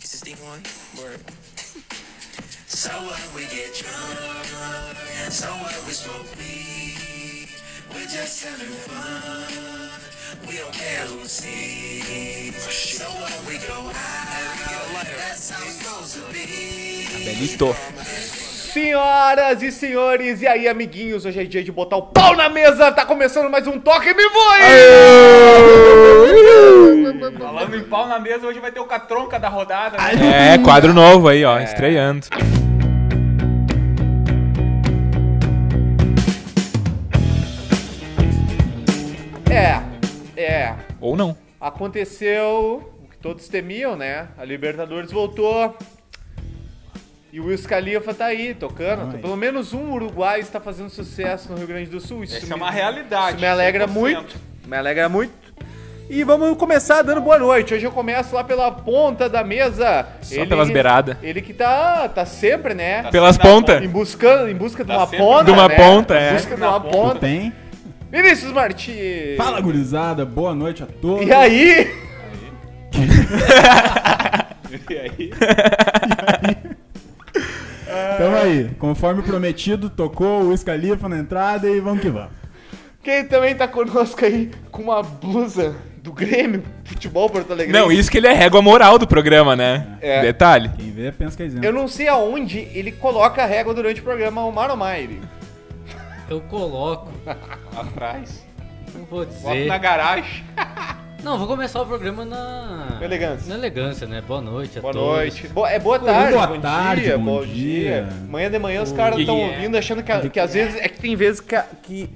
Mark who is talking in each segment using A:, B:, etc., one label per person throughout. A: this thing on word. So what we get drunk, so what we smoke weed. We're just having fun. We don't care who sees. So what we go out, that's how it's supposed to be.
B: Benito.
C: Senhoras e senhores, e aí, amiguinhos? Hoje é dia de botar o pau na mesa. Tá começando mais um Toque Me Voe!
D: Falando em pau na mesa, hoje vai ter o Catronca da rodada.
E: Ah,
D: Né?
B: É, quadro novo aí,
C: É.
B: ó, estreando.
C: É, é.
B: Ou não.
C: Aconteceu o que todos temiam, né? A Libertadores voltou. E o Wiz Khalifa tá aí, tocando. Então, Pelo menos um uruguaio está fazendo sucesso no Rio Grande do Sul. Isso,
D: Essa
C: me,
D: é uma realidade.
C: isso me alegra
D: 100%.
C: muito. Me alegra muito. E vamos começar dando boa noite. Hoje eu começo lá pela ponta da mesa.
B: Só pelas beiradas.
C: Ele que tá, tá sempre, né?
B: Pelas
D: Tá bom.
B: pontas.
C: Em, busca, em busca de
D: Tá
C: uma
D: sempre
C: ponta.
B: De uma
C: né?
B: ponta, é.
C: Em busca de uma
D: Na
C: ponta.
F: Tem?
C: Vinícius Martins!
F: Fala, gurizada. Boa noite a todos.
C: E aí?
D: E aí?
F: Tamo aí. Conforme prometido, tocou o Scalifa na entrada e vamos que vamos.
C: Quem também tá conosco aí com uma blusa do Grêmio, futebol Porto Alegre.
B: Não, isso que ele é régua moral do programa, né?
C: É.
B: Detalhe.
F: Quem vê, pensa que é isento.
C: Eu não sei aonde ele coloca a régua durante o programa, o Maromai.
G: Eu coloco,
D: Atrás.
G: não vou
D: Bota na
G: dizer.
C: Tá?
D: garagem.
G: Não, vou começar o programa na.
C: Na elegância.
G: Na elegância, né? Boa noite a
C: Boa
G: todos.
C: noite. Bo- é boa tarde,
F: boa
C: bom
F: tarde,
C: dia,
F: bom
C: bom dia.
F: dia.
C: Manhã de manhã os caras estão
B: dia.
C: ouvindo achando que, a- que às vezes. É que tem vezes que a, que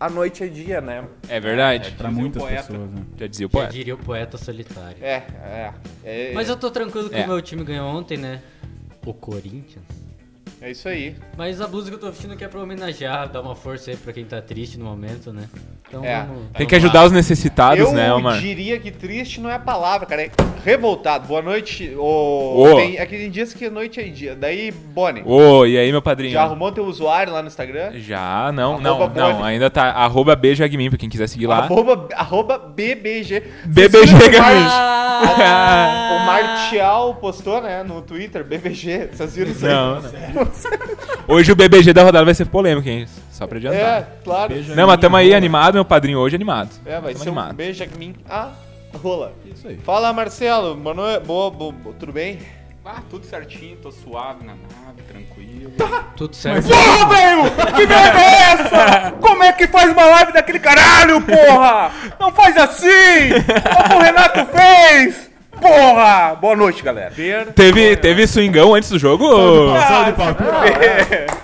C: a noite é dia, né?
B: É verdade.
F: Pra
C: um
F: muitas
D: poeta.
F: pessoas, né?
B: Já dizia o
G: Já
B: poeta.
G: diria o poeta solitário.
C: É, é. é
G: Mas eu tô tranquilo que
B: É.
G: o meu time ganhou ontem, né? O Corinthians.
C: É isso aí.
G: Mas a blusa que eu tô vestindo aqui é pra homenagear, dar uma força aí pra quem tá triste no momento, né? Então
C: É.
G: vamos.
B: Tem que ajudar os necessitados,
C: eu
B: né, mano?
C: diria que triste não é a palavra, cara. É revoltado. Boa noite. Ô,
B: Ô.
C: Tem, é que tem dias que noite é dia. Daí, Bonnie,
B: Ô, e aí, meu padrinho?
C: já arrumou teu usuário lá no Instagram?
B: Já, não, não,
C: Arroba
B: não.
C: Boni.
B: Ainda tá arroba bjagmin pra quem quiser seguir lá.
C: Arroba, arroba BBG.
B: BBG
C: Vocês viram o
B: Gamin.
C: Mar-
G: Ah!
C: O Martial postou, né, no Twitter, BBG. Vocês viram isso aí?
B: Não, não. Hoje o BBG da rodada vai ser polêmico, hein? Só pra
C: É,
B: adiantar.
C: claro.
F: Beijo
B: Não, mas tamo aí
F: rola.
B: animado, meu padrinho hoje animado.
C: É, vai
B: Tamo
C: ser um
B: animado.
C: beijo em mim. Ah, rola.
F: Isso aí.
C: Fala, Marcelo. Boa noite. Boa, boa, boa. Tudo bem?
D: Ah, tudo certinho, tô suave na nave, tranquilo.
G: Tudo certo.
C: Porra, velho! Que merda é essa? Como é que faz uma live daquele caralho, porra? Não faz assim! Como o Renato fez! Porra! Boa noite, galera. Ver...
B: Teve, teve swingão antes do jogo?
F: Salve, papo.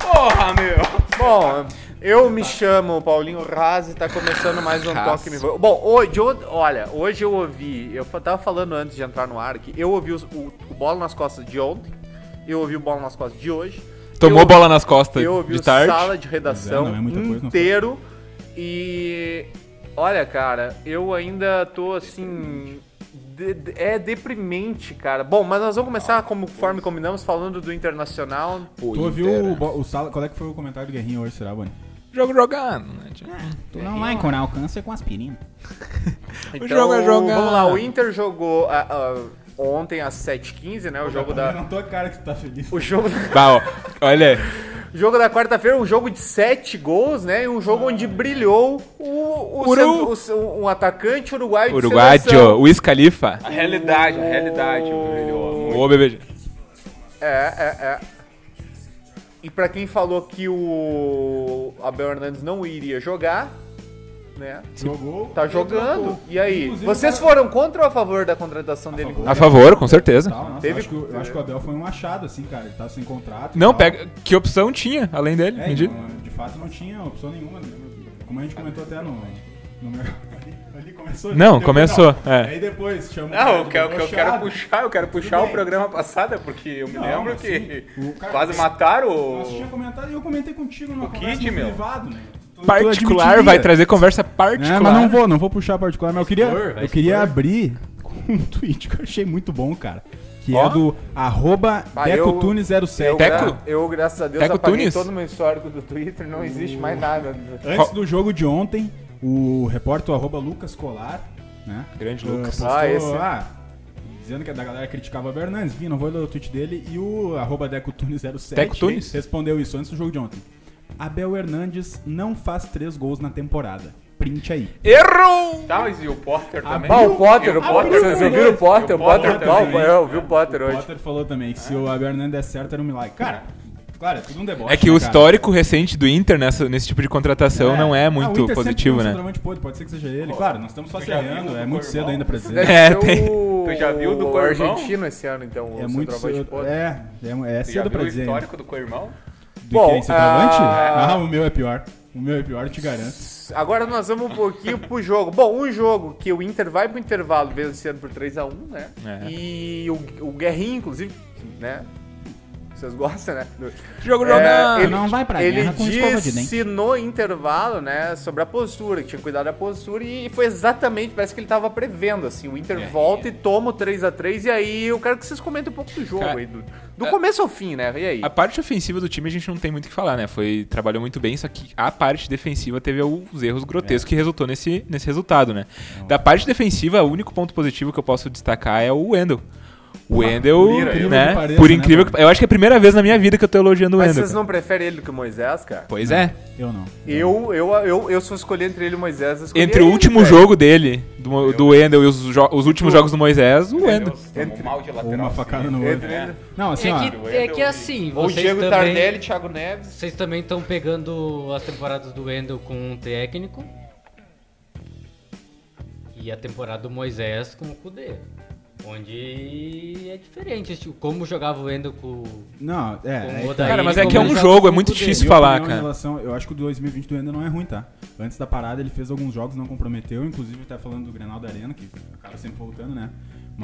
D: Porra, meu!
C: Bom, eu me chamo Paulinho Raz e tá começando mais um
B: Raz.
C: Toque Me Voe. Bom, hoje, eu- olha, hoje eu ouvi, eu fa- tava falando antes de entrar no ar que eu ouvi os- o, o Bola nas Costas de ontem, eu ouvi o Bola nas Costas de hoje.
B: Tomou
C: eu-
B: bola nas costas
C: Eu ouvi
B: de
C: o
B: tarde.
C: sala de redação
F: Mas é, não é muita coisa, não
C: inteiro e olha, cara, eu ainda tô assim de- de- é deprimente, cara. Bom, mas nós vamos começar como conforme combinamos falando do internacional.
F: Tu ouviu o, bo- o sala... Qual é que foi o comentário do Guerrinho hoje, será, Boni?
B: Jogo jogando. né?
F: Tu não vai encorar o câncer com aspirina.
C: Então,
B: jogo é jogar.
C: vamos lá, o Inter jogou ah, ah, ontem às 7h15, né? O jogo da
F: Não tô a cara que tu tá feliz.
C: o jogo
B: Bah, ó, olha,
C: o jogo da quarta-feira, um jogo de 7 gols, né? E um jogo onde brilhou o, o,
B: Uru.
C: cent- o- um atacante uruguaio de
B: Uruguaio,
C: seleção.
B: Luiz Califa.
D: A realidade, a realidade, brilhou muito.
B: Ô, BBG.
C: É, é, é. E pra quem falou que o Abel Hernandes não iria jogar, né?
F: Jogou.
C: Tá jogando. E aí? Vocês foram contra ou a favor da contratação dele?
F: tá- favor.
B: A favor, com certeza.
F: Tal, nossa,
C: Teve-
F: tá, eu, acho que, o- eu acho que o Abel foi um achado, assim, cara. Ele tava sem contrato. e
B: Não,
F: tal.
B: pega. Que opção tinha, além dele?
F: É,
B: Me diga.
F: então, de fato não tinha opção nenhuma. né? Como a gente comentou até no. no meu- ali, ali começou.
B: Não,
F: deu-
B: começou,
F: não.
B: é.
F: Aí depois chamou.
D: Não, Ah,
C: é
D: eu quero, eu quero
F: Chave.
D: puxar, eu quero puxar
F: É, Tudo
D: o
F: bem.
D: programa passado, porque eu me
F: Não,
D: lembro
F: mas
D: que
F: sim, o cara-
D: quase mataram
F: Nós tinha
D: o.
F: comentado e eu comentei contigo no
D: Kid, meu.
F: privado, né? Tu- tu
B: Particular
F: admitiria.
B: vai trazer conversa
F: É,
B: particular.
F: mas não vou, não vou puxar particular, mas eu queria,
G: Expor, vai
F: eu queria
G: expor.
F: abrir com um tweet que eu achei muito bom, cara. Que
B: Ó.
F: é do arroba
C: Ah, eu- Eu,
F: 07
B: Teco?
C: eu, graças a Deus,
B: Teco
C: apaguei
B: Tunis?
C: todo o meu histórico do Twitter, não existe mais nada.
F: Antes do jogo de ontem, o repórter o arroba Lucas Colar, né?
B: Grande
F: eh,
B: Lucas.
E: é-
F: Postou,
C: Ah, esse.
F: ah, dizendo que a da galera criticava o Bernardes. Vim, não vou ler o tweet dele. E o arroba DecoTunes07
B: DecoTunes?
F: respondeu isso antes do jogo de ontem. Abel Hernandes não faz três gols na temporada. Print aí.
B: Errou!
D: Tá, mas e o Potter também?
E: Ah, o Potter, o
D: E
E: Potter, vocês
F: abriu
E: ouviram o Potter? O
D: o Potter
E: Potter, qual?
F: também.
E: Eu vi o Potter hoje.
F: Potter falou também que se o Abel Hernandes der certo era um milagre. Cara, claro, é tudo um deboche.
B: É que
F: né,
B: o
F: cara?
B: histórico recente do Inter nessa, nesse tipo de contratação não é
F: Ah, o
B: muito
F: Inter sempre
B: positivo,
F: tem um
B: né?
F: centroavante podre, pode ser que seja ele. Claro, nós estamos só
D: Tu já
F: serrando,
D: viu
F: é
D: do
F: muito cedo
D: Corval?
F: ainda pra dizer.
E: Deve
B: É,
E: ser
B: tem-
E: o...
D: Tu já viu do
E: o
D: Corvão?
E: argentino esse ano, então,
F: É
E: o
F: muito
E: centroavante
F: cedo.
E: podre.
F: É, é, é
D: né? Você já
F: cedo
D: viu
F: pra
D: o
F: dizer. ainda.
D: histórico do co-irmão?
F: Do é
E: Bom,
F: quem? Centroavante?
E: ah,
F: Ah, o meu é pior. O meu é pior, eu te garanto.
E: Agora nós vamos um pouquinho pro jogo. Bom, um jogo que o Inter vai pro intervalo vencendo por 3x1, né?
B: É.
E: E o, o Guerrinho, inclusive, né? Vocês gostam, né? Do-
B: Jogo
E: É, ele,
F: não vai pra
E: ele
F: guerra com escova de
E: disse no intervalo, né, sobre a postura, que tinha cuidado da postura, e foi exatamente, parece que ele tava prevendo, assim, o
B: É.
E: Inter volta e toma o 3x3, e aí eu quero que vocês comentem um pouco do jogo
B: Cara, é.
E: aí, do, do começo ao fim, né, e aí?
B: A parte ofensiva do time a gente não tem muito o que falar, né? Foi, trabalhou muito bem, só que a parte defensiva teve alguns erros grotescos
F: É.
B: que resultou nesse, nesse resultado, né? Da parte defensiva, o único ponto positivo que eu posso destacar é o Wendel. O Wendel,
D: por incrível
B: né?
F: que pareça,
B: por
F: né,
B: incrível que, eu acho que é a primeira vez na minha vida que eu tô elogiando o
E: Mas
B: Wendel.
E: vocês não preferem ele do que o Moisés, cara?
B: Pois é.
F: Eu não.
E: Eu, eu, eu, eu, se eu escolher entre ele e o Moisés, eu escolhi
B: Entre o
E: ele, é
B: último
E: velho.
B: jogo dele, do, do Wendel e os, jo- os últimos jogos do Moisés, o Wendel.
D: Deus, tomou mal de
F: Ou
D: lateral. né?
F: uma facada no
E: Entre
F: olho.
E: ele...
F: Não, assim, ó.
G: É que, é que assim,
D: Ou o
G: vocês
D: Diego
G: também,
D: Tardelli, Thiago Neves.
G: Vocês também estão pegando as temporadas do Wendel com um técnico. E a temporada do Moisés com o Kudê. Onde é diferente, tipo, como jogava o Wendel com.
F: Não, é.
G: Com o
F: é-
G: Odair,
B: Cara, mas é
G: como
B: que é um
G: jogava
B: jogo,
G: com
B: é
G: o
B: muito
G: Kudê.
B: difícil.
F: Minha
B: falar,
F: opinião em
B: cara.
F: relação- eu acho que o 2020 do Ender não é ruim, tá? Antes da parada ele fez alguns jogos, não comprometeu, inclusive tá falando do Grenal da Arena, que acaba sempre voltando, né?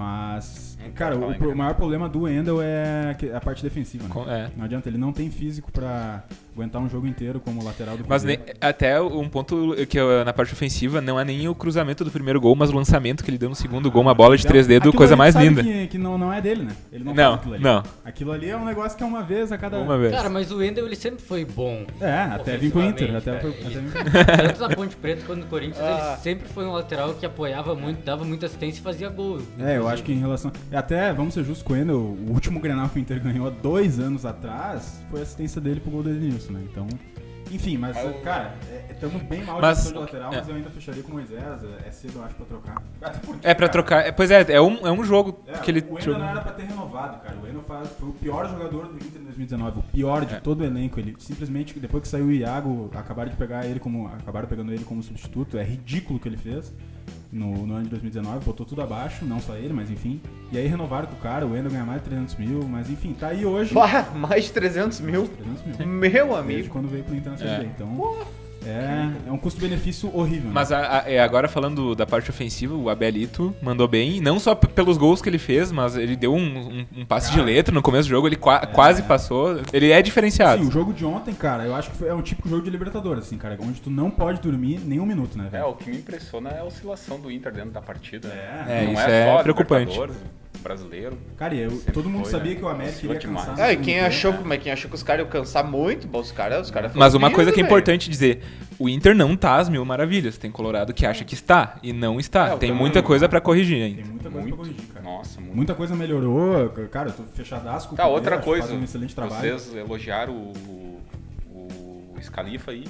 F: Mas, cara,
D: falar
F: o,
D: em
F: pro-
D: Grenal.
F: maior problema do Endel é que- a parte defensiva, né?
B: Com- é.
F: Não adianta, ele não tem físico pra aguentar um jogo inteiro como lateral do
B: Mas
F: Cruzeiro.
B: ne- até um ponto que eu- na parte ofensiva não é nem o cruzamento do primeiro gol, mas o lançamento que ele deu no segundo gol, uma bola de
F: Então,
B: 3 dedos,
F: aquilo
B: coisa
F: ali
B: mais
F: sabe
B: linda.
F: Que, que não, não é dele, né? Ele não,
B: Não,
F: faz aquilo ali.
B: não.
F: Aquilo ali é um negócio que é uma vez a cada.
B: Uma vez.
G: Cara, mas o Wendel ele sempre foi bom.
F: É, até vim pro Inter. Até,
G: Ofensivamente,
F: pro- Ah. até
G: velho.
F: vim pro
G: Tanto na Ponte Preta quanto no Corinthians, ele sempre foi um lateral que apoiava muito, dava muita assistência e fazia gol.
F: É, eu acho que em relação. e Até, vamos ser justos com ele, o o último Grenal que o Inter ganhou há dois anos atrás foi a assistência dele pro gol do Edenilson, né? Então. Enfim, mas, cara, estamos bem mal
B: Mas-
F: de posição de lateral,
B: é.
F: mas eu ainda fecharia com o Moisés. É é cedo, eu acho, pra trocar. Até porque,
B: É pra
F: cara,
B: trocar. é- pois é, é um, é um jogo
F: É,
B: que ele. um-
F: o Endo
B: jogou.
F: não era pra ter renovado, cara. O Endo faz- foi o pior jogador do Inter em 2019, o pior
B: É.
F: de todo o elenco. Ele simplesmente, depois que saiu o Iago, acabaram de pegar ele como. acabaram pegando ele como substituto. É ridículo o que ele fez. No, no ano de 2019, botou tudo abaixo, não só ele, mas enfim. E aí renovaram com o cara, o Endo ganha mais de 300 mil, mas enfim, tá aí hoje.
E: Pá, mais de 300 mil.
F: 300 mil.
E: Meu
F: Desde
E: amigo.
F: quando veio pro Inter na Série B. Então, é, é um custo-benefício horrível. né?
B: Mas a- a- é, agora falando da parte ofensiva, o Abelito mandou bem, não só p- pelos gols que ele fez, mas ele deu um, um- um passe de letra no começo do jogo, ele qua- quase passou. Ele é diferenciado.
F: É. Sim, o jogo de ontem, cara, eu acho que foi- é um típico jogo de Libertadores, assim, cara, onde tu não pode dormir nem um minuto, né,
D: É,
F: velho?
D: o que me impressiona é a oscilação do Inter dentro da partida.
F: É.
B: É,
D: Não
B: isso
D: é,
B: é
D: só
B: preocupante.
D: Libertadores, brasileiro.
F: Cara, eu-
D: Sempre
F: todo mundo
D: foi,
F: sabia
D: né?
F: que o América
D: Oscilou
F: iria
D: demais.
F: cansar. no
E: Ah, e
F: segundo
E: quem
F: tempo,
E: achou,
F: né?
E: como é, quem achou que os caras iam cansar muito, bom, os caras, os caras
B: Mas uma coisa que é
E: velho.
B: importante dizer, o Inter não tá às mil maravilhas. Tem Colorado que acha que está e não está.
D: É, o
B: Tem
D: tamanho,
B: muita coisa pra corrigir
F: tá. Tem
B: ainda.
F: muita coisa pra corrigir, cara.
D: Nossa, muito.
F: Muita coisa melhorou, cara, eu tô fechadasco. com
D: Tá,
F: o
D: outra
F: Palmeiras,
D: coisa.
F: Faz um excelente trabalho.
D: Vocês elogiaram o, o, o Scalifa aí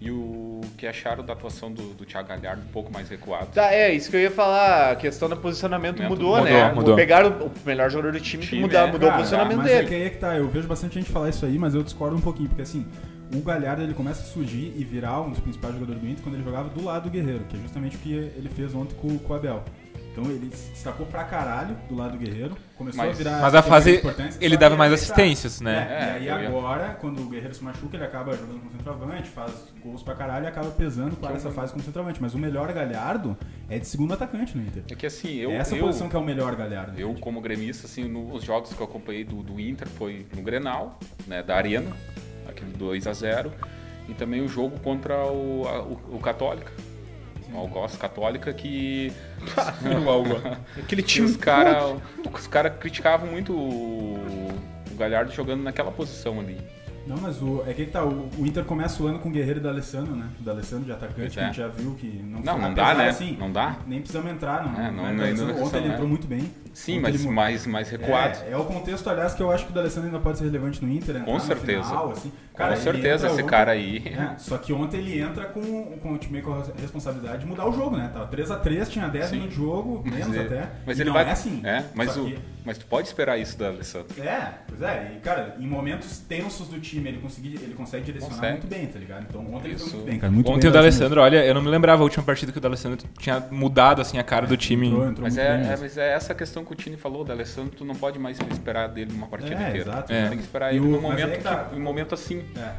D: e o que acharam da atuação do, do Thiago Galhardo um pouco mais recuado.
E: Tá, é, isso que eu ia falar, a questão do posicionamento mudou,
D: Mudou,
E: né?
B: mudou.
E: Pegaram o melhor jogador do time,
D: Time,
E: e
D: é.
E: mudar, mudou
F: Cara,
E: o posicionamento
F: mas é
E: dele.
F: que aí é que tá, eu vejo bastante gente falar isso aí, mas eu discordo um pouquinho, porque assim, o Galhardo ele começa a surgir e virar um dos principais jogadores do Inter quando ele jogava do lado do Guerreiro, que é justamente o que ele fez ontem com, com o Abel. Então ele se destacou pra caralho do lado do Guerreiro, começou
D: Mas-
F: a virar.
B: mas a fase,
F: importância,
B: ele
F: só
B: dava
F: que
B: mais
F: aí tá.
B: assistências, né?
F: É,
D: É,
F: e
D: eu
F: aí
D: ia-
F: agora, quando o Guerreiro se machuca, ele acaba jogando como centroavante, faz gols pra caralho e acaba pesando, claro, essa fase como centroavante. Mas o melhor Galhardo é de segundo atacante no Inter.
D: É que assim, eu,
F: é essa
D: eu,
F: posição que é o melhor Galhardo.
D: eu
F: gente.
D: como gremista, assim, nos jogos que eu acompanhei do, do Inter foi no Grenal, né, da Arena, aquele 2 a 0 e também o jogo contra o, a- o, o Católica. O Algoz Católica que
E: Aquele
D: que os caras os cara criticavam muito o, o Galhardo jogando naquela posição ali.
F: Não, mas o, é que tá, o, o Inter começa o ano com o Guerreiro da Alessandro, né? Da Alessandro de
D: Pois
F: atacante, que
D: é.
F: a gente já viu que não
D: Não, não
F: apesar
D: dá, né?
F: assim,
D: não dá.
F: Nem precisamos entrar, não.
D: É, não- não-
F: mas o D'Alessandro
D: não-
F: ontem ele
D: não-
F: entrou muito bem.
D: Sim,
F: Muito
D: mas
F: limão.
D: mais, mais recuado.
F: É, é o contexto, aliás, que eu acho que o D'Alessandro ainda pode ser relevante no Inter. entrar
D: Com
F: na
D: certeza.
F: Final, assim.
D: Com
F: ele
D: certeza,
F: entra
D: esse
F: ontem-
D: cara aí.
F: É, só que ontem ele entra com, com o time com a responsabilidade de mudar o jogo, né? Tava 3x3, tinha 10
D: Sim.
F: no jogo, menos
D: Mas ele-
F: até.
D: Mas
F: E
D: ele
F: não
D: vai.
F: é assim.
D: é, mas,
F: Só
D: o,
F: que-
D: mas tu pode esperar isso da Alessandro.
F: É, pois é, e cara, em momentos tensos do time ele, conseguir, ele consegue direcionar
D: Consegue.
F: muito bem, tá ligado? Então ontem ele foi
D: Isso.
F: muito bem, cara. Muito
B: Ontem
F: bem assim,
B: o
D: é
B: D'Alessandro, olha, eu não me lembrava a última partida que o D'Alessandro tinha mudado assim a cara do time.
F: Entrou, entrou
D: Mas
F: muito
D: é,
F: bem
D: é,
F: mesmo.
D: mas é essa questão que o Tini falou, da Alessandro, tu não pode mais esperar dele uma partida
F: É,
D: inteira.
F: exato.
D: Tu
B: É.
D: Tem que esperar
F: E
D: ele
F: o-
D: num
F: mas aí
D: momento,
F: que tá.
D: que- num momento assim.
F: É,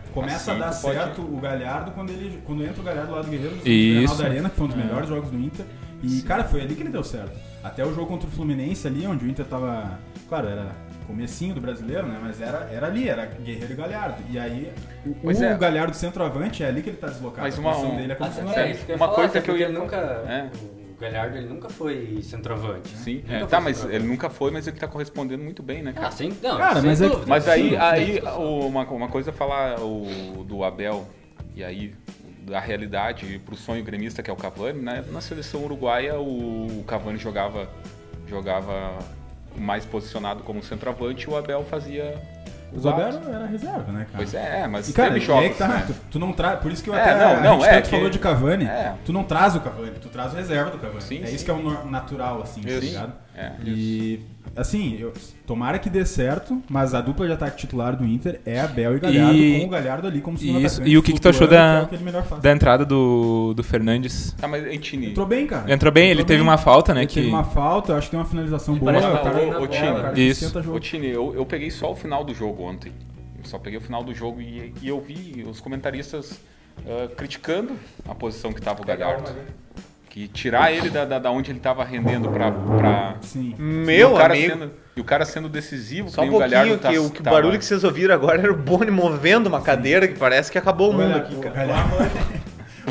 D: Assim,
F: começa a dar
D: tu pode-
F: certo o Galhardo quando, ele, quando entra o Galhardo lá do Guerreiro, no
B: Isso.
F: final da Arena, que foi um dos melhores jogos do Inter. E, cara, foi ali que ele deu certo. Até o jogo contra o Fluminense ali, onde o Inter tava. Claro, era comecinho do brasileiro, né? Mas era, era ali, era Guerreiro e Galhardo. E aí, o,
D: Pois
F: o
D: é.
F: Galhardo centroavante é ali que ele tá deslocado.
D: Mas
F: a
D: uma-
F: função
D: um-
F: dele é como
G: Ah,
F: se
G: tá,
F: não
G: é
F: era.
G: isso que eu ia
D: Uma
G: falar,
D: coisa
G: até
D: que eu ia-
G: porque ele nunca.
D: É.
G: O Galhardo ele nunca foi centroavante. né?
D: Sim.
G: Nunca
D: É,
G: foi
D: tá, mas
G: centroavante.
D: ele nunca foi, mas ele tá correspondendo muito bem, né, cara?
G: Ah, sem, não,
F: Cara,
G: sem
F: mas é que-
G: dúvida.
D: Mas aí,
G: Sim,
D: aí
G: sim.
D: o- uma, uma coisa é falar o, do Abel e aí da realidade pro sonho gremista que é o Cavani, né? Na seleção uruguaia o, o Cavani jogava jogava mais posicionado como centroavante e o Abel fazia
F: O Zobero era reserva, né, cara?
D: Pois é, é, mas
F: E, cara,
D: teve
F: é
D: jogos,
F: que tá,
D: né?
F: tu, tu não traz. Por isso que eu
D: É,
F: até
D: não,
F: a
D: não,
F: gente
D: é
F: tanto
D: que-
F: falou de Cavani,
D: é.
F: tu não traz o Cavani, tu traz o reserva do Cavani.
D: Sim,
F: é
D: sim.
F: isso que é o nor- natural, assim, tá
D: Isso.
F: ligado?
D: É.
F: E assim, eu, tomara que dê certo, mas a dupla de ataque titular do Inter é Abel e Galhardo,
B: E-
F: com o Galhardo ali como segundo
B: Isso.
F: atacante,
B: E o que, que tu achou
F: flutuando, que é
B: da,
F: o que ele melhor faz.
B: da entrada do, do Fernandes?
D: Tá, mas Entini.
F: Entrou bem, cara.
B: Entrou bem, ele teve uma falta, né?
F: Ele
B: Que...
F: teve uma falta, eu acho que tem uma finalização boa.
G: parece que
F: o cara,
G: tá
D: o- o
F: o
D: time.
F: cara que
B: Isso.
F: senta
D: Ô
F: jogo.
D: Tini, eu, eu peguei só o final do jogo ontem. Eu só peguei o final do jogo e, e eu vi os comentaristas ah, criticando a posição que tava o Galhardo. Que tirar ele da, da, da onde ele tava rendendo pra. pra...
F: Sim.
D: e
C: Meu
D: o cara
C: amigo.
D: Sendo, e o cara sendo decisivo,
C: Só
D: que
C: um
D: nem o Galhardo
C: pouquinho,
D: tá,
C: que o que o
D: tá-
C: barulho que vocês ouviram agora era o Boni movendo uma cadeira que parece que acabou o mundo
F: Olha,
C: aqui,
F: o
C: cara.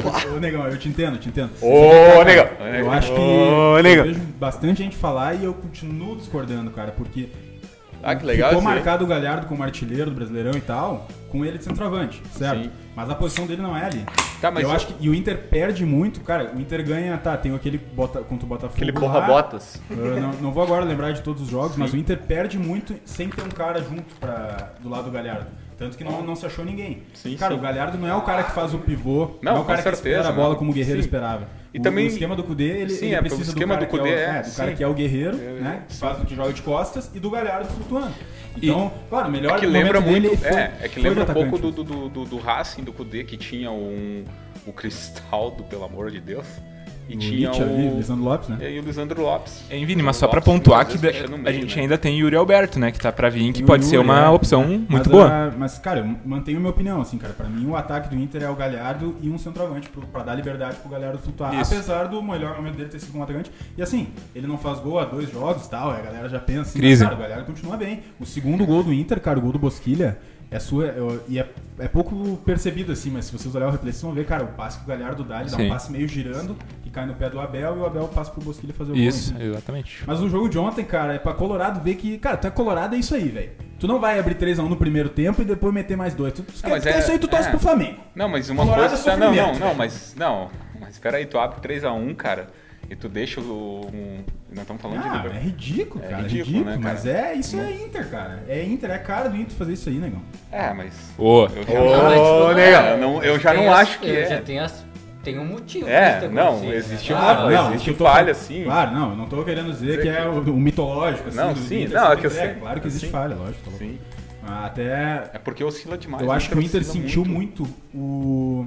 F: Galhardo- Ô, negão, eu te entendo, eu te entendo.
C: Ô, nega!
F: Eu acho que
C: Ô,
F: eu
C: nega.
F: vejo bastante gente falar e eu continuo discordando, cara, porque
C: Ah, que legal
F: ficou
C: isso aí.
F: marcado o Galhardo como artilheiro do Brasileirão e tal, com ele de centroavante, certo?
D: Sim.
F: Mas a posição dele não é ali.
D: Tá, mas
F: eu
D: eu-
F: acho que e o Inter perde muito, cara. O Inter ganha, tá, tem aquele bota contra o Botafogo.
C: Aquele
F: lá.
C: porra botas.
F: Eu não, não vou agora lembrar de todos os jogos, mas o Inter perde muito sem ter um cara junto pra, do lado do Galhardo. Tanto que não, não se achou ninguém.
D: Sim,
F: cara,
D: sim.
F: o Galhardo não é o cara que faz o pivô, não, é
D: com
F: o cara que
D: certeza,
F: espera a bola
D: né?
F: como o Guerreiro
D: Sim.
F: esperava.
D: E
F: o,
D: também-
F: o esquema do Cudê, ele,
D: Sim,
F: ele
D: é,
F: precisa
D: o esquema do
F: do cara,
D: Kudê
F: que, é o,
D: é,
F: do cara
D: sim.
F: que é o Guerreiro,
D: É,
F: né? Que faz o que joga de costas, e do Galhardo flutuando. Então, claro, o melhor
D: É que lembra
F: momento
D: muito.
F: dele foi-
D: é, é que
F: foi
D: lembra um
F: do
D: pouco
F: atacante.
D: do, do, do, do, do Racing, do Kudê, que tinha um, o Cristaldo, pelo amor de Deus. E
F: O
D: tinha
F: Nietzsche ali,
D: o.
F: Lisandro Lopes, né?
D: E aí o Lisandro Lopes.
B: Hein, É, Vini, mas
D: O
B: só pra
D: Lopes,
B: pontuar
D: às
B: que
D: vezes,
B: da-
D: fecha no
B: a
D: meio,
B: gente
D: né?
B: ainda tem Yuri Alberto, né? Que tá pra vir, que
F: E o
B: pode ser
F: Yuri,
B: uma
F: né?
B: opção
F: Mas,
B: muito boa.
F: ah, mas, cara, eu mantenho minha opinião, assim, cara. Pra mim, o ataque do Inter é o Galhardo e um centroavante, pro, pra dar liberdade pro Galhardo flutuar.
B: Isso.
F: Apesar do melhor momento dele ter sido como atacante. E assim, ele não faz gol há dois jogos e tal, e a galera já pensa assim,
B: Crise.
F: mas, cara, o Galhardo continua bem. O segundo gol do Inter, cara, o gol do Bosquilha, é sua, é- e é, é pouco percebido, assim, mas se vocês olharem o replay, vocês vão ver, cara, o passe que o Galhardo dá, ele dá
B: Sim.
F: um passe meio girando, que cai no pé do Abel, e o Abel passa pro Bosquilha fazer o gol.
B: Isso,
F: enfim.
B: exatamente.
F: Mas o jogo de ontem, cara, é pra Colorado ver que, cara, tu é Colorado, é isso aí, velho. Tu não vai abrir 3x1 no primeiro tempo e depois meter mais dois. Tu, tu
D: Ah,
F: quer-
D: mas
F: tu quer
D: é-
F: isso aí, tu torce
D: é.
F: pro Flamengo.
D: Não, mas uma
F: Colorado
D: coisa.
F: é
D: não, não,
F: sofrimento,
D: não, mas. Não, mas espera aí, tu abre 3x1, cara, e tu deixa o. Um, nós estamos falando de
F: Ah,
D: Liverpool.
F: é ridículo,
D: É
F: cara. É
D: ridículo,
F: ridículo,
D: né, cara?
F: mas é isso é Inter, cara. É Inter, é cara do Inter fazer isso aí, negão.
D: É, mas.
B: Ô,
D: Eu
G: Não,
D: já,
G: mas, tipo,
C: Ô,
G: não,
C: nega,
G: é,
D: eu não- eu já
G: tem
D: não
G: as-
D: acho que
G: eu
D: é.
G: Já tem, as, tem um motivo. pra isso
D: É,
G: ter
D: não,
G: acontecido, né?
D: existe
G: Ah,
D: uma-
F: Claro,
D: existe
F: o que eu tô
D: falha,
F: falando-
D: sim.
F: Claro, não, eu não tô querendo dizer que é o, o mitológico, assim.
D: Não,
F: do
D: sim,
F: Inter,
D: não,
F: assim,
D: é que eu
F: mas
D: sei.
F: Claro que existe
D: Sim.
F: falha, lógico. tá louco.
D: Sim.
F: Mas Até
D: É porque oscila demais.
F: Eu acho que o Inter
D: oscila
F: sentiu muito, o.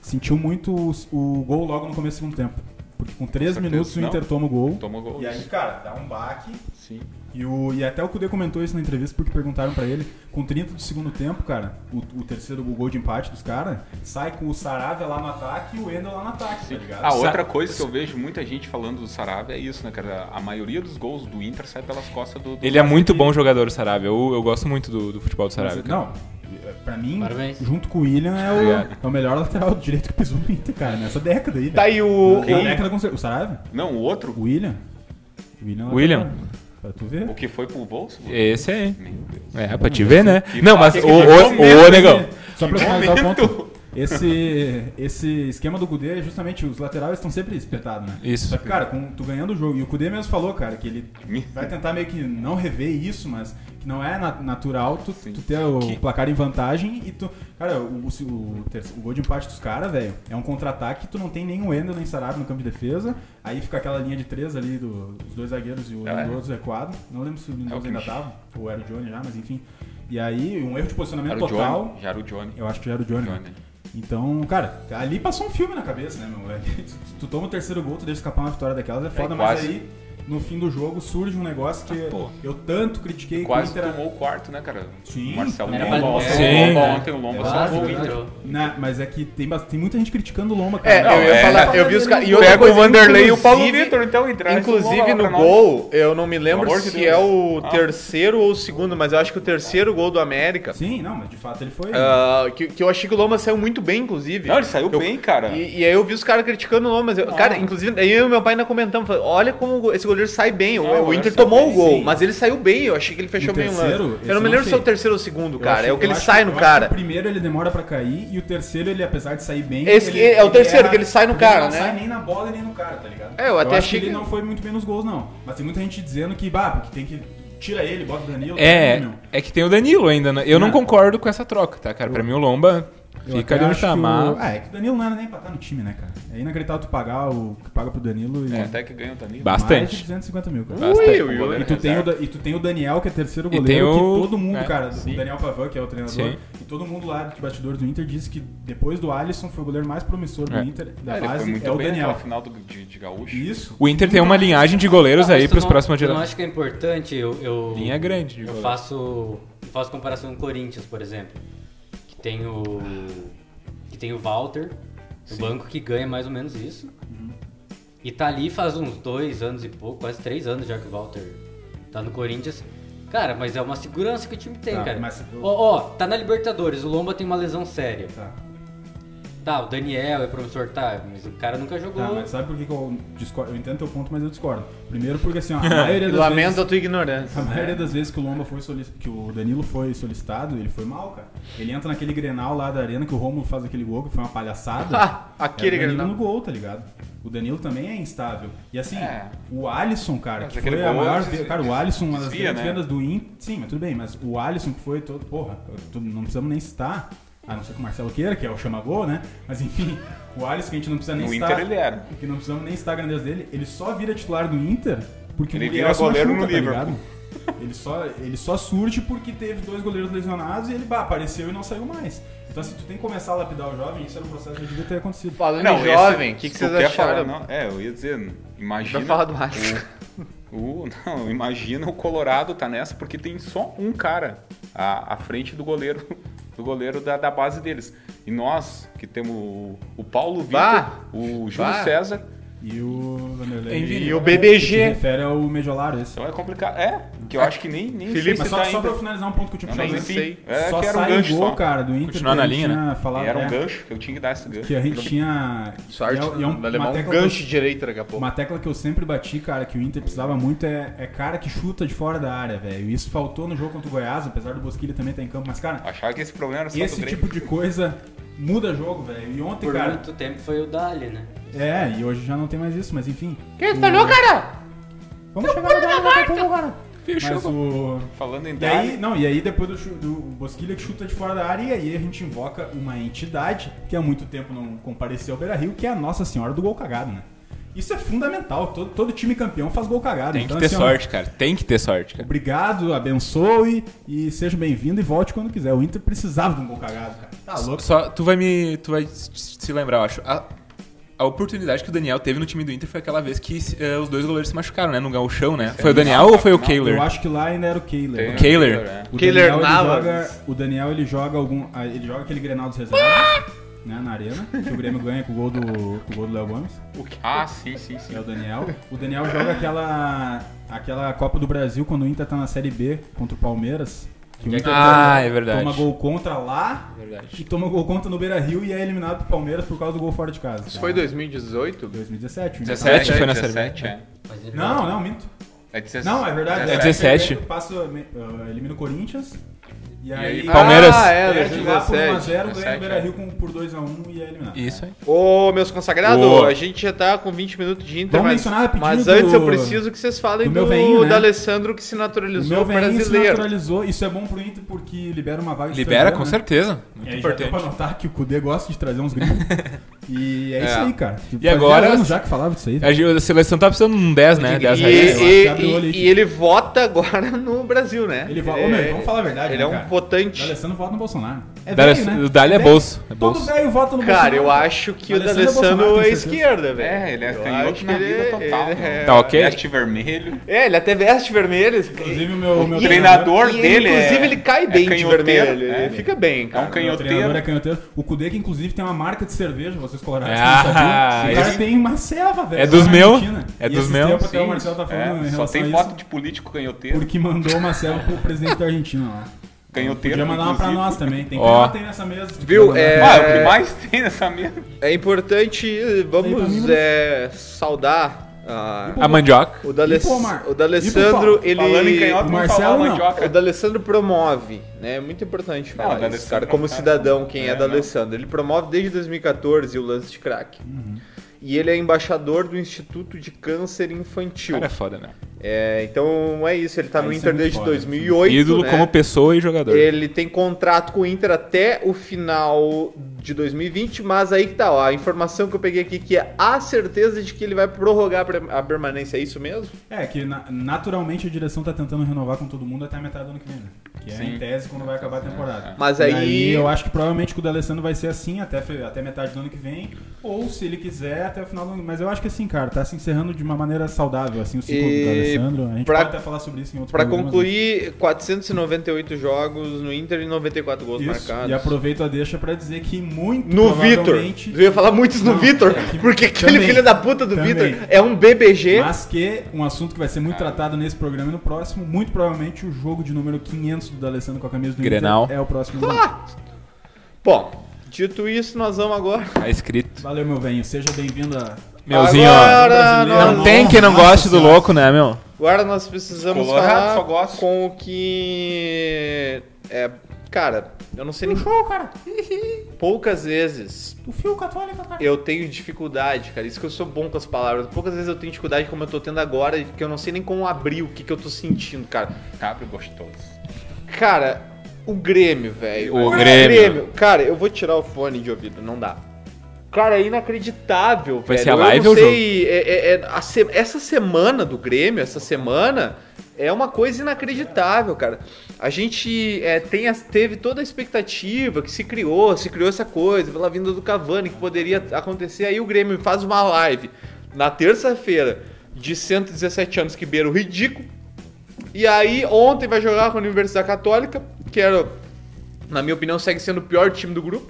F: Sentiu muito o, o gol logo no começo do segundo tempo. Porque com 3
D: certeza,
F: minutos o
D: não.
F: Inter toma o gol.
D: Tomou gol.
F: E aí, cara, dá um baque.
D: Sim.
F: E, o, e até o Kudê comentou isso na entrevista porque perguntaram pra ele. Com 30 do segundo tempo, cara, o, o terceiro gol de empate dos caras sai com o Saravia lá no ataque e o Ender lá no ataque, tá ligado?
D: Ah, outra coisa que eu vejo muita gente falando do Sarabia é isso, né, cara? A maioria dos gols do Inter sai pelas costas do. do
B: Ele é muito bom jogador, o Sarabia. Eu, eu gosto muito do, do futebol do
F: Mas,
B: Sarabia. cara.
F: não, é, pra mim,
G: Parabéns.
F: junto com o William, é o, é o melhor lateral direito que pisou no Inter, cara, nessa década aí,
C: Tá
F: velho.
C: aí o.
F: Na década, com cer- o Saravia?
D: Não, o outro,
F: O William? O William? lá
B: William?
F: pra fora. Pra tu ver.
D: o que foi pro Wolfsburg.
B: Esse aí.
D: Meu Deus.
B: É, pra te ver, né?
D: Que
B: Não, mas
D: que
B: ô,
D: que
B: ô,
D: momento,
B: ô, negão.
F: Só pra finalizar o ponto. tá? Esse, esse esquema do Kudê é justamente os laterais estão sempre espetados, né?
B: Isso.
F: Só que, cara, com, tu ganhando o jogo, e o Kudê mesmo falou, cara, que ele vai tentar meio que não rever isso, mas que não é na- natural tu, tu ter o placar em vantagem e tu. Cara, o, o, o terce- o gol de empate dos caras, velho, é um contra-ataque que tu não tem nem o Ender nem Sarabia no campo de defesa. Aí fica aquela linha de três ali do- dos dois zagueiros e o
D: É.
F: Lindoso recuado. Não lembro se o Lindoso
D: que
F: ainda
D: me-
F: tava, ou era o Johnny já, mas enfim. E aí, um erro de posicionamento
D: Era o
F: total.
D: Johnny. Já era o Johnny.
F: Eu acho que já era o Johnny.
D: Johnny.
F: né? Então, cara, ali passou um filme na cabeça, né, meu? Ali, tu, tu toma o terceiro gol, tu deixa escapar uma vitória daquelas, é foda, mas
D: quase.
F: aí, no fim do jogo, surge um negócio que
D: Ah, pô.
F: eu tanto critiquei que o
D: Quase
F: Inter-
D: tomou o quarto, né, cara?
F: Sim,
D: O Marcelo
F: também.
D: Lomba,
G: Era pra-
B: Sim.
D: Lomba, ontem o Lomba
G: Quase
D: salvou o Inter.
G: melhorou.
F: Né, mas é que tem, bas- tem muita gente criticando o Lomba, cara.
C: É,
D: Não,
C: eu ia
D: é-
C: falar, eu vi os caras. E outra
D: Pega o
C: coisa,
D: Vanderlei e o Paulo
C: inclusive-
D: Vitor, então, e traz o
C: Inclusive
D: Lomba lá
C: no
D: pra
C: gol, eu não me lembro
D: Pelo amor de
C: se
D: Deus.
C: é
D: Ah.
C: o terceiro ou o segundo, mas eu acho que o terceiro gol do América.
F: Sim, não, mas de fato ele foi.
C: ah, que, que eu achei que o Loma saiu muito bem, inclusive.
D: Não, ele saiu
C: Eu-
D: bem, cara.
C: E, e aí eu vi os caras criticando o Lomas. Eu- cara, inclusive, aí eu e meu pai ainda comentamos. falando, Olha como o go- esse goleiro sai bem. O-
D: Não, o
C: o
D: goleiro
C: Inter
D: saiu
C: tomou
D: bem,
C: o gol,
F: sim.
C: mas ele saiu bem. Eu achei que ele fechou
F: O
C: bem o
F: terceiro,
C: lance.
F: esse
C: Eu
F: eu
C: não me
F: não
C: lembro se é o
F: sei.
C: terceiro ou o segundo,
F: Eu
C: cara.
F: acho-
C: é o que
F: eu
C: ele
F: acho
C: sai
F: que-
C: no
F: eu acho
C: cara.
F: que O primeiro ele demora pra cair e o terceiro ele, apesar de sair bem.
C: Esse
F: ele,
C: que é o terceiro,
F: erra,
C: que ele sai no
F: porque ele
C: cara,
F: não
C: né?
F: sai nem na bola e nem no cara, tá ligado?
C: É, eu até
F: acho
C: achei
F: que ele
C: que-
F: não foi muito bem nos gols, não. Mas tem muita gente dizendo que, bah, porque tem que. Tira ele, bota o Danilo.
B: É,
F: tá bom, meu.
B: é que tem o Danilo ainda. né? Eu não
F: Não.
B: concordo com essa troca, tá, cara? Pra mim o Lomba
F: Eu
B: fica
F: até
B: de um
F: acho que o-
B: chamar.
F: Ah, é que o Danilo não era nem pra estar no time, né, cara? É inacreditável tu pagar o que paga pro Danilo e.
D: É, até que ganhou o Danilo.
F: Mais de
B: Bastante.
F: 250 mil, cara.
B: Bastante.
C: ui,
D: O goleiro
F: E tu, tem o,
D: reserva.
F: Da- e tu tem o Daniel, que é terceiro
B: E tem
F: goleiro,
B: o-
F: que todo mundo,
B: é,
F: cara,
B: sim.
F: o Daniel Pavan, que é o treinador,
B: Sim.
F: e todo mundo lá de bastidores do Inter disse que depois do Alisson foi o goleiro mais promissor do
B: É.
F: Inter, da
D: É, ele foi
F: base,
D: muito
F: é o
D: bem
F: Daniel.
D: naquela final do, de, de Gaúcho.
F: E Isso.
B: O Inter tem uma linhagem de goleiros
G: Ah, mas
B: aí
G: tu
B: pros
G: não-
B: próximos
G: tu não
B: gerações.
G: acho que é importante eu. eu
B: Linha é grande de
G: Eu
B: goleiro.
G: faço, eu faço comparação com o Corinthians, por exemplo. Que tem o. Que tem o Walter, o banco que ganha mais ou menos isso.
B: Uhum.
G: E tá ali faz uns dois anos e pouco, quase três anos já que o Walter tá no Corinthians. Cara, mas é uma segurança que o time tem,
F: Tá,
G: cara.
F: mas-
G: Ó, ó, tá na Libertadores, o Lomba tem uma lesão séria.
F: Tá.
G: Tá, o Daniel é promissor, tá, mas o cara nunca jogou.
F: Tá, mas sabe por que, que eu discordo? Eu entendo teu ponto, mas eu discordo. Primeiro porque assim, ó, a maioria das
C: Lamento
F: vezes...
C: a tua ignorância.
F: É, A maioria das vezes que o Lomba foi solic... que o Danilo foi solicitado, ele foi mal, cara. Ele entra naquele Grenal lá da arena que o Romulo faz aquele gol que foi uma palhaçada.
C: Ah, aquele
F: é o Danilo
C: Grenal.
F: no gol, tá ligado? O Danilo também é instável. E assim,
D: É.
F: o Alisson, cara,
D: Mas
F: que
D: aquele
F: foi a
D: gol
F: maior,
D: des-
F: ve- cara, o Alisson uma das
D: desvia,
F: grandes
D: né?
F: vendas do Inter. Sim, mas tudo bem, mas o Alisson que foi todo, porra, tu- não precisamos nem citar. A não ser que o Marcelo queira, que é o chama-gol, né? Mas enfim, o Alisson que a gente não precisa nem
D: No
F: citar.
D: Inter ele era.
F: Que não precisamos nem citar a grandeza dele. Ele só vira titular do Inter porque
D: Ele
F: o
D: vira
F: se
D: goleiro no
F: machuca, tá
D: Liverpool.
F: ligado? Ele só, ele só surge porque teve dois goleiros lesionados e ele bah, apareceu e não saiu mais. Então, assim, tu tem que começar a lapidar o jovem, isso era um processo que devia ter acontecido.
C: Falando
D: Não,
C: em
D: esse-
C: jovem, o que,
D: se
C: que
D: tu
C: vocês
D: quer
C: acharam?
D: falar, não, é, eu ia dizer, imagina.
C: Vai falar do Alisson.
D: O, não, imagina o Colorado tá nessa porque tem só um cara à, à frente do goleiro do goleiro da, da base deles. E nós, que temos o, o Paulo
C: Bah!
D: Vitor, o Júlio
C: Bah!
D: César,
F: E o Vanderlei.
C: E o
F: Que se
C: BBG.
F: refere ao Mejolar esse.
D: então é complicado. É, que eu acho que nem, nem
C: Felipe,
D: sei
F: Ah, Mas
D: se
F: só,
D: tá
F: só pra
D: ainda.
F: eu finalizar um ponto que eu tinha
D: Não,
F: que fazer.
D: nem sei. É,
F: só
D: que era um
F: sai o
D: gancho
F: gol,
D: só.
F: cara, do Inter.
B: Continuar
F: que
B: na
F: a gente
B: linha,
F: tinha Falado,
D: Era um
F: é,
D: gancho, um eu tinha que dar esse gancho.
F: Que a gente tinha...
C: Sorte,
F: e é- e é um-
A: né?
C: vai levar
F: uma
C: um
F: tecla
C: gancho direito daqui a pouco.
F: Uma tecla que eu sempre bati, cara, que o Inter precisava muito é, é cara que chuta de fora da área, velho. Isso faltou no jogo contra o Goiás, apesar do Bosquilha também estar em campo. Mas, cara,
D: Achava que esse problema era só do
F: esse
D: Grêmio.
F: tipo de coisa muda jogo, velho. E ontem,
G: Por
F: cara.
G: muito tempo foi o Dali, né?
F: É, e hoje já não tem mais isso, mas enfim.
C: Quem falou, cara?
F: Vamos chegar no Dali daqui a pouco, cara. Mas o.
D: Falando em
F: E aí, não, e aí depois do, chu- do Bosquilha que chuta de fora da área, e aí a gente invoca uma entidade que há muito tempo não compareceu ao Beira Rio, que é a Nossa Senhora do Gol Cagado, né? Isso é fundamental, todo, todo time campeão faz gol cagado.
B: Tem que
F: então,
B: ter
F: assim, ó,
B: sorte, cara. Tem que ter sorte, cara.
F: Obrigado, abençoe e seja bem-vindo e volte quando quiser. O Inter precisava de um gol cagado, cara. Tá louco.
B: Só, tu vai me. Tu vai s- se lembrar, eu acho. A, a oportunidade que o Daniel teve no time do Inter foi aquela vez que eh, os dois goleiros se machucaram, né? No gauchão, né? Foi o Daniel ou foi o Kehler?
F: Eu acho que lá ainda era o Kehler.
D: Tem-
B: Kehler.
D: é.
F: O
C: Kehler
F: Daniel, ele
C: Navas.
F: joga- o Daniel ele joga algum. ah, Ele joga aquele Grenal dos reservas, né? Na arena, que o Grêmio ganha com o gol do. Com o gol do Léo Gomes.
D: Ah, sim, sim, sim.
F: É o Daniel. O Daniel joga aquela. aquela Copa do Brasil quando o Inter tá na série B contra o Palmeiras. Que o Inter
B: Ah,
F: toma-
B: é verdade.
F: toma gol contra lá e toma gol contra no Beira Rio e é eliminado pro Palmeiras por causa do gol fora de casa.
C: Isso foi 2018?
F: 2017. o Inter-
B: 17 foi na série.
D: 17, é.
G: Mas ele
F: Não, não, minto.
D: É 17.
F: Não, é verdade.
B: É 17.
F: Passo, elimino o ah, Corinthians. E
D: aí,
F: aí,
B: Palmeiras.
C: Ah, é,
F: perde lá por
C: 2017.
F: 1x0, ganha
D: 17,
F: o Beira-Rio com- por 2x1 e é eliminado.
B: Isso aí.
C: Ô, meus consagrados,
B: Boa.
C: a gente já tá com 20 minutos de Inter,
F: Vamos
C: mas,
F: mencionar rapidinho
C: mas
F: do-
C: antes eu preciso que vocês falem do,
F: do meu veinho, né?
C: do Alessandro que se
F: O
C: naturalizou
F: meu velhinho se
C: brasileiro.
F: naturalizou. Isso é bom pro Inter porque libera uma vaga de
B: Libera,
F: estrangeiro,
B: com
F: né?
B: certeza.
F: E
B: Muito
F: aí já deu pra
B: importante.
F: notar que o Kudê gosta de trazer uns gringos. e é, isso
D: É.
F: aí, cara. E,
B: agora-
F: já que falava disso aí.
B: A gente- A seleção tá precisando de um 10, né? 10
C: E,
B: reais.
F: eu acho
C: e-
F: que abre o olho aí.
C: e- e ele vota agora no Brasil, né?
F: Ele vo- Ô, meu, vamos falar a verdade,
C: Ele
F: né,
C: é um
F: cara? O
C: votante.
F: Alessandro vota no Bolsonaro. É
B: Dale-
F: velho, né?
B: O Dali é
F: Velho.
B: bolso. É
F: Todo
B: bolso.
F: velho vota no Bolsonaro.
C: Cara, eu acho que o
F: Alessandro
C: D'Alessandro
F: Bolsonaro,
C: é
F: tenho certeza.
C: esquerda, velho.
D: É, ele é
C: Eu acho
D: canhoto na
C: que ele-
D: vida total. né?
C: ele é-
B: Tá ok?
D: Veste vermelho.
C: É, ele até veste vermelho.
F: Inclusive, o meu, meu
D: O treinador
C: E,
D: dele
C: Inclusive,
D: é-
C: ele cai
D: é
C: bem de
D: canhoteiro,
C: vermelho.
D: é.
C: né, ele fica bem,
D: É
C: cara.
D: um
F: Meu treinador é
D: canhoteiro.
F: canhoteiro. O Kudê, que inclusive tem uma marca de cerveja, vocês colorados
B: Ah,
F: não sabiam. O cara
B: esse-
F: tem uma ceva, velho.
B: É
F: lá
B: dos
F: na
B: meu?
F: Argentina.
B: É
F: E
B: dos
F: esses
B: meu?
F: tempos até o
D: Sim,
F: Marcelo tá
D: é,
F: falando em
D: só
F: relação a
D: tem
F: isso,
D: foto de político canhoteiro.
F: Porque mandou uma ceva pro presidente da Argentina lá.
D: Canhoteiro.
F: Podia mandar uma pra
D: inclusive.
F: nós também. Tem que
B: Ó.
F: ter nessa mesa. se
C: Viu?
F: quiser mandar.
C: É-
D: Ah, é o que mais tem nessa mesa.
C: É importante,
F: Aí pra mim,
C: vamos
F: né?
C: é, saudar ah,
B: A mandioca.
C: o D'Ales-
F: E pro Omar?
C: o
F: E pro
C: D'Alessandro,
F: Paulo?
C: ele
D: Falando em canhoto,
F: O
D: vamos
F: Marcelo
D: falar
F: não.
D: mandioca.
C: o D'Alessandro promove, né? É muito importante
D: o
C: falar isso,
D: D'Alessandro
C: cara,
D: é um
C: como
D: cara-
C: cidadão quem é,
D: É, não.
C: D'Alessandro. Ele promove desde 2014 o lance de crack. E ele é embaixador do Instituto de Câncer Infantil.
B: Cara, é foda, né?
C: É, então é isso, ele tá
F: Ah,
C: no
F: isso
C: Inter
F: é muito
C: desde
F: foda,
C: 2008,
B: Ídolo
C: né?
B: como pessoa e jogador.
C: Ele tem contrato com o Inter até o final de 2020, mas aí que tá, ó, a informação que eu peguei aqui que é a certeza de que ele vai prorrogar a pre- a permanência, é isso mesmo?
F: É, que na- naturalmente a direção tá tentando renovar com todo mundo até a metade do ano que vem, né? Que é em
D: Sim.
F: tese quando vai acabar a temporada.
C: Mas
F: E
C: aí-
F: eu acho que provavelmente que o D'Alessandro vai ser assim até, fe- até metade do ano que vem. Ou se ele quiser, até o final do ano. Mas eu acho que assim, cara, tá se encerrando de uma maneira saudável, assim, o ciclo
C: E
F: do D'Alessandro. A gente
C: pra-
F: pode até falar sobre isso em outro
C: Pra
F: programa, né?
C: concluir, 498 jogos no Inter e 94 gols
F: Isso,
C: marcados.
F: e aproveito a deixa pra dizer que muito
C: No Vitor.
F: provavelmente...
C: Eu ia falar muitos no
F: Não,
C: Vitor,
F: é que-
C: porque aquele
F: também,
C: filho da puta do Vitor
F: também.
C: é um BBG.
F: Mas que um assunto que vai ser muito tratado nesse programa e no próximo, muito provavelmente o jogo de número 500 do D'Alessandro com a camisa do
B: Grenal.
F: Inter é o próximo.
C: Ah! Bom, dito isso, nós vamos agora.
B: Tá escrito.
F: Valeu, meu velho. Seja bem-vindo a...
B: Meuzinho, ó.
C: agora
F: Brasileiro,
C: nós assim,
B: Não tem quem não
F: Nossa
B: goste do
F: senhora.
B: louco, né, meu?
C: Agora nós precisamos
D: Colorado,
C: falar
D: só gosto.
C: com o que. É. Cara, eu não sei nem.
F: show, cara.
C: Poucas vezes
F: O fio católico, cara.
C: eu tenho dificuldade, cara. Isso que eu sou bom com as palavras. Poucas vezes eu tenho dificuldade como eu tô tendo agora, que eu não sei nem como abrir o que, que eu tô sentindo, cara.
D: Cabra gostoso.
C: Cara, o Grêmio, velho.
B: O Grêmio.
C: Cara, eu vou tirar o fone de ouvido, não dá. Cara, é inacreditável,
B: Vai
C: velho.
B: ser a live
C: eu
B: ou
C: não
B: o jogo?
C: sei, é- é- é- a se- essa semana do Grêmio, essa semana, é uma coisa inacreditável, cara. A gente é, tem as- teve toda a expectativa que se criou, se criou essa coisa pela vinda do Cavani, que poderia acontecer. Aí o Grêmio faz uma live na terça-feira de 117 anos que beira o ridículo. E aí, ontem vai jogar com a Universidade Católica, que era, na minha opinião, segue sendo o pior time do grupo.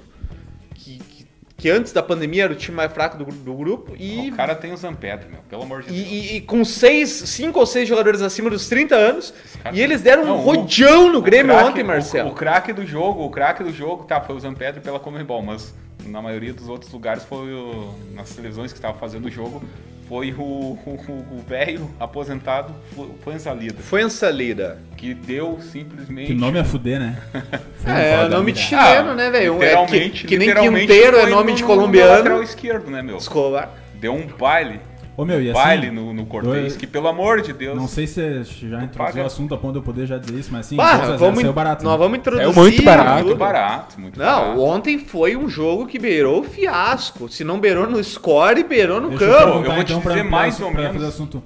C: Que, que, que antes da pandemia era o time mais fraco do, gru- do grupo. E,
D: O cara tem o Zampedro, meu. Pelo amor de
C: e,
D: Deus.
C: e- e com seis, cinco ou seis jogadores acima dos 30 anos.
D: cara-
C: E eles deram um
D: Não, o-
C: rodeão no
D: O
C: Grêmio
D: craque-
C: ontem,
D: o-
C: Marcelo.
D: O craque do jogo, o craque do jogo, tá, foi o Zampedro pela Comembol, mas na maioria dos outros lugares foi o, nas televisões que estavam fazendo o jogo, foi o- o o velho aposentado Fl- Fanzalida,
C: Foi em salida.
D: que deu simplesmente...
F: Que nome é fuder, né?
C: É, nome de chileno,
D: Ah,
C: né, velho? É, que,
D: Literalmente,
C: que nem
D: literalmente
C: Quinteiro é
D: foi
C: nome
D: no-
C: de
D: no- no lateral
C: colombiano.
D: esquerdo, né, meu?
C: Escobar.
D: Deu um baile,
F: Ô, meu, e assim...
D: baile no, no Cortez,
F: dois-
D: que pelo amor de Deus...
F: Não sei se você já introduziu
D: paga.
F: o assunto a ponto de eu poder já dizer isso, mas assim, dois a
C: Bah,
F: zero,
C: vamos,
F: saiu barato. né?
C: nós vamos introduzir.
B: muito barato,
C: tudo.
D: Muito barato, muito
C: Não,
D: barato.
C: ontem foi um jogo que beirou o fiasco. Se não beirou no score, beirou no
F: Deixa
C: campo.
F: perguntar, então,
D: eu vou te
F: pra-
D: dizer
F: pra-
D: mais
F: pra
D: ou
F: fazer
D: menos.
F: o assunto.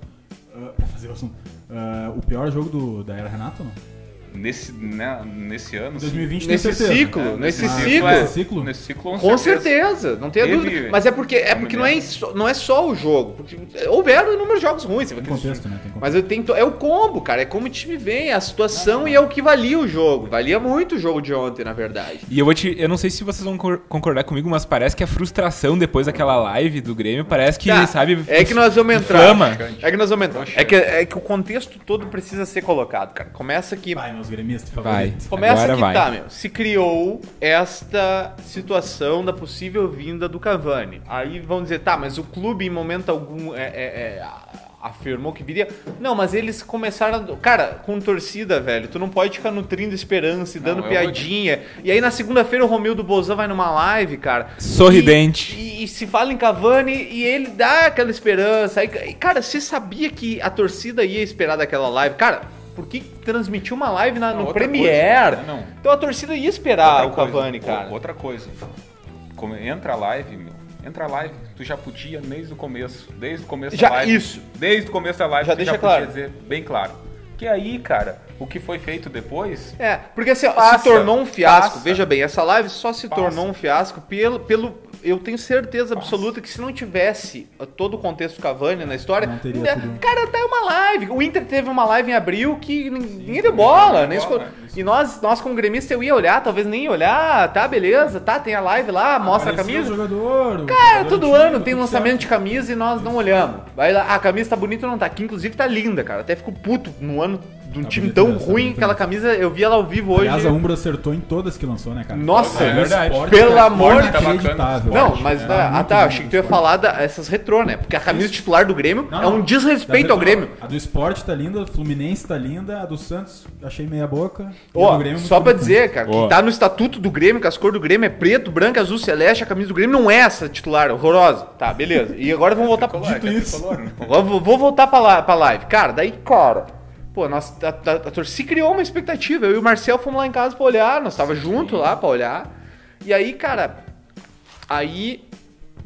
F: Ah, pra fazer o assunto. Ah, o pior jogo do, da era Renato, não?
D: Nesse, né, nesse ano... sim.
F: 2020
C: Nesse
F: tem certeza.
C: ciclo,
F: É,
C: nesse
F: mas-
C: ciclo.
F: Nesse ciclo?
D: Nesse ciclo,
C: Com certeza, não tenha
D: Teve-
C: dúvida. Mas é porque é
D: Não me
C: porque não é,
D: lembro.
C: só- não é só o jogo. Porque houveram inúmeros jogos ruins.
F: Tem contexto, né? Tem contexto.
C: Mas eu tenho, é o combo, cara. É como o time vem, é a situação e é o que valia o jogo. Valia muito o jogo de ontem, na verdade.
B: E eu vou te. Eu não sei se vocês vão cor- concordar comigo, mas parece que a frustração depois daquela live do Grêmio parece que,
C: Tá,
B: sabe.
C: é que nós vamos entrar.
B: inflama.
C: É que nós vamos entrar. É que, é que o contexto todo precisa ser colocado, cara. Começa que
F: Vai, meus gremistas,
B: Vai.
F: favoritos.
C: Começa
B: Agora
C: que
B: vai.
C: tá, meu. Se criou esta situação da possível vinda do Cavani. Aí vão dizer, tá, mas o clube em momento algum é, é- é, afirmou que viria. Não, mas eles começaram. Cara, com torcida, velho, tu não pode ficar nutrindo esperança e dando
D: eu-
C: piadinha. E aí na segunda-feira o Romildo Bozan vai numa live, cara.
B: Sorridente.
C: E, e- e se fala em Cavani e ele dá aquela esperança. Aí, e, cara, você sabia que a torcida ia esperar daquela live? Cara, por que transmitiu uma live na-
D: Não,
C: no
D: outra
C: Premiere?
D: coisa, né? Não.
C: Então a torcida ia esperar
D: Outra
C: o
D: coisa,
C: Cavani,
D: o-
C: cara.
D: Outra coisa. Como entra a live, meu. Entra a live, tu já podia desde o começo. Desde o começo
C: Já-
D: da live.
C: isso.
D: Desde o começo da live,
C: Já
D: tu
C: deixa
D: já podia
C: claro.
D: dizer bem claro. Que aí, cara, o que foi feito depois.
C: É, porque assim, ó,
D: Passa,
C: se tornou um fiasco.
D: passa.
C: Veja bem, essa live só se
D: Passa.
C: tornou um fiasco pelo, pelo. Eu tenho certeza absoluta que se não tivesse todo o contexto Cavani na história.
F: Não teria
C: né,
F: tudo.
C: Cara, tá uma live. O Inter teve uma live em abril que ninguém deu bola.
D: deu
C: Nem
D: bola, né?
C: esco- E nós, nós, como gremista, eu ia olhar, talvez nem ia olhar. Tá, beleza, tá, tem a live
D: Ah,
C: lá, mostra a
F: Apareceu o
C: camisa.
F: Jogador, o
C: Cara,
F: jogador do
C: É, todo
F: time,
C: ano
F: tá
C: tem
F: tudo
C: lançamento de
F: certo.
C: camisa e nós não olhamos. Vai lá, ah, a camisa tá bonita ou não tá? Que inclusive tá linda, cara. Até fico puto no ano de um
F: Tá
C: time
F: bonito
C: tão
F: mesmo, tá
C: ruim.
F: muito
C: Aquela camisa eu vi ela ao vivo hoje.
F: Aliás, a Umbro acertou em todas que lançou, né, cara?
C: Nossa,
D: É verdade.
F: Esporte, tá
C: pelo
F: cara,
C: amor
F: esporte
D: tá
C: de Deus.
F: inacreditável.
C: Não, mas
F: É,
C: ah,
F: muito
C: tá,
F: bom
C: achei que tu ia
F: esporte.
C: falar da, essas retrô, né? Porque a camisa titular do Grêmio
F: Não,
C: é um
F: não.
C: desrespeito ao
F: Da-
C: Grêmio.
F: A do esporte tá linda, a do Fluminense tá linda, a do Santos achei meia boca. e a
C: Ó,
F: do Grêmio é muito
C: só pra
F: bonita.
C: dizer, cara,
B: Ó.
C: que tá no estatuto do Grêmio, que as cores do Grêmio é preto, branco, azul, celeste, a camisa do Grêmio não é essa titular, horrorosa. Tá, beleza. E agora vamos voltar pro
D: Color,
C: dito
D: que é
C: isso.
D: tricolor, né?
C: Agora vou, vou voltar pra, lá, pra live. Cara, daí, cara. Pô, nós, a, a, a torcida criou uma expectativa. Eu e o Marcel fomos lá em casa pra olhar, nós tava junto lá pra olhar. E aí, cara, aí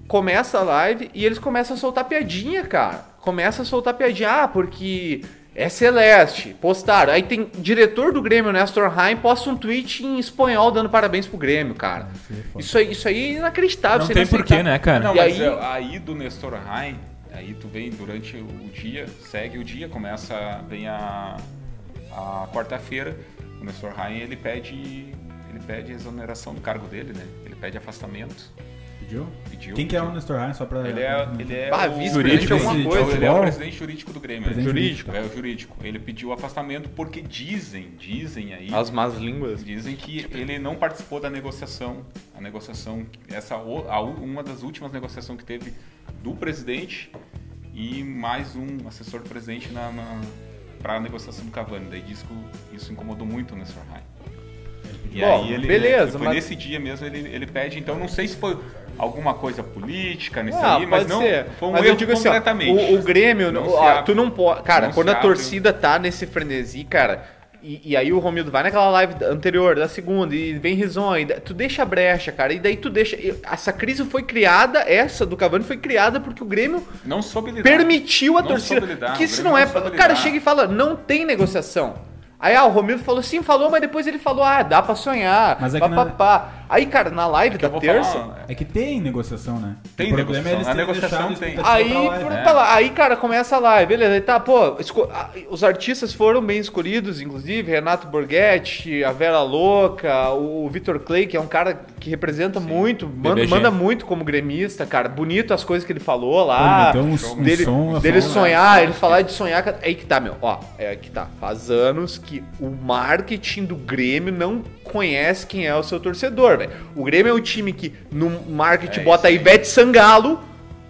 C: começa a live e eles começam a soltar piadinha, cara. Começa a soltar piadinha, ah, porque é Celeste, postaram. Aí tem diretor do Grêmio, Nestor Heim, posta um tweet em espanhol dando parabéns pro Grêmio, cara. Isso aí, isso aí é inacreditável.
B: Não
C: você
B: tem porquê,
C: aceitar.
B: né, cara?
D: Não,
C: E
D: mas
C: aí-
D: é- aí... do Nestor Hein, aí tu vem durante o dia, segue o dia, começa, vem a, a quarta-feira, o Nestor Hein, ele pede, ele pede exoneração do cargo dele, né? Ele pede afastamento,
F: Pediu?
D: pediu.
F: Quem que é o
D: pediu.
F: Nestor Ryan, só pra...
D: Ele é, ele é
C: Ah,
D: o
C: vice-presidente
B: de
D: alguma
F: alguma
D: coisa,
F: coisa.
D: Ele é o
F: Futebol?
D: presidente jurídico do Grêmio.
F: Presidente Jurídico.
D: É o jurídico. Ele pediu afastamento porque dizem, dizem aí,
C: As más línguas.
D: dizem que ele não participou da negociação. A negociação, essa o- a u- uma das últimas negociações que teve do presidente e mais um assessor do presidente na, para a negociação do Cavani. Daí diz que isso incomodou muito o Nestor High. E
C: Bom,
D: aí ele,
C: beleza,
D: foi
C: mas-
D: nesse dia mesmo ele, ele pede, então não sei se foi alguma coisa política nisso
C: Ah,
D: aí, mas
C: pode
D: não
C: ser.
D: foi um
C: mas
D: erro
C: eu digo assim, ó,
D: completamente.
C: o, o Grêmio,
D: Não
C: ó,
D: se
C: ó,
D: abre.
C: tu não pode... Cara,
D: Não
C: quando
D: se
C: a
D: abre.
C: torcida tá nesse frenesi, cara, e, e aí o Romildo vai naquela live anterior, da segunda, e vem risonha, e da- tu deixa a brecha, cara, e daí tu deixa... e Essa crise foi criada, essa do Cavani foi criada porque o Grêmio
D: não soube lidar.
C: permitiu a
D: Não
C: torcida.
D: soube lidar,
C: que
D: o
C: isso
D: Grêmio
C: não é.
D: não soube
C: cara,
D: lidar.
C: chega e fala, não tem negociação. Aí ah, o Romildo falou sim, falou, mas depois ele falou, ah, dá pra sonhar.
F: Mas é que na-
C: papapá. Aí, cara, na live
D: Que
C: da
D: eu vou
C: terça.
D: falar,
F: É que tem negociação, né?
D: Tem
F: o problema
D: negociação.
F: é eles
D: A
F: terem
D: negociação
F: deixado a
D: tem.
F: expectativa
C: Aí,
F: pra lá,
C: por-
F: né?
C: pra lá. aí, cara, começa a live, beleza. Aí tá, pô, esco- ah, os artistas foram bem escolhidos, inclusive, Renato Borghetti, a Vera Louca, o Vitor Clay, que é um cara que representa muito, manda,
B: BBG.
C: manda muito como gremista, cara. Bonito as coisas que ele falou lá.
F: Pô, meteu uns- um
C: dele
F: som, uma
C: dele
F: som, né?
C: sonhar, ele falar de sonhar. cara. Aí que tá, meu, ó, é aí que tá. Faz anos que o marketing do Grêmio não conhece quem é o seu torcedor, velho. O Grêmio é o time que no marketing
D: É
C: bota a Ivete Sangalo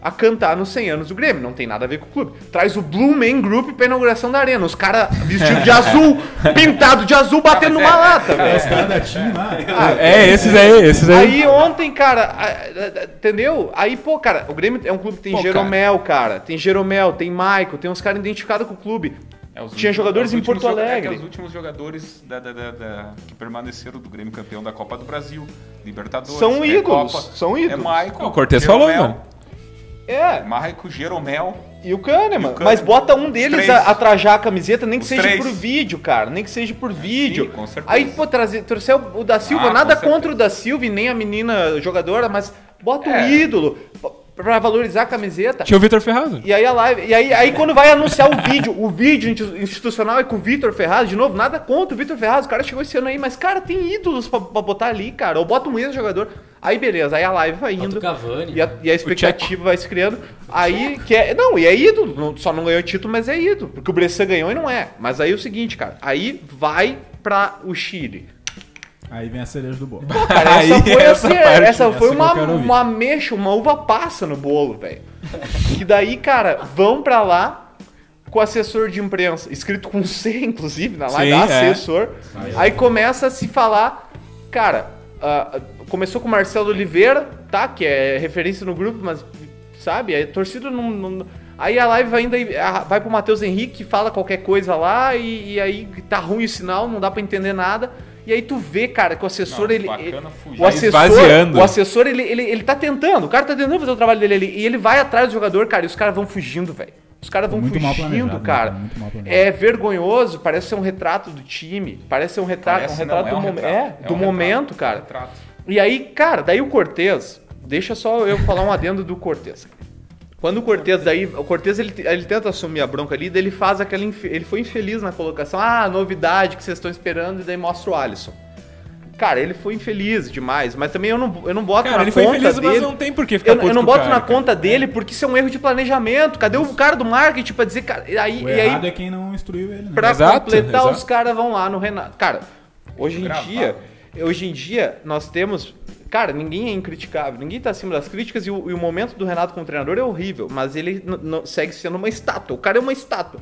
C: a cantar nos 100 anos do Grêmio. Não tem nada a ver com o clube. Traz o Blue Man Group pra inauguração da arena. Os caras vestidos de azul, pintado de azul, batendo numa lata,
F: É,
C: velho.
F: Os caras da time lá. né?
B: É, esses aí, esses aí.
C: Aí ontem, cara, a- a- a- entendeu? Aí, pô, cara, o Grêmio é um clube que tem
D: Pô,
C: Jeromel, cara. Tem Jeromel, tem Maico, tem uns caras identificados com o clube.
D: é, os
C: Tinha
D: últimos-
C: jogadores
D: os
C: em
D: últimos
C: Porto
D: joga- é que
C: Alegre.
D: os últimos jogadores da- da- da- da- que permaneceram do Grêmio campeão da Copa do Brasil, Libertadores,
C: São ídolos,
D: Recopa,
C: são ídolos.
D: É Maicon,
B: O Cortez falou, né?
D: Jeromel,
B: mano.
C: É,
D: Maico, Jeromel,
C: e o Kahneman.
D: E o Kahneman.
C: Mas bota um
D: Os
C: deles
D: três.
C: a, a trajar a camiseta, nem que
D: Os
C: seja
D: três. Ah,
C: por vídeo, cara. Nem que seja por vídeo.
D: com certeza.
C: Aí, pô, trazer, trouxer o, o da Silva,
D: Ah,
C: nada
D: com certeza.
C: contra o da Silva e nem a menina jogadora, mas bota um
D: É.
C: ídolo p- pra valorizar a camiseta.
B: Tinha o Vitor Ferraz.
C: E aí a live. E aí, aí quando vai anunciar o vídeo, o vídeo inti- institucional é com o Vitor Ferraz, de novo, nada contra o Vitor Ferraz, o cara chegou esse ano aí, mas, cara, tem ídolos pra, pra botar ali, cara. Ou bota um ex-jogador. Aí beleza, aí a live vai
G: Bota
C: indo.
G: o Cavani.
C: E a, e a expectativa vai se criando. Aí que é. Não, e é ídolo. Não- só não ganhou título, mas é ídolo. Porque o Bressan ganhou e não é. Mas aí é o seguinte, cara. Aí vai pra o Chile.
F: Aí vem a cereja do bolo.
C: Pô, cara,
B: Aí,
C: essa foi,
B: essa
C: assim,
B: parte,
C: essa foi
F: essa
C: uma,
F: que eu quero ouvir.
C: uma mexa, uma uva passa no bolo, velho. que daí, cara, vão pra lá. com assessor de imprensa, escrito com C, inclusive, na live,
B: Sim, é.
C: assessor. Aí começa a se falar, cara, ah, começou com o Marcelo Oliveira, tá? Que é referência no grupo, mas, sabe, é a torcida não. não- Aí a live ainda ah, vai pro Matheus Henrique, fala qualquer coisa lá, e, e aí tá ruim o sinal, não dá pra entender nada. E aí tu vê, cara, que o assessor,
D: Não,
C: ele,
D: bacana fugir.
C: o assessor,
B: esvaziando.
C: o assessor ele, ele, ele tá tentando, o cara tá tentando fazer o trabalho dele ali. E ele vai atrás do jogador, cara, e os caras vão fugindo, velho. Os caras vão
F: Muito mal planejado,
C: fugindo,
F: né,
C: cara.
F: cara? Muito mal planejado.
C: É vergonhoso, parece ser um retrato do time. Parece ser um retrato,
D: Parece
C: um
D: não,
C: retrato
D: é
C: do,
D: um
C: momen-
D: retrato,
C: é,
D: é
C: do
D: um
C: momento,
D: retrato,
C: cara.
D: Retrato.
C: E aí, cara, daí o Cortez, deixa só eu falar um adendo do Cortez. Quando o Cortez daí, o Cortez ele, ele tenta assumir a bronca ali, daí ele faz aquela infe- ele foi infeliz na colocação. Ah, novidade que vocês estão esperando e daí mostra o Alisson. Cara, ele foi infeliz demais, mas também eu não, eu não boto
B: Cara,
C: na
B: ele foi
C: conta
B: infeliz,
C: dele.
B: mas não tem por que ficar
C: Eu,
B: puto
C: eu não
B: com o
C: boto
B: cara,
C: na
B: cara.
C: conta dele porque isso é um erro de planejamento. Cadê o cara do marketing pra dizer, cara, e aí,
F: O
C: e aí
F: errado é quem não instruiu ele, né?
C: Pra
B: Exato,
C: completar,
B: exato.
C: os caras vão lá no Renato. Cara, hoje em
D: Gravado.
C: dia, hoje em dia, nós temos. Cara, ninguém é incriticável, ninguém tá acima das críticas e o, e o momento do Renato como treinador é horrível, mas ele n- n- segue sendo uma estátua. O cara é uma estátua.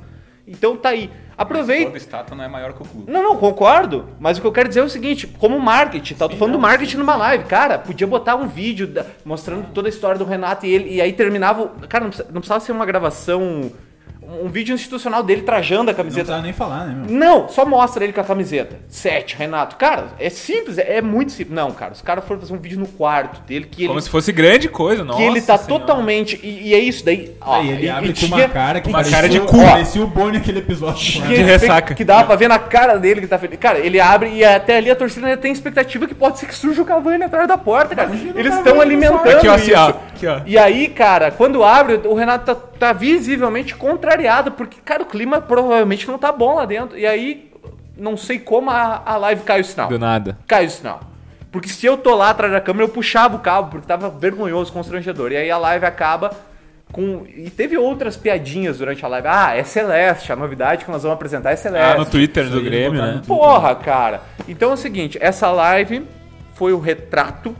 C: Então tá aí.
D: Todo
C: Aproveita.
D: estátua não é maior que o clube.
C: Não, não, concordo, mas o que eu quero dizer é o seguinte: como marketing, tá? Tô falando do marketing numa live. Cara, podia botar um vídeo da- mostrando toda a história do Renato e ele, e aí terminava. o- Cara, não precisava, não precisava ser uma gravação, um vídeo institucional dele trajando a
F: Não
C: camiseta.
F: precisava nem falar, né, meu?
C: Não, só mostra ele com a camiseta. Sete, Renato. Cara, é simples, é, é muito simples. Não, cara, os caras foram fazer um vídeo no quarto dele que ele,
B: Como se fosse grande coisa, nossa.
C: que ele tá
B: senhora.
C: totalmente. E, e é isso daí. Ó,
F: Aí ele
C: e-
F: abre
C: e
F: com uma
C: tinha-
F: cara que
B: uma
F: parecia-
B: cara de
F: ó,
B: cu.
F: Parecia o Boni aquele episódio.
C: tinha
F: né?
B: de
C: espe-
B: ressaca.
C: Que dava pra ver na cara dele que tá feliz. Cara, ele abre e até ali a torcida ainda tem expectativa que pode ser que surja o Cavani atrás da porta, cara. Eles estão alimentando
B: Aqui, ó, assim,
C: isso.
B: ó. Aqui, ó.
C: E aí, cara, quando abre, o Renato tá, tá visivelmente contrariado, porque, cara, o clima provavelmente não tá bom lá dentro. E aí, não sei como a, a live cai o sinal.
B: Do nada.
C: Caiu o sinal. Porque se eu tô lá atrás da câmera, eu puxava o cabo, porque tava vergonhoso, constrangedor. E aí a live acaba com. E teve outras piadinhas durante a live. Ah, é Celeste, a novidade que nós vamos apresentar é Celeste.
B: Ah, no Twitter do
F: aí,
B: Grêmio,
F: botar
B: né?
F: no Twitter.
C: Porra, cara. Então é o seguinte: essa live foi o retrato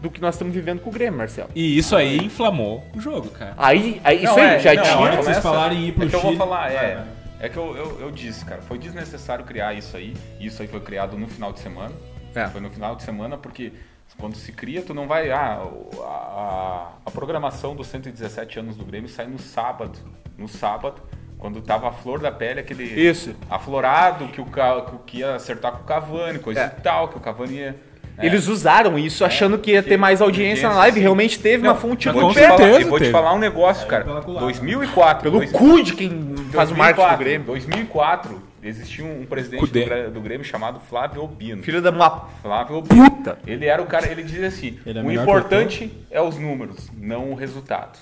C: do que nós estamos vivendo com o Grêmio, Marcelo.
B: E isso aí inflamou o jogo, cara.
C: Aí, aí
D: Não,
C: isso aí,
D: é,
C: já
D: não,
C: tinha.
F: hora que vocês
D: começa-
F: falarem em ir pro
D: é que eu vou
F: Chile-
D: falar,
F: Vai,
D: é.
F: vai.
D: É que eu, eu, eu disse, cara, foi desnecessário criar isso aí. Isso aí foi criado no final de semana.
C: É.
D: Foi no final de semana porque quando se cria, tu não vai. Ah, o- a, a, a programação dos 117 anos do Grêmio sai no sábado. No sábado, quando tava a flor da pele, aquele.
C: Isso.
D: Aflorado, que o, Ca- que o que ia acertar com o Cavani, coisa
C: É.
D: e tal, que o Cavani ia. né?
C: Eles usaram isso
D: É,
C: achando que ia ter mais audiência na live.
D: sim.
C: Realmente teve
D: Não,
C: uma fonte
D: mas
C: do
D: vou
B: com
D: te falar-
B: certeza
D: Eu vou te
B: teve.
D: falar um negócio, cara.
F: pela né? culatra.
D: 2004.
C: Pelo
D: dois-
C: cu de quem faz o marketing do
D: 2004,
C: Grêmio.
D: 2004, existia um presidente do
B: Cudê.
D: Grêmio, do Grêmio chamado Flávio Albino.
C: Filho da uma
D: Flávio Albino.
C: puta.
D: Ele era o cara, ele dizia assim:
F: Ele é
D: o
F: melhor
D: importante é os números, não o resultado.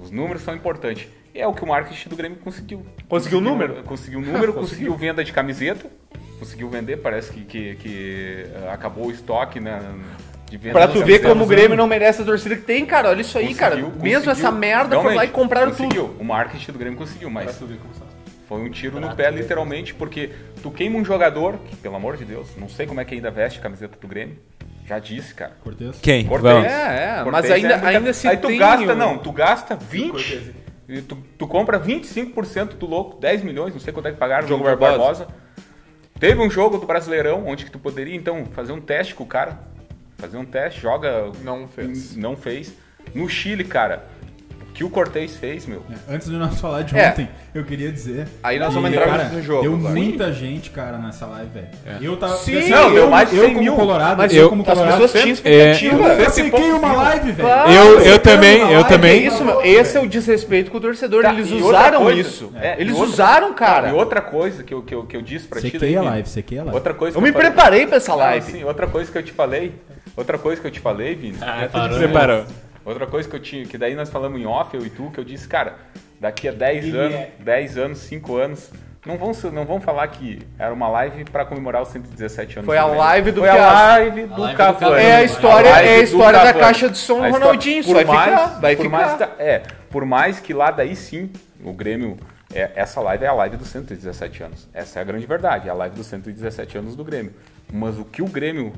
D: Os números são importantes. E é o que o marketing do Grêmio conseguiu.
C: Conseguiu o número?
D: Conseguiu o número, conseguiu venda de camiseta, conseguiu vender, parece que, que- que, eh, acabou o estoque né, de venda
C: Pra
D: de
C: tu ver
D: camiseta.
C: como o Grêmio não merece a torcida que tem, cara. Olha isso aí, cara. Mesmo essa merda, foi lá e compraram tudo.
D: tudo. O marketing do Grêmio conseguiu, mas foi um tiro no pé, literalmente, porque tu queima um jogador, que, pelo amor de Deus, não sei como é que ainda veste a camiseta do Grêmio. Já disse, cara.
F: Cortez.
B: Quem?
D: Cortez.
B: Vamos.
C: É, é,
D: Cortez
C: mas ainda-
D: muita-
C: ainda se
D: Aí tu
C: tem
D: gasta,
C: o-
D: não, tu gasta 20, assim. e tu, tu compra 25% do louco, 10 milhões, não sei quanto é que pagaram
C: Diogo
D: no Diogo
C: Barbosa.
D: Teve um jogo do Brasileirão, onde que tu poderia, então, fazer um teste com o cara. Fazer um teste, joga...
C: Não fez.
D: Não fez. No Chile, cara, o que o Cortez fez, meu...
F: Antes de nós falar de
C: É.
F: ontem, eu queria dizer.
C: Aí nós
F: que,
C: vamos entrar
F: cara,
C: no jogo
F: Deu
C: agora.
F: muita gente, cara nessa live, velho. Eu tava. assim,
C: Sim,
D: não, deu
F: eu,
D: mais de
F: eu
D: 100
F: como
D: mil,
F: Colorado,
C: mas
F: eu,
C: eu- É,
F: como
C: as
F: Colorado.
C: pessoas tinham
F: Eu
C: expectativa.
F: nunca
D: Cento e
F: sequei
D: poucos
F: uma
D: mil.
F: live, velho.
C: Claro.
B: Eu, eu
F: Secando
B: também,
F: uma
B: eu
F: live,
C: É
B: também.
C: isso, meu. Esse é o desrespeito com o torcedor.
D: Tá,
C: Eles
D: e outra
C: usaram
D: coisa-
C: isso.
D: é,
C: Eles
D: e outra-
C: usaram, cara.
D: E outra coisa que eu, que eu, que eu disse pra ti... daí,
F: Sequei a
D: Vini,
F: live, sequei a live.
D: Outra coisa
C: Eu
D: que
C: me
D: falei-
C: preparei pra essa
D: Não,
C: live.
D: sim, outra coisa que eu te falei, outra coisa que eu te falei, Vini, é
G: Ah,
B: Parou.
G: parou.
B: Você parou.
D: outra coisa que eu tinha, que daí nós falamos em off, eu e tu, que eu disse, cara, daqui a 10
C: é.
D: anos, 10 anos, 5 anos, não vão, se- não vão falar que era uma live pra comemorar os 117 anos.
C: Foi a
D: do Grêmio.
C: live do
D: Foi a
C: Piazza.
D: live
G: A
D: do
G: live do
D: Cavani.
G: Cavani.
C: É a história,
D: live
C: é a
D: do
C: história da
D: Cavani.
C: caixa de som
D: A
C: do
D: história-
C: Ronaldinho. Isso vai
D: por mais-
C: ficar. Vai
D: por mais
C: ficar.
D: que- é, por mais que lá daí sim, o Grêmio. é, essa live é a live dos 117 anos. Essa é a grande verdade, é a live dos 117 anos do Grêmio. Mas o que o Grêmio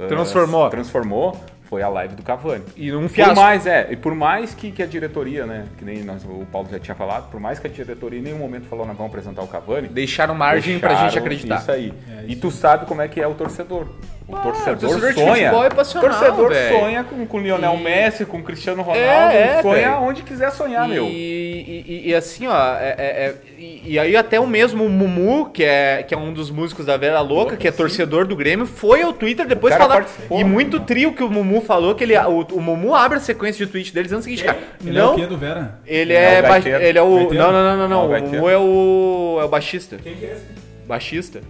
D: ah,
C: Transformou.
D: transformou foi a live do Cavani.
C: E um
D: Por
C: fiasco.
D: mais, é, e por mais que, que a diretoria, né, que nem nós- o Paulo já tinha falado, por mais que a diretoria em nenhum momento falou, não, vamos apresentar o Cavani,
C: Deixaram margem pra gente
D: Deixaram
C: acreditar. Ah,
D: Isso aí. e tu sabe como é que é o torcedor. O torcedor,
C: o torcedor de
D: sonha.
C: futebol é passional,
D: o torcedor
C: velho.
D: sonha com, com o Lionel Messi, com o Cristiano Ronaldo.
C: É, é,
D: sonha
C: velho.
D: onde quiser sonhar,
C: e,
D: meu.
C: E, e- e assim, ó, é- é- é- e, e aí até o mesmo Mumu, que é, que é um dos músicos da Vera Louca, que é torcedor do Grêmio, foi ao Twitter depois
D: O cara
C: falar.
D: participou,
C: E
D: né?
C: muito trio que o Mumu falou, que ele. O, o Mumu abre a sequência de tweet dele dizendo o seguinte, cara.
F: Ele é o
C: Não,
F: quê do Vera?
C: ele
D: Não,
C: é.
D: o
C: ba-
D: gaiteiro.
C: Ele é o.
F: Gaiteiro?
C: Não, não, não, não,
D: Não, o
C: não. O
D: gaiteiro.
C: Mumu é o. é o baixista.
F: Quem que é esse?
C: Baixista.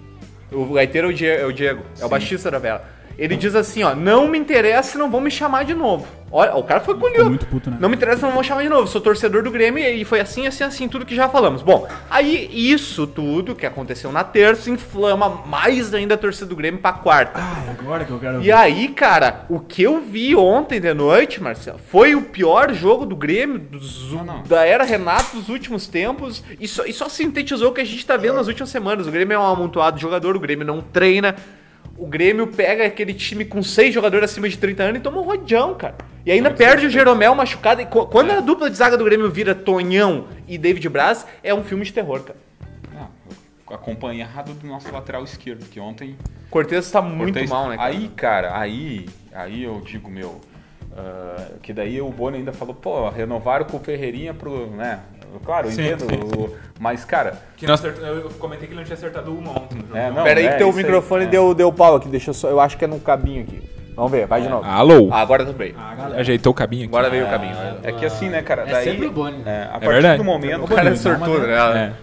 C: O gaiteiro é o Die- é o Diego. É o, baixista da Vera. Ele diz assim, ó, não me interessa, não vão me chamar de novo. Olha, o cara foi com
F: Ficou muito puto, né?
C: Não me interessa, não vão chamar de novo. Sou torcedor do Grêmio e foi assim, assim, assim, tudo que já falamos. Bom, aí isso tudo que aconteceu na terça inflama mais ainda a torcida do Grêmio pra quarta.
F: Ah, agora que eu quero.
C: E aí, cara, o que eu vi ontem de noite, Marcelo, foi o pior jogo do Grêmio dos-
D: Não, não.
C: da era Renato dos últimos tempos e só, e só sintetizou o que a gente tá vendo nas últimas semanas. O Grêmio é um amontoado de jogador, o Grêmio não treina. O Grêmio pega aquele time com seis jogadores acima de 30 anos e toma um rodeão, cara. E ainda
D: é
C: perde o Jeromel machucado. E co- quando a dupla de zaga do Grêmio vira Tonhão e David Braz, é um filme de terror, cara.
D: Ah, acompanhado do nosso lateral esquerdo, que ontem
C: O Cortez tá muito
D: Cortez.
C: mal, né, cara?
D: Aí, cara, aí, aí eu digo, meu, ah, que daí o Boni ainda falou, pô, renovaram com o Ferreirinha pro, né? Claro, eu
B: Sim,
D: entendo,
B: sim,
D: o- mas, cara,
B: Que não acertou- eu comentei que ele não tinha acertado uma ontem no jogo.
D: é, não,
C: Pera aí
D: é,
C: que teu
D: isso aí,
C: microfone
D: é.
C: deu, deu pau aqui, deixa eu só. Eu acho que é num cabinho aqui. Vamos ver, vai de novo.
B: Alô?
C: Ah, agora também.
F: Ah, galera.
B: Ajeitou o cabinho aqui.
C: Agora veio o
D: É,
C: caminho.
D: É que assim, né, cara?
G: É
D: daí,
G: sempre o Boni.
D: É, a partir
B: verdade.
D: do momento.
C: O cara é
D: Boni, dá uma
C: sortudo, né?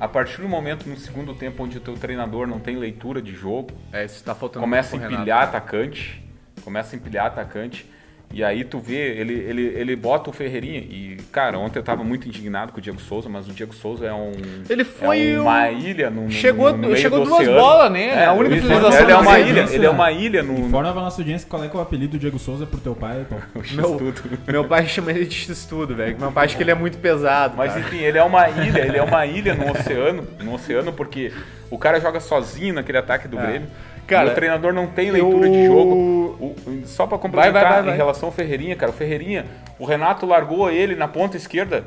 B: É.
D: A partir do momento no segundo tempo onde o teu treinador não tem leitura de jogo,
C: É, isso tá faltando.
D: começa a
C: muito pro
D: empilhar
C: Renato.
D: atacante, começa a empilhar atacante, e aí tu vê, ele, ele, ele bota o Ferreirinha, e cara, ontem eu tava muito indignado com o Diego Souza, mas o Diego Souza é um...
C: Ele foi
D: é
C: o-
D: uma ilha no, no-
C: Chegou-
D: no meio
C: chegou
D: do
C: duas
D: oceano.
C: bolas, né? É a única
D: ele-
C: finalização
D: Ele é
C: do
D: uma
C: Brasil.
D: ilha, ele é uma ilha no... no
F: Informa pra nossa audiência qual é, que é o apelido do Diego Souza pro teu pai. pô.
D: X-Tudo.
C: Meu pai chama ele de estudo, velho. Meu pai acha que ele é muito pesado.
D: Mas
C: cara.
D: enfim, ele é uma ilha, ele é uma ilha no oceano, no oceano porque o cara joga sozinho naquele ataque do Grêmio.
C: É. Cara,
D: Cara, o treinador não tem leitura de
C: eu-
D: jogo. O- o- só pra complementar
C: Vai, vai, vai, vai.
D: em relação ao Ferreirinha, cara, o Ferreirinha, o Renato largou ele na ponta esquerda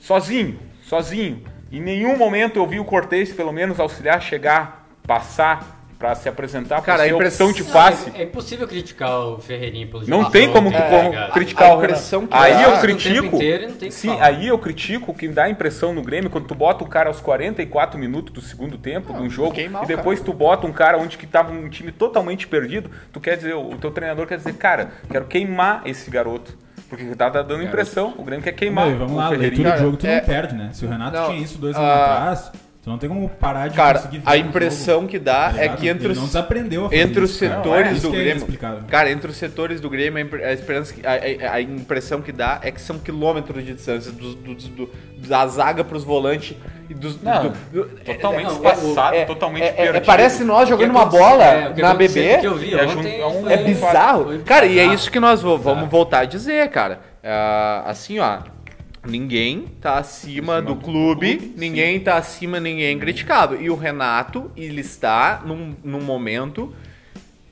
D: sozinho, sozinho. Em nenhum momento eu vi o Cortez, pelo menos auxiliar chegar, passar pra se apresentar, pra
C: Cara, a
D: ser
C: impressão-
D: opção de passe.
G: É impossível criticar o Ferreirinha pelo
D: Não
C: Ah,
G: jogo
D: tem
G: de
D: como,
C: É,
G: ontem,
D: tu-
G: tá
D: como
G: ligado?
D: criticar
C: A
D: o Renato.
C: pressão que
D: Aí
C: dá
D: eu
C: o
G: tempo
D: critico.
G: inteiro, não tem o que
D: Sim,
G: falar.
D: aí eu critico o que dá a impressão no Grêmio quando tu bota o cara aos 44 minutos do segundo tempo de um jogo
C: fiquei mal,
D: e depois tu bota um cara onde que tava um time totalmente perdido, tu quer dizer, o teu treinador quer dizer, cara, quero queimar esse garoto. Porque tá, tá dando impressão, o Grêmio quer queimar.
F: Meu, vamos
D: o
F: lá, leitura
D: Ferreirinha.
F: de jogo tu
C: um é-
F: não perde, né? Se o Renato
C: Não,
F: tinha isso dois
C: ah,
F: anos atrás, tu não tem como parar de
C: Cara,
F: conseguir ver
C: a
F: o
C: impressão
F: jogo,
C: que
F: tá
C: dá é
F: ligado?
C: que entre
F: Ele
C: os.
F: não desaprendeu a fazer
C: Entre os
F: isso, cara.
C: setores
F: Isso
C: do
F: que é
C: Grêmio.
F: inexplicável.
C: Cara, entre os setores do Grêmio, a impre- a, esperança que- a- a- a impressão que dá é que são quilômetros de distância do, do- do- da zaga pros volantes e dos.
D: Não,
C: do- do-
D: Totalmente
G: Não, o-
D: espaçado,
C: é-
D: totalmente
C: é- é-
D: perdido.
C: parece nós
G: O que
C: jogando uma
G: aconteceu-
C: bola
G: é, o que
C: na
G: aconteceu-
C: BB.
G: que eu vi
D: É,
G: ontem
D: é um-
G: foi-
C: É
D: Foi
C: bizarro.
G: foi
C: Cara, e é
G: bizarro.
C: isso que nós vo- vamos voltar a dizer, cara. Ah, assim, ó. Ninguém tá acima do clube, ninguém tá acima, ninguém é criticado. E o Renato, ele está num, num momento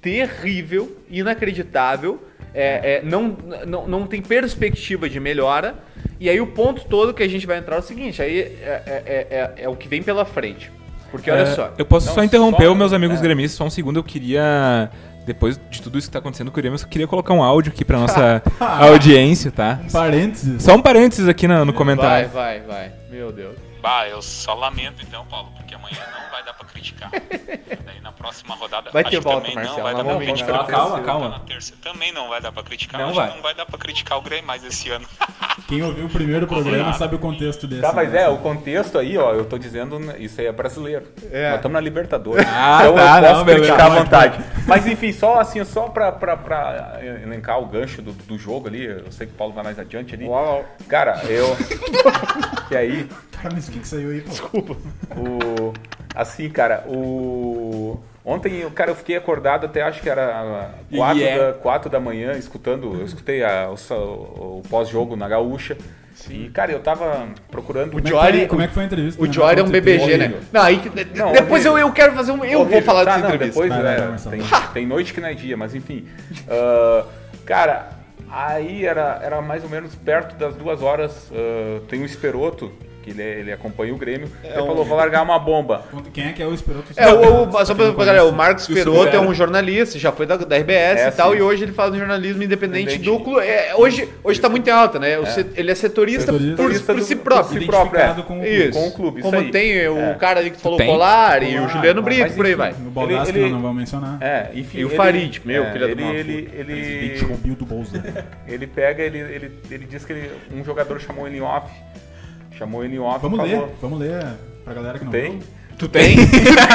C: terrível, inacreditável, é, é, não, não, não tem perspectiva de melhora. E aí o ponto todo que a gente vai entrar é o seguinte, aí é, é- é- é- é o que vem pela frente. Porque olha
B: É,
C: só,
B: Eu posso
D: Não,
B: só interromper
D: só-
B: os meus amigos
D: é.
B: gremistas só um segundo. Eu queria, depois de tudo isso que tá acontecendo com o Grêmio, eu só queria colocar um áudio aqui pra nossa audiência, tá?
F: Parênteses.
B: Só um parênteses aqui na- no,
C: vai,
B: comentário.
C: vai, vai. Meu Deus.
H: Bah, eu só lamento então, Paulo, porque amanhã não vai dar pra criticar. Daí na próxima rodada
C: Vai
H: acho
C: ter
H: que
C: volta,
H: também
C: Marcelo,
H: não vai
C: nós
H: dar pra
C: vamos voltar.
H: criticar. Tá
B: Calma,
H: Na
B: calma.
H: terça também não vai dar pra criticar.
B: Não
H: acho
B: vai.
H: que não vai dar pra criticar o Grêmio mais esse ano.
F: Quem ouviu o primeiro programa sabe o contexto desse.
D: é? Tá, mas
F: né?
D: é, o contexto aí, ó, eu tô dizendo, né, isso aí é brasileiro. Nós estamos na Libertadores.
B: Ah,
D: então
B: tá,
D: eu posso
B: não, beleza.
D: criticar à
B: Pode,
D: vontade. Mas enfim, só assim, só pra, pra, pra elencar o gancho do, do jogo ali, eu sei que o Paulo vai mais adiante ali. Cara, eu. e aí,
F: Cara, mas o que que saiu aí, pô?
D: o. Assim, cara, o. Ontem, eu- cara, eu fiquei acordado até acho que era 4,
C: é.
D: da, quatro da manhã, escutando. Eu escutei a- o, sa- o pós-jogo na gaúcha. E, cara, eu tava procurando.
F: Como é que
C: Jory-
F: foi- como é que foi a entrevista?
C: O Jory é um BBG, né?
D: horrível.
C: Não, aí que- de-
D: Não,
C: depois
D: horrível.
C: eu, eu quero fazer um. Eu
D: Horrível.
C: vou falar
D: tá,
C: dessa
D: não,
C: entrevista.
D: Depois,
F: Vai, vai,
D: é,
F: vai, Marcelo.
D: tem, tem noite que não é dia, mas enfim. Ah, Cara, aí era, era mais ou menos perto das duas horas. ah, tem um Esperoto, que ele, é, ele acompanha o Grêmio. ele
C: um-
D: falou: vou largar uma bomba.
F: Quanto- Quem é que é o Esperoto?
C: É, o, o- só
F: Quem
C: pra,
F: não
C: pra galera, o
F: conhece?
C: Marcos Perotto é um jornalista, já foi da, da RBS
D: É,
C: e tal,
D: sim.
C: e hoje ele faz um jornalismo independente
D: Independente.
C: do clube. É, hoje, hoje tá muito em alta, né? O set- ele é setorista, por,
F: Setorista.
D: Setorista
C: por
D: do-
C: si
D: por
C: próprio.
D: si próprio, é.
F: Identificado com o
C: Isso.
D: com o clube, isso
C: Como
D: aí.
C: tem o
D: É.
C: cara ali que tu falou,
B: Tem?
C: Colar, e o
F: Colar,
C: Juliano
F: Ah, mas
C: Brito, por aí
D: enfim,
C: vai.
F: O Baldassi,
D: Ele-
F: que
D: ele-
F: eu não vou mencionar.
D: É, enfim. é,
C: E o Farid, tipo, meu, filho
D: ele,
C: da mãe.
D: ele, ele,
F: Presidente Romildo Bolsonaro.
D: ele pega, ele, ele, ele diz que ele- um jogador chamou ele em off. Chamou ele em off.
F: Vamos
D: falou,
F: ler, vamos ler pra galera que não
D: Tem?
F: viu.
D: Tu tem?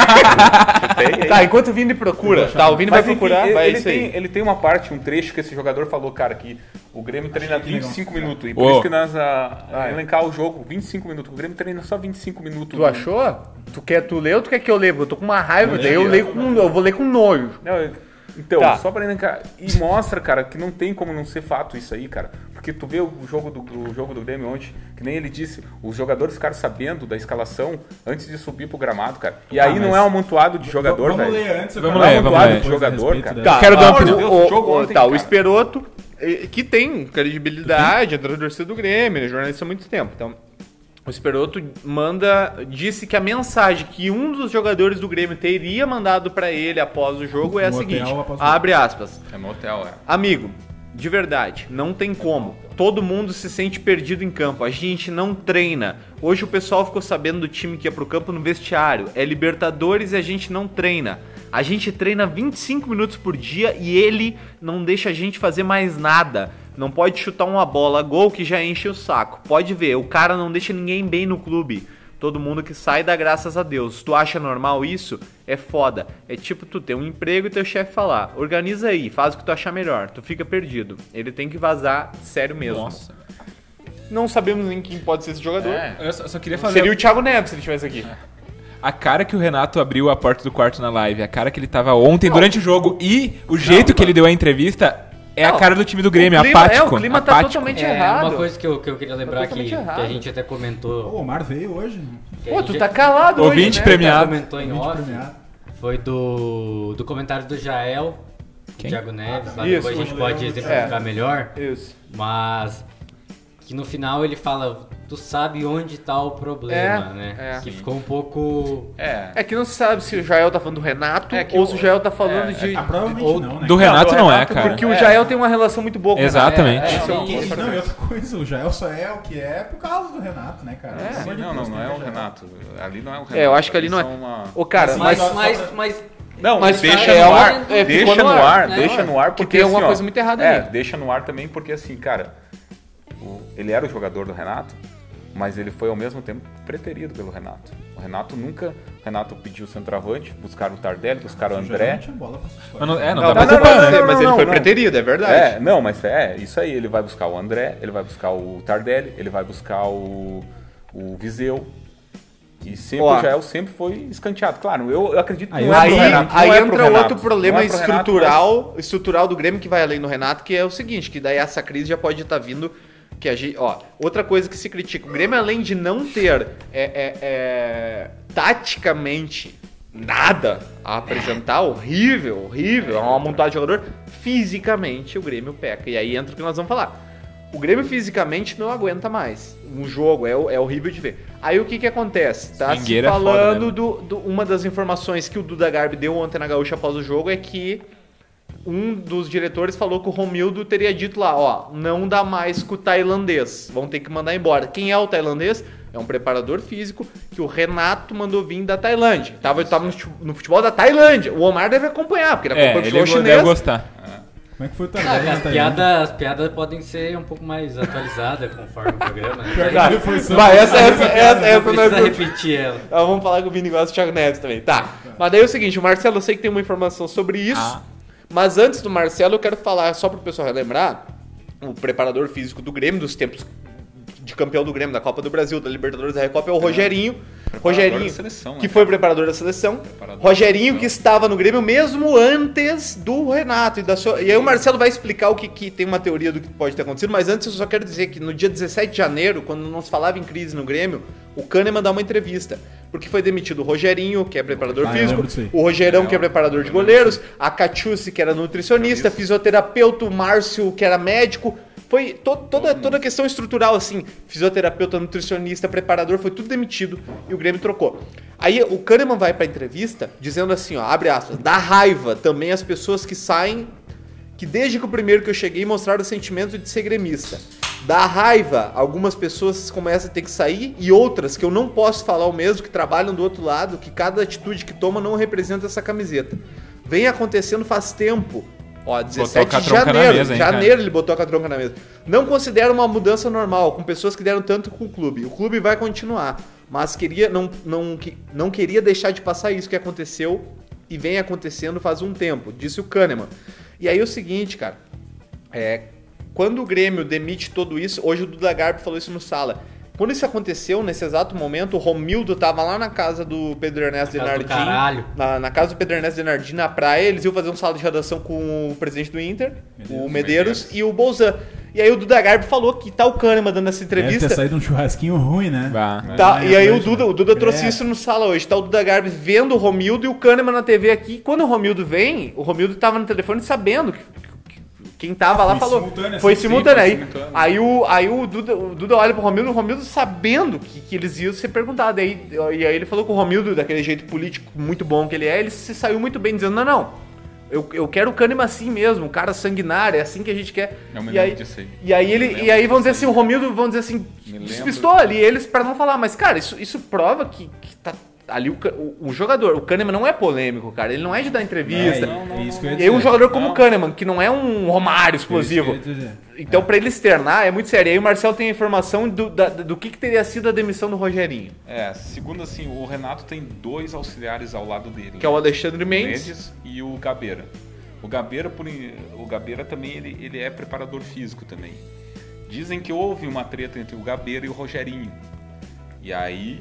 D: tu tem? aí?
C: Tá, enquanto o Vini procura, tá, o Vini vai
D: Mas, enfim,
C: procurar,
D: ele,
C: vai
D: ele
C: isso
D: tem,
C: aí.
D: ele tem uma parte, um trecho que esse jogador falou, cara, que o Grêmio treina
F: que legal. é.
D: 25 minutos. E por
B: Uou.
D: isso que nós ah, elencar o jogo, 25 minutos. O Grêmio treina só 25 minutos.
C: Tu achou? Tu quer tu ler ou tu quer que eu leia? Eu tô com uma raiva, daí eu leio com. Eu vou ler com nojo.
D: Não, eu- então,
C: Tá.
D: só pra elencar. E mostra, cara, que não tem como não ser fato isso aí, cara. Porque tu vê o jogo do, o jogo do Grêmio ontem, que nem ele disse, os jogadores ficaram sabendo da escalação antes de subir pro gramado, cara. E
C: Tá,
D: aí não
F: mas-
D: é um amontoado de jogador, velho.
F: vamos ler antes. eu
B: Vamos
F: quero
B: ler,
F: dar um
B: vamos
F: lado
B: ler.
F: depois a
D: Jogador,
F: respeito
D: cara.
F: dela.
C: Tá,
B: Quero dar
C: ó,
B: uma opinião.
C: o-
D: Meu Deus, jogo
C: o-
D: ontem,
C: Tá, o
D: cara.
C: Esperoto, eh, que tem credibilidade, é da torcida do Grêmio, né, jornalista há muito tempo. Então, o Esperoto manda, disse que a mensagem que um dos jogadores do Grêmio teria mandado pra ele após o jogo é a
F: No hotel,
C: seguinte,
F: após o jogo.
C: abre aspas,
D: É motel, é.
C: Amigo, de verdade, não tem como. Todo mundo se sente perdido em campo. A gente não treina. Hoje o pessoal ficou sabendo do time que ia pro campo no vestiário. É Libertadores e a gente não treina. A gente treina 25 minutos por dia e ele não deixa a gente fazer mais nada. Não pode chutar uma bola, gol que já enche o saco. Pode ver, o cara não deixa ninguém bem no clube. Todo mundo que sai dá graças a Deus. Tu acha normal isso? É foda. É tipo tu ter um emprego e teu chefe falar: organiza aí, faz o que tu achar melhor. Tu fica perdido. Ele tem que vazar, sério mesmo.
B: Nossa. É.
C: Não sabemos nem quem pode ser esse jogador.
B: Eu só, só queria fazer
C: Seria o Thiago Neves se ele estivesse aqui.
B: a cara que o Renato abriu a porta do quarto na live, a cara que ele tava ontem durante o jogo e o jeito que ele deu a entrevista é
C: Não,
B: a cara do time do Grêmio,
C: o clima,
B: apático.
C: É, o clima tá
B: apático.
C: totalmente
G: É,
C: errado. É
G: uma coisa que eu, que eu queria lembrar que,
C: totalmente
G: que a
C: errado.
G: gente até comentou.
F: Pô, o Omar veio hoje. né?
G: que a
C: Pô,
G: gente
C: tu tá calado
B: Ouvinte
C: hoje, né?
B: premiado.
G: comentou em
F: Vídeo
G: off
F: premiado.
G: foi do, do comentário do Jael,
B: Quem?
G: Thiago Neves, lá
C: Ah, tá. Isso, É.
G: depois a gente
F: eu
G: pode
F: lembro.
G: exemplificar melhor.
C: Isso.
G: Mas que no final ele fala, tu sabe onde tá o problema,
C: É,
G: né?
C: é.
G: Que ficou um pouco.
D: É.
C: É que não se sabe se o Jael tá falando do Renato
D: É que
C: ou
D: o-
C: se o Jael tá falando
D: é,
C: de.
F: Ah, provavelmente
G: Ou-
F: não, né?
B: Do Renato não, é, cara.
C: Porque o Jael tem uma relação muito boa com o Renato.
B: Exatamente.
D: É,
F: Não,
D: não,
F: e-
D: com
F: não, e outra coisa, o Jael só é o que é por causa do Renato, né, cara? Pelo amor
D: Sim,
F: de
D: não,
F: Deus,
D: não, não
F: né,
D: é o
F: cara?
D: Renato. Ali não é o Renato.
C: É, eu acho que ali não é.
D: são uma-
C: Ô, cara, mas.
G: Mas,
F: só-
G: mas, mas
D: Não,
C: Mas
D: mas deixa
C: é
D: no
C: uma-
D: ar.
C: é, ficou
D: deixa
C: no
D: no
C: ar,
D: ar,
G: né?
D: deixa no ar,
C: Que
D: porque
C: tem alguma
D: assim, ó,
C: coisa muito errada
D: É,
C: ali.
D: deixa no ar também, porque assim, cara, o- ele era o jogador do Renato, mas ele foi ao mesmo tempo preterido pelo Renato. O Renato nunca. O Renato pediu o centroavante, buscaram o Tardelli, buscaram o
F: O
C: é
F: Jael
D: André.
F: não tinha bola pra essas
B: Mas
F: coisas.
B: não, é, não,
C: Não,
B: dá
C: mas,
B: pra
C: eu
B: culpar,
C: posso
B: né?
C: dizer, mas ele
D: não,
C: foi
D: não.
C: preterido, é verdade.
D: É, não, mas é, isso aí. Ele vai buscar o André, ele vai buscar o Tardelli, ele vai buscar o, o Viseu. E sempre é
C: Ó.
D: o Jael sempre foi escanteado. Claro, eu, eu acredito que
F: Aí
D: não é
C: Aí,
D: pro Renato, não
C: aí
D: é pro
C: entra
D: Renato,
C: outro problema
D: não é pro Renato,
C: estrutural estrutural do Grêmio que vai além do Renato, que é o seguinte, que daí essa crise já pode estar vindo que a gente, ó, outra coisa que se critica, o Grêmio além de não ter é, é, é, taticamente nada a apresentar, horrível, horrível, é uma montada de jogador, fisicamente o Grêmio peca. E aí entra o que nós vamos falar. O Grêmio fisicamente não aguenta mais um jogo, é, ho- é horrível de ver. Aí o que que acontece? Tá se
B: Mingueira é foda, né,
C: falando
B: mano?
C: do- do- uma das informações que o Duda Garbi deu ontem na Gaúcha após o jogo é que um dos diretores falou que o Romildo teria dito lá, ó, não dá mais com o tailandês, vão ter que mandar embora. Quem é o tailandês? É um preparador físico que o Renato mandou vir da Tailândia. Tava, tava no fute- no futebol da Tailândia. O Omar deve acompanhar, porque ele
B: É,
C: acompanha o
B: ele
C: futebol
B: go-
C: chinês.
B: deve gostar.
F: Como é que foi o
G: Ah,
F: Tardelli?
G: cara, as,
F: Tá aí, né?
G: piadas, as piadas podem ser um pouco mais atualizadas conforme o programa. né?
F: Tardelli foi samba.
C: Vai, essa, essa, essa,
G: Não
C: essa não é
G: precisa
C: pro-
G: repetir ela.
C: Ah, vamos falar que o Vini gosta do Thiago Neves também. Tá. Mas daí é o seguinte, o Marcelo, eu sei que tem uma informação sobre isso.
D: Ah.
C: Mas antes do Marcelo, eu quero falar, só pro pessoal relembrar, o preparador físico do Grêmio, dos tempos de campeão do Grêmio, da Copa do Brasil, da Libertadores da Recopa, é o Rogerinho. Rogerinho,
D: da seleção, né,
C: que foi preparador da seleção.
D: Preparador da
C: Rogerinho,
D: seleção.
C: que estava no Grêmio mesmo antes do Renato. E, da sua... e aí o Marcelo vai explicar o que, que tem uma teoria do que pode ter acontecido, mas antes eu só quero dizer que no dia 17 de janeiro, quando não se falava em crise no Grêmio, o Kahneman dá uma entrevista. porque foi demitido o Rogerinho, que é preparador
F: Ah, eu
C: físico,
F: lembro disso aí.
C: o Rogerão, que é preparador de goleiros, a Catiuce, que era nutricionista, fisioterapeuta, o Márcio, que era médico. Foi to- toda, toda a questão estrutural, assim, fisioterapeuta, nutricionista, preparador, foi tudo demitido e o Grêmio trocou. Aí o Kahneman vai pra entrevista dizendo assim, ó, abre aspas, dá raiva também as pessoas que saem que desde que o primeiro que eu cheguei mostraram o sentimento de ser gremista. Dá raiva, algumas pessoas começam a ter que sair e outras que eu não posso falar o mesmo, que trabalham do outro lado, que cada atitude que toma não representa essa camiseta. Vem acontecendo faz tempo. Ó, 17
B: Botou a
C: de
B: catronca na
C: janeiro.
B: mesa, hein, cara?
C: janeiro ele botou a catronca na mesa. Não considera uma mudança normal, com pessoas que deram tanto com o clube. O clube vai continuar, mas queria não, não, que- não queria deixar de passar isso que aconteceu e vem acontecendo faz um tempo, disse o Kahneman. E aí é o seguinte, cara, é, quando o Grêmio demite tudo isso, hoje o Duda Garbi falou isso no sala. Quando isso aconteceu, nesse exato momento, o Romildo tava lá na casa do Pedro Ernesto
G: Na casa do
C: Denardim.
G: caralho.
C: Na, na casa do Pedro Ernesto Denardim, na praia, eles iam fazer um sala de redação com o presidente do Inter, o Medeiros, e o Bolzan. E aí o Duda Garbi falou que tá o Kahneman dando essa
F: Deve ter
C: entrevista.
F: saído um churrasquinho ruim, né?
B: Bah.
C: Tá,
F: É,
C: e aí o
F: mas,
C: Duda,
F: né?
C: o Duda trouxe
F: É.
C: isso no sala hoje. Tá o Duda Garbi vendo o Romildo e o Kahneman na TV aqui. Quando o Romildo vem, o Romildo tava no telefone sabendo que. que- Quem tava lá
F: foi
C: falou.
F: simultâneo,
C: foi
F: assim, sim,
C: simultâneo.
D: foi
C: Aí,
D: simultâneo.
C: aí, o, aí o, Duda, o Duda olha pro Romildo, o Romildo sabendo que, que eles iam ser perguntados. Aí, e aí ele falou com o Romildo, daquele jeito político muito bom que ele é, ele se saiu muito bem, dizendo: Não, não, eu, eu quero o Kahneman assim mesmo, um cara sanguinário, é assim que a gente quer.
D: Eu me
C: e, aí,
D: lembro disso aí.
C: e aí ele. E aí vão dizer assim, o Romildo, vão dizer assim,
D: Me
C: despistou ali eles pra não falar, mas cara, isso, isso prova que, que tá ali o, Ca- o, o jogador, o Kahneman não é polêmico, cara, ele não é de dar
F: É,
C: entrevista.
F: é isso que eu ia
C: e aí um
F: dizer.
C: jogador como
D: Não.
C: o Kahneman, que não é um Romário explosivo.
F: Isso que eu ia dizer.
C: Então pra ele externar é muito sério. E aí o Marcel tem a informação do, da- do que, que teria sido a demissão do Rogerinho,
D: É, segundo assim, o Renato tem dois auxiliares ao lado dele. né?
C: que é o Alexandre Mendes.
D: Mendes e o Gabeira. O Gabeira, por, in- o Gabeira também ele, ele é preparador físico também. Dizem que houve uma treta entre o Gabeira e o Rogerinho. E aí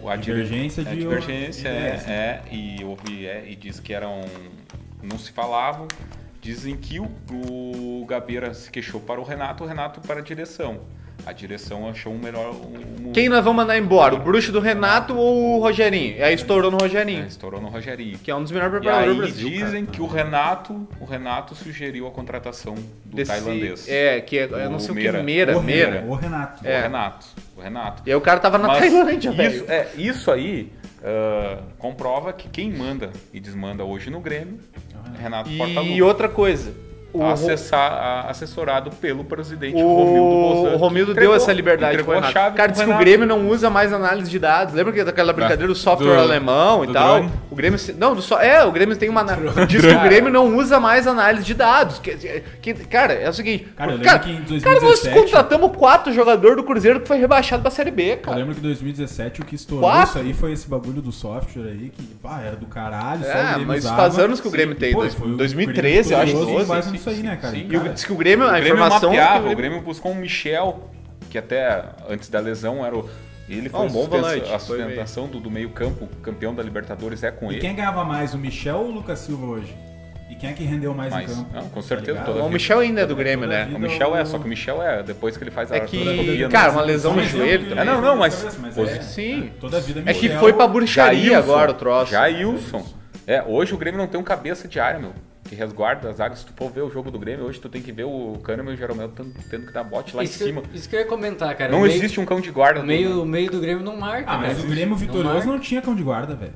D: o- a dire-
F: Divergência
D: a
F: de-
D: divergência
F: de ideias,
D: é, é, e houve é, e diz que eram não se falavam. Dizem que o, o Gabeira se queixou para o Renato, o Renato para a direção. A direção achou um melhor um, um-
C: Quem nós vamos mandar embora? O bruxo do Renato ou o Rogerinho? E aí estourou no Rogerinho,
D: é, estourou no Rogerinho.
C: que é um dos melhores
D: E
C: preparadores
D: aí
C: do Brasil. cara.
D: dizem que o Renato, o Renato sugeriu a contratação do
C: Desse-
D: tailandês.
C: É, que é, eu não
D: O
C: sei o
D: Meira.
C: que, Meira,
F: O
C: Meira. É,
F: Renato, O Renato.
D: O Renato. O Renato.
C: E aí o cara tava na
D: Mas
C: Tailândia, velho.
D: isso, é, isso aí ah, comprova que quem manda e desmanda hoje no Grêmio é Renato
C: E
D: Portaluppi,
C: outra coisa, o,
D: Tá,
C: Ro-
D: acessar- a- assessorado pelo presidente
C: o-
D: Romildo Bozan.
C: o Romildo
D: Entregou-
C: deu essa liberdade pro
D: entregou a
C: Renato.
D: chave
C: O cara
D: pro
C: disse que o
D: Renato.
C: Grêmio não usa mais análise de dados. Lembra que daquela brincadeira do software
B: do-
C: alemão e
B: do
C: tal?
B: drone?
C: O Grêmio se- não, do só é, o Grêmio tem uma ana- diz que o Grêmio não usa mais análise de dados. Que, que- cara, é o seguinte,
F: Cara, eu lembro
C: cara,
F: que em
C: cara, nós
F: 2017
C: contratamos quatro jogadores do Cruzeiro que foi rebaixado pra Série B,
F: Eu
C: cara.
F: lembro que em 2017 o que estourou
C: Quatro?
F: isso aí foi esse bagulho do software aí, que pá, era do caralho, só o
C: É,
F: Grêmio
C: mas
F: usava.
C: faz anos que o Grêmio tem, dois-
F: foi o
C: 2013, eu acho,
F: Grêmio estourou
C: 12,
F: mais
D: sim,
F: nisso aí,
D: sim,
F: né, cara?
D: sim.
C: E o, diz que o Grêmio,
D: O
C: a
D: Grêmio
C: informação é que
D: mapeava,
C: o
D: o Grêmio buscou um Michel, que até antes da lesão era o. Ele foi
C: Ah, um bom
D: a suspensa-
C: volante,
D: a
C: foi
D: sustentação do, do meio-campo, campeão da Libertadores é com
F: E
D: ele.
F: quem ganhava mais, o Michel ou o Lucas Silva hoje? E quem é que rendeu mais
D: Mas,
F: em campo?
D: não, com
F: Tá
D: certeza,
F: ligado?
D: toda
C: Bom, o Michel ainda é do Grêmio, né?
D: O Michel é, só que o Michel é, depois que ele faz a
C: É que,
D: artroscopia,
C: cara,
D: né?
C: uma lesão no
F: Mas eu-
C: joelho
D: É,
C: também.
D: não, não, mas.
F: Cabeça, mas
D: posi-
F: é.
C: Sim.
F: Toda a vida
C: É que
F: Michel-
C: foi pra bruxaria
D: Jailson.
C: agora o troço.
G: né?
D: Jailson. É, hoje o Grêmio não tem um cabeça de área, meu. Que resguarda as águas. Se tu for ver o jogo do Grêmio, hoje tu tem que ver o Kahneman e o Jeromel tendo, tendo que dar bote lá
G: isso,
D: em cima.
G: Que, isso que eu ia comentar, cara.
D: Não
G: O meio-
D: existe um cão de guarda.
G: O
D: do-
G: meio, o meio do Grêmio não marca,
F: Ah, mas
G: cara.
F: o Grêmio vitorioso
G: marca.
F: não tinha cão de guarda, velho.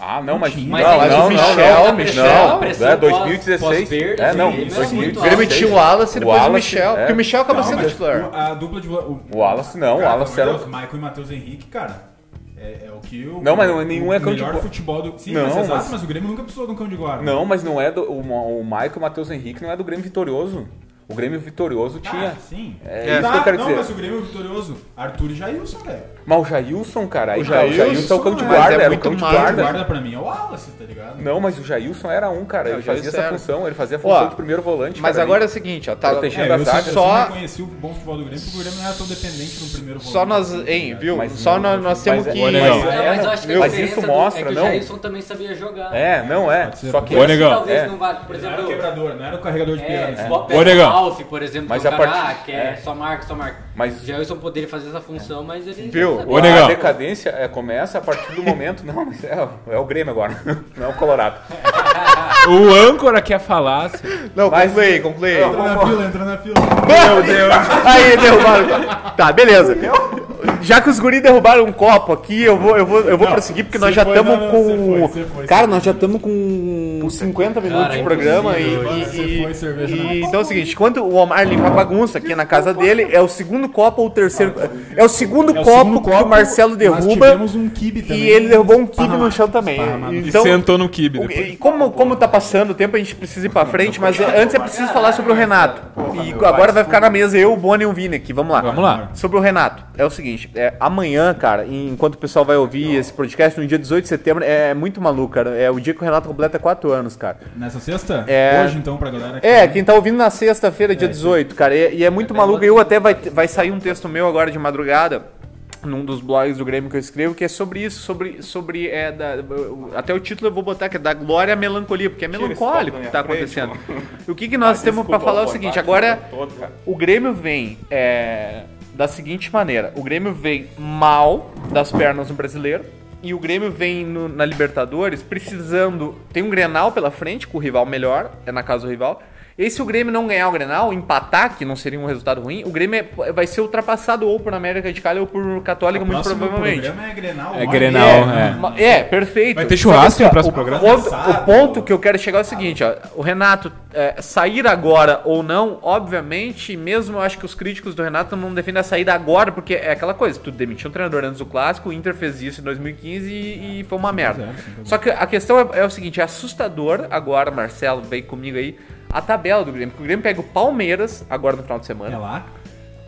D: Ah, não, mas.
F: Mas
D: não,
G: Mas
D: não,
G: é que
D: não,
G: o
D: não,
G: Michel,
D: não,
G: a pressão- a pressão
D: É,
G: pós-
D: 2016.
G: pós-perda
D: é, não,
G: do Grêmio é
D: 2016.
G: muito
C: O Grêmio tinha o Wallace e depois o,
D: Wallace,
C: Michel.
D: é.
C: Porque o Michel acaba
F: Não,
C: sendo
F: mas
C: titular.
F: o- A dupla de. vola-
D: O Wallace não, o Wallace
F: pelo
D: era-
F: amor de Deus, Michael e Matheus Henrique, cara. É, é o que o.
D: Não, mas não-
F: o-
D: nenhum é
F: o
D: cão de
F: melhor
D: guarda.
F: futebol do. Sim,
D: Não,
F: mas, exato,
D: mas-
F: mas o Grêmio nunca precisou de um cão de
C: Tá
F: guarda.
D: Não, mas não é do. O, o Michael e o Matheus Henrique não é do Grêmio vitorioso. O Grêmio vitorioso
F: Ah,
D: tinha.
F: sim.
D: É
F: Exato,
D: isso que eu quero
F: não,
D: dizer.
F: mas o Grêmio é vitorioso. Arthur e Jailson, velho.
D: Mas o Jailson, cara, aí
C: O
D: já- o
C: Jailson,
D: Jailson é o cão de
F: mas
D: guarda,
C: é
D: era o
C: muito
D: cão de
C: mais
F: Cão de
D: guarda.
F: guarda pra mim é o Wallace, tá ligado?
D: Não, mas o Jailson era um, cara.
C: É,
D: Ele
C: o
D: fazia
C: Jailson
D: essa
C: era.
D: função, ele fazia a função
C: Ó,
D: de primeiro volante.
C: Mas
D: cara,
C: agora é o
D: ele-
C: seguinte, ó. Tá,
D: Protegendo.
F: É,
D: da
F: eu só,
D: zaga.
F: eu
C: Só-
F: só reconheci o bom futebol do Grêmio porque o Grêmio não era tão dependente no primeiro volante.
C: só nós, hein, viu? só nós, nós temos
D: mas-
C: que.
B: Ô,
G: Mas,
B: Negão.
G: não, mas eu acho que a
D: mas
G: diferença
D: isso
G: do-
D: mostra,
G: é que
D: não?
G: o Jailson também sabia jogar.
D: É, não é.
F: Pode ser.
D: Só que
B: Ô,
G: Esse
B: negão,
G: talvez
D: é.
G: não vale,
F: Não
G: por
F: era o
G: exemplo...
F: quebrador, não era o carregador de
G: É,
F: pernas.
G: bo-
F: né?
G: pega
B: Ô, negão,
G: o Ralph, por exemplo,
D: Mas
G: que é um
D: a
G: cara,
D: partir-
G: ah, que é,
D: é.
G: só marca, só marca.
D: Mas-
G: O Jailson poderia fazer essa função, mas ele.
D: Viu?
B: Ô,
D: a
B: negão.
D: decadência é, começa a partir do momento. Não, mas é, é o Grêmio agora, não é o Colorado.
B: O âncora quer falar. assim.
C: Não, conclui, conclui.
F: Entrou na fila, entrou na fila.
C: Meu Deus. Aí, derrubaram. Tá, beleza. Já que os guris derrubaram um copo aqui, eu vou, eu vou, eu vou
F: Não,
C: prosseguir, porque
F: você
C: nós já
F: foi,
C: estamos
F: não, não,
C: com.
F: você foi, você foi,
C: cara,
F: você
C: nós já estamos com 50 minutos
G: Cara,
C: de programa e.
G: impossível,
C: e-
F: você
C: e-
F: foi, cerveja
C: e-
F: na mão.
C: então é o seguinte: quando o Omar limpa a bagunça aqui na casa dele, é o segundo copo ou o terceiro. É o segundo,
F: É o
C: copo,
F: segundo
C: que o Marcelo derruba.
F: Nós tivemos um kibe também.
C: E ele derrubou um kibe
F: Esparramado,
C: no chão também.
F: esparramado.
B: E
C: Então,
B: sentou no kibe
C: o-
B: depois.
C: e como, como tá passando o tempo, a gente precisa ir pra frente, mas antes é preciso falar sobre o Renato. E agora vai ficar na mesa eu, o Boni e o Vini aqui. Vamos lá.
B: Vamos lá.
C: Sobre o Renato, é o seguinte, é, amanhã, cara, enquanto o pessoal vai ouvir esse podcast, no dia 18 de setembro, é muito maluco, cara. É o dia que o Renato completa 4 anos, cara.
F: Nessa sexta?
C: É.
F: Hoje então pra galera. que-
C: É, quem tá ouvindo na sexta-feira, dia 18, cara, e, e é muito maluco. Eu até vai, vai sair um texto meu agora de madrugada, num dos blogs do Grêmio que eu escrevo, que é sobre isso, sobre. sobre é, da- eu- até o título eu vou botar, que é da glória à melancolia, porque é melancólico o que tá acontecendo. O que, que nós temos pra falar é o seguinte, agora.
D: Tá Todo, cara.
C: O Grêmio vem é, da seguinte maneira: o Grêmio vem mal das pernas no brasileiro. E o Grêmio vem no- na Libertadores precisando. Tem um Grenal pela frente, com o rival melhor, é na casa do rival. E se o Grêmio não ganhar o Grenal, empatar, que não seria um resultado ruim, o Grêmio é- vai ser ultrapassado ou por América de Cali ou por Católica,
F: O
C: muito
F: próximo
C: provavelmente.
F: programa é Grenal.
B: É
F: olha.
B: Grenal, é.
C: ma- é, perfeito.
B: Vai ter
C: Só que
B: churrasco
C: assim, ó,
B: no próximo
C: o
B: programa?
C: ponto-
F: Sábado.
C: o ponto que eu quero chegar é o seguinte, ó. O Renato é, sair agora ou não, obviamente, mesmo eu acho que os críticos do Renato não defendem a saída agora, porque é aquela coisa, tu demitiu um treinador antes do clássico, o Inter fez isso em 2015 e, e foi uma merda.
F: zero, cinco a zero.
C: Só que a questão é, é o seguinte, é assustador agora, Marcelo, vem comigo aí, a tabela do Grêmio, porque o Grêmio pega o Palmeiras agora no final de
F: É
C: semana.
F: lá.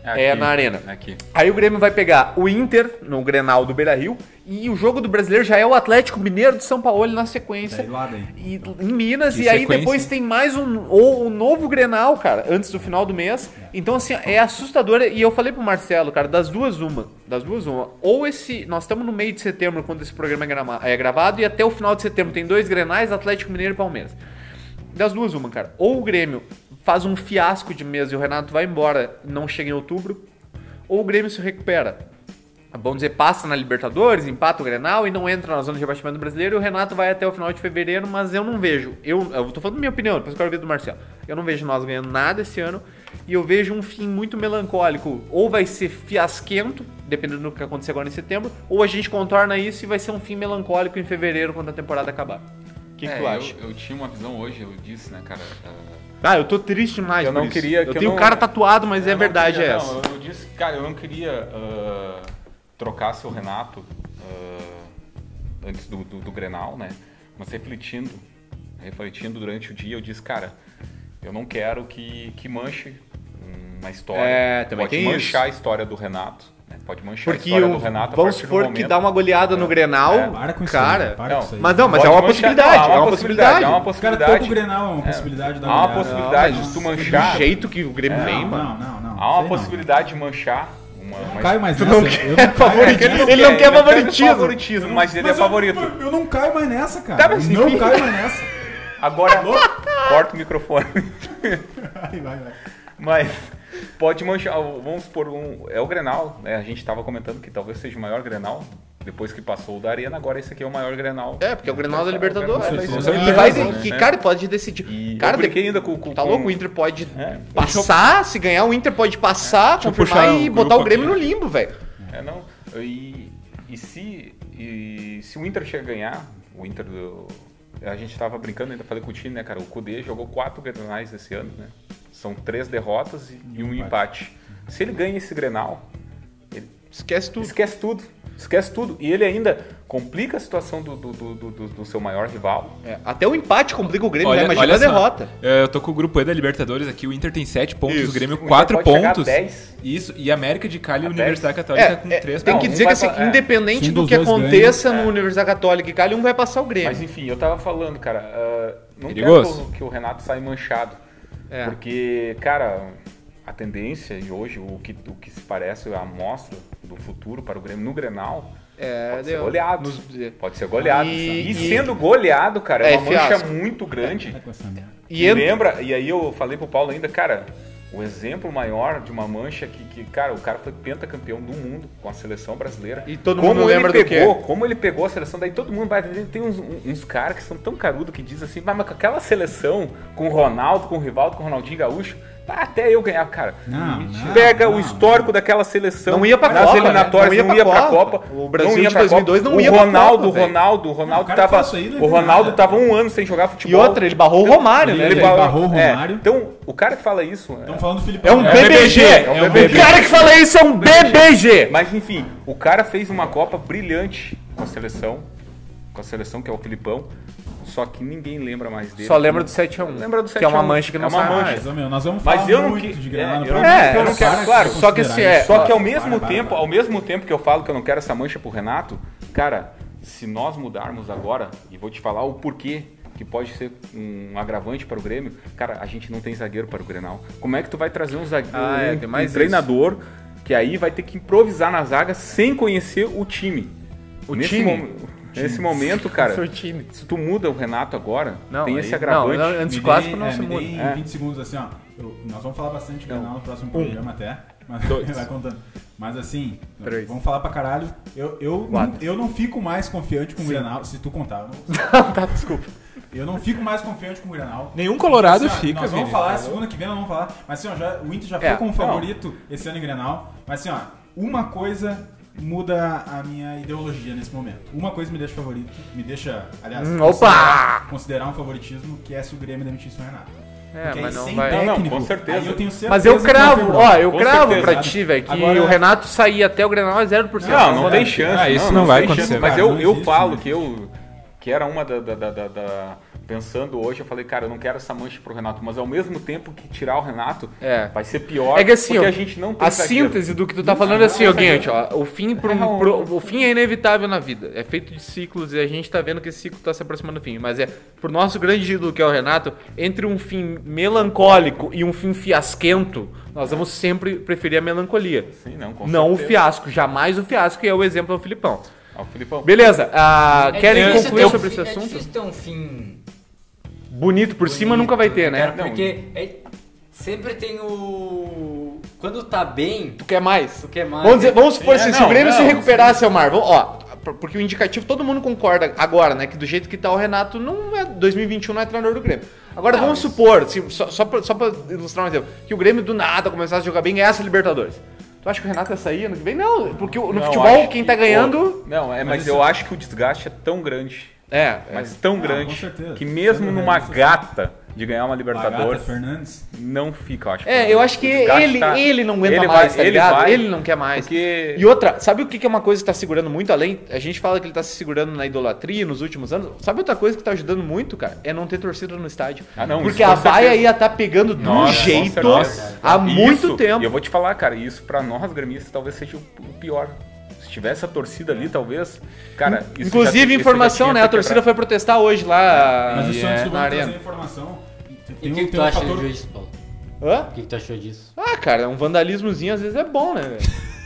C: É na arena.
D: Aqui.
C: Aí o Grêmio vai pegar o Inter no Grenal do Beira Rio e o jogo do brasileiro já é o Atlético Mineiro de São Paulo na sequência.
F: Daí lá daí.
C: E, em Minas,
B: Que
C: e aí
B: sequência,
C: depois
B: hein?
C: tem mais um, ou um novo Grenal, cara, antes do final do mês. Então, assim, é assustador. E eu falei pro Marcelo, cara, das duas, uma. Das duas, uma. Ou esse. Nós estamos no meio de setembro, quando esse programa é, grama- é gravado, e até o final de setembro tem dois Grenais, Atlético Mineiro e Palmeiras. Das duas, uma, cara. Ou o Grêmio faz um fiasco de mês e o Renato vai embora, não chega em outubro. Ou o Grêmio se recupera. Vamos dizer, passa na Libertadores, empata o Grenal e não entra na zona de rebaixamento brasileiro. E o Renato vai até o final de fevereiro, mas eu não vejo. Eu, eu tô falando minha opinião, depois eu quero ver do Marcelo. Eu não vejo nós ganhando nada esse ano. E eu vejo um fim muito melancólico. Ou vai ser fiasquento, dependendo do que acontecer agora em setembro, ou a gente contorna isso e vai ser um fim melancólico em fevereiro, quando a temporada acabar. O que, que
D: É,
C: tu acha?
D: Eu, eu tinha uma visão hoje, eu disse, né, cara? ah,
C: Ah, eu tô triste demais.
D: Eu
C: por
D: não
C: isso.
D: queria
C: Eu
D: que eu
C: tenho
D: não-
C: cara tatuado, mas é
D: eu não
C: verdade
D: queria-
C: é
D: não,
C: essa.
D: eu disse, cara, eu não queria ah, trocar seu Renato ah, antes do, do, do Grenal, né? Mas refletindo, refletindo durante o dia, eu disse, cara, eu não quero que, que manche uma história.
C: É, também
D: Pode
C: tem
D: manchar a história do Renato. né? Pode manchar
C: Porque
D: a história
C: o,
D: do Renato a
C: vamos
D: partir
C: supor
D: do momento.
C: que dá uma goleada no Grenal,
D: É,
F: Para com isso.
C: cara.
F: aí, Para com isso aí.
C: Mas não, mas
D: Pode
C: é uma
D: manchar-
C: possibilidade,
D: não,
C: é uma possibilidade.
D: É uma
F: Os caras
D: possibilidade.
F: todo Grenal é uma possibilidade da
D: Há uma
F: goleada.
D: possibilidade de Ah, tu
F: Não,
D: manchar. É.
C: do jeito que o Grêmio
F: não,
C: vem, mano.
F: Não, não, não.
D: Há uma
F: Sei
D: possibilidade de manchar uma.
F: Não.
D: uma-
F: Caio mais
C: Tu
F: nessa.
C: não
F: eu não caio-
D: É que
C: Ele não quer favoritismo.
D: favoritismo, mas ele é
F: Mas eu-
D: favorito.
F: Eu, eu não caio mais nessa, cara.
D: Tá, mas
F: Eu não
D: enfim.
F: caio mais nessa.
D: Agora, corta o microfone.
F: Vai, vai, vai.
D: Mas pode manchar. Vamos supor, um, é o Grenal. né? A gente tava comentando que talvez seja o maior Grenal. Depois que passou o da Arena, agora esse aqui é o maior Grenal.
C: É, porque é o Grenal da
D: É,
C: Libertadores.
D: é o
F: Com
D: Grenal da
F: certeza.
C: E vai,
F: É,
D: Libertadores,
C: que,
D: né?
C: cara, pode decidir.
D: E
C: cara,
D: eu brinquei
C: de-
D: ainda com, com-
C: tá
D: com-
C: louco? O Inter pode
D: É.
C: passar, se ganhar, o Inter pode passar,
B: Deixa eu
C: confirmar
B: puxar
C: e
B: o
C: botar o
B: grupo
C: Grêmio
B: aqui,
C: no limbo, velho.
D: É, não. E, e se, e se o Inter chega a ganhar, o Inter do. A gente tava brincando, ainda falei com o time, né, cara? O Kudê jogou quatro grenais esse ano, né? São três derrotas e, e um empate. Se ele ganha esse grenal, ele
C: Esquece tudo.
D: esquece tudo. Esquece tudo. E ele ainda complica a situação do, do, do, do- do seu maior rival.
C: É, Até o empate complica o Grêmio,
B: Olha-
C: já imagina
B: olha
C: a
B: só.
C: derrota.
B: É, Eu tô com o grupo E da Libertadores aqui. O Inter tem 7 pontos,
C: Isso.
B: o Grêmio
D: Inter
B: 4
D: pode chegar a
B: pontos.
D: 10.
B: Isso, e América de Cali e
D: A
B: Universidade
C: É,
B: Católica com
C: é,
B: 3
C: tem
D: Não,
C: que
D: um
C: dizer que
D: vai
C: assim,
D: pa- é.
C: independente
F: Se um
C: do
F: dos
C: que
F: dois ganha,
C: aconteça
E: É.
C: no Universidade Católica e Cali, um vai passar o Grêmio.
D: Mas enfim, eu tava falando, cara, ah, não
B: Perigoso.
D: quero que o- que o Renato saia manchado.
C: É.
D: Porque, cara, a tendência de hoje, o que, o que se parece a amostra do futuro para o Grêmio no Grenal,
C: É,
D: pode ser
C: deu-
D: goleado.
C: nos-
D: Pode ser goleado.
C: E-
D: E,
C: e-
D: sendo goleado, cara, é,
C: É,
D: uma mancha
C: fiasco.
D: muito grande.
F: Tá com essa merda.
C: E entra-
D: Lembra? E aí eu falei pro Paulo ainda, cara, O exemplo maior de uma mancha que, que, cara, o cara foi pentacampeão do mundo com a seleção brasileira.
C: E todo
D: como
C: mundo lembra do
D: ele
C: quê?
D: pegou, Como ele pegou a seleção, daí todo mundo vai. Tem uns, um, uns caras que são tão carudo que dizem assim, "Bah, mas com aquela seleção, com o Ronaldo, com o Rivaldo, com o Ronaldinho Gaúcho, pá, até eu ganhar, cara.
F: Não, não,
D: Pega
F: não.
D: o histórico daquela seleção.
C: Não ia pra
D: nas
C: Copa, né?
D: eliminatórias,
C: Não ia
D: não ia
C: pra
D: pra
C: Copa.
D: Copa.
C: O Brasil
D: não
C: de
D: ia pra
C: 2002
D: Copa.
C: não ia
D: o
C: pra
D: Ronaldo,
C: Copa, velho.
D: Ronaldo, o Ronaldo
F: cara que
D: tava.
F: faz isso aí não
D: O
F: entende
D: Ronaldo
F: nada.
D: tava um ano sem jogar
C: E
D: futebol.
C: outra, ele barrou o Romário, né?
F: Ele
C: velho?
F: barrou o
D: é,
F: Romário.
D: então, o cara que fala isso. é,
F: Estão falando do Filipão.
C: É um
F: né?
C: BBG.
D: é um BBG.
C: O cara que fala isso é um BBG.
D: Mas enfim, o cara fez uma Copa brilhante com a seleção. Com a seleção, que é o Filipão. Só que ninguém lembra mais dele.
E: Só lembra do 7x1.
D: Lembra do
E: Que é
C: um.
E: uma
D: 7x1,
E: mancha que
D: é
E: não
D: uma
E: sai
D: mancha.
E: mais.
F: Mas, ô, meu, né? nós vamos
D: Mas
F: falar
D: eu não
F: muito
D: que-
F: de
D: é,
F: Grenal no
D: eu não
F: programa,
C: quero-
F: então
C: eu não quero-
F: para
C: claro,
F: de
C: só que
F: considerar
C: se é-
F: isso.
D: Só que ao
F: Para,
D: mesmo
F: para,
D: tempo,
F: para.
D: ao mesmo tempo que eu falo que eu não quero essa mancha pro Renato, cara, se nós mudarmos agora, e vou te falar o porquê que pode ser um agravante para o Grêmio, cara, a gente não tem zagueiro para o Grenal. Como é que tu vai trazer um zagueiro,
E: Ah, é,
D: um-
E: tem
D: um
E: mais isso.
D: treinador que aí vai ter que improvisar na zaga sem conhecer o time?
E: O
D: nesse
E: time?
D: mom- Nesse momento, cara,
E: Seu time.
D: se tu muda o Renato agora,
E: Não,
D: tem
E: aí-
D: esse agravante.
E: Não, não, antes
F: Me
E: do clássico
F: deem-
E: não
F: é,
E: se
F: me
E: muda.
F: deem
D: É.
F: 20 segundos assim, ó. Eu- nós vamos falar bastante de Grenal no
E: Um.
F: próximo programa até. Mas
B: Dois.
F: vai contando. Mas assim,
E: Três.
F: vamos falar pra caralho. Eu, eu, não, eu não fico mais confiante com o Grenal, se tu contar. Eu não,
E: tá, desculpa.
F: eu não fico mais confiante com o Grenal.
B: Nenhum colorado
F: Assim, ó,
B: fica,
F: Nós
B: Vini.
F: vamos falar, segunda que vem nós vamos falar. Mas assim, ó, já, o Inter já foi
E: É,
F: como
E: não.
F: favorito esse ano em Grenal. Mas assim, ó, uma coisa muda a minha ideologia nesse momento. Uma coisa me deixa favorito, me deixa, aliás,
E: Hum, opa!
F: Considerar, considerar um favoritismo, que é se o Grêmio demitisse o Renato.
E: É,
F: Porque aí
E: mas não
F: sem
E: vai.
F: técnico,
D: Não, não, com certeza.
F: aí eu tenho certeza
E: Mas eu
F: que não tem
E: cravo,
F: Grenal.
E: ó, eu
D: Com
E: cravo
D: certeza.
E: pra É ti, velho, que
F: Agora-
E: o Renato sair até o Grenal é 0%.
D: Não, não
F: Agora-
D: tem chance.
B: Ah, isso não vai
D: tem
B: acontecer,
D: Mas
F: cara,
D: eu,
F: não
D: eu
F: existe,
D: falo
F: né?
D: que eu que era uma da, da- da- da- da- pensando hoje, eu falei, cara, eu não quero essa mancha pro Renato, mas ao mesmo tempo que tirar o Renato
E: É.
D: vai ser pior,
E: É que assim,
D: porque
E: ó,
D: a gente não tem
E: a
D: zagueiro.
E: síntese do que tu tá falando é assim, ó, Guincho, ó, o fim pro-
D: um.
E: pro- o fim é inevitável na vida. É feito de ciclos e a gente tá vendo que esse ciclo tá se aproximando do fim, mas é pro nosso grande ídolo que é o Renato, entre um fim melancólico e um fim fiasquento, nós vamos sempre preferir a melancolia.
D: Sim, não, com
E: Não o
D: certeza.
E: fiasco, jamais o fiasco, e é o exemplo do Filipão.
D: Ah, o Filipão.
E: Beleza, ah,
G: É
E: querem
G: difícil
E: concluir
G: ter um
E: sobre
G: fim-
E: esse
G: É
E: assunto?
G: difícil ter um fim
E: Bonito por cima
G: bonito,
E: nunca vai ter,
G: cara,
E: né?
D: Não.
G: Porque é- sempre tem o. Quando tá bem,
C: Tu quer é mais?
G: Tu quer mais?
C: Vamos, dizer, vamos supor
D: É,
C: assim, se
D: não,
C: o Grêmio
D: não,
C: se recuperar, seu Mar, vamos, ó, por- porque o indicativo todo mundo concorda agora, né, que do jeito que tá o Renato, não é 2021 não é treinador do Grêmio. Agora vamos supor, se- só, só, pra, só pra ilustrar um exemplo, que o Grêmio do nada começasse a jogar bem e ganhasse a Libertadores. Tu acha que o Renato ia sair ano que vem? Não, porque o- no
D: Não,
C: futebol
D: acho
C: quem
D: que-
C: tá ganhando...
D: Não, é, mas, eu acho que o desgaste é tão grande,
C: É,
D: mas tão
F: Ah, com
D: grande,
F: certeza.
D: que mesmo
F: Sendo
D: numa
F: realista,
D: gata de ganhar uma
E: é
F: Barata,
D: Libertadores,
F: Fernandes.
D: não fica, eu acho.
C: É, eu acho que
D: O desgaste
C: ele,
D: tá-
C: ele não aguenta
D: ele
C: mais,
D: vai-
C: tá
D: ele
C: ligado?
D: vai,
C: Ele não quer mais.
D: porque-
C: E outra, sabe o que que é uma coisa que tá segurando muito além? A gente fala que ele tá se segurando na idolatria nos últimos anos. Sabe outra coisa que tá ajudando muito, cara? É não ter torcida no estádio.
D: Ah, não,
C: Porque
D: isso com
C: a vaia
D: certeza.
C: ia tá pegando do
D: Nossa,
C: jeito
D: com certeza.
C: há
D: Isso,
C: muito
D: E eu
C: tempo.
D: vou te falar, cara, isso pra nós gremistas talvez seja o o pior. Se tivesse a torcida ali, talvez. Cara, isso já-
C: Inclusive,
D: isso já
C: informação,
D: tinha É.
C: né? A
D: que
C: torcida
D: quebrar.
C: foi protestar hoje
E: Tá
C: lá
F: Mas isso é um
C: eh,
E: é,
F: antes do
C: na
F: Grêmio
C: arena.
F: trazer informação. Tem,
G: e o
F: um-
G: que, que
F: tem
G: tu
F: um
G: acha
F: fator-
G: disso, Paulo?
C: Hã?
G: O que, que tu achou disso?
C: Ah, cara, um vandalismozinho às vezes é bom, né? velho?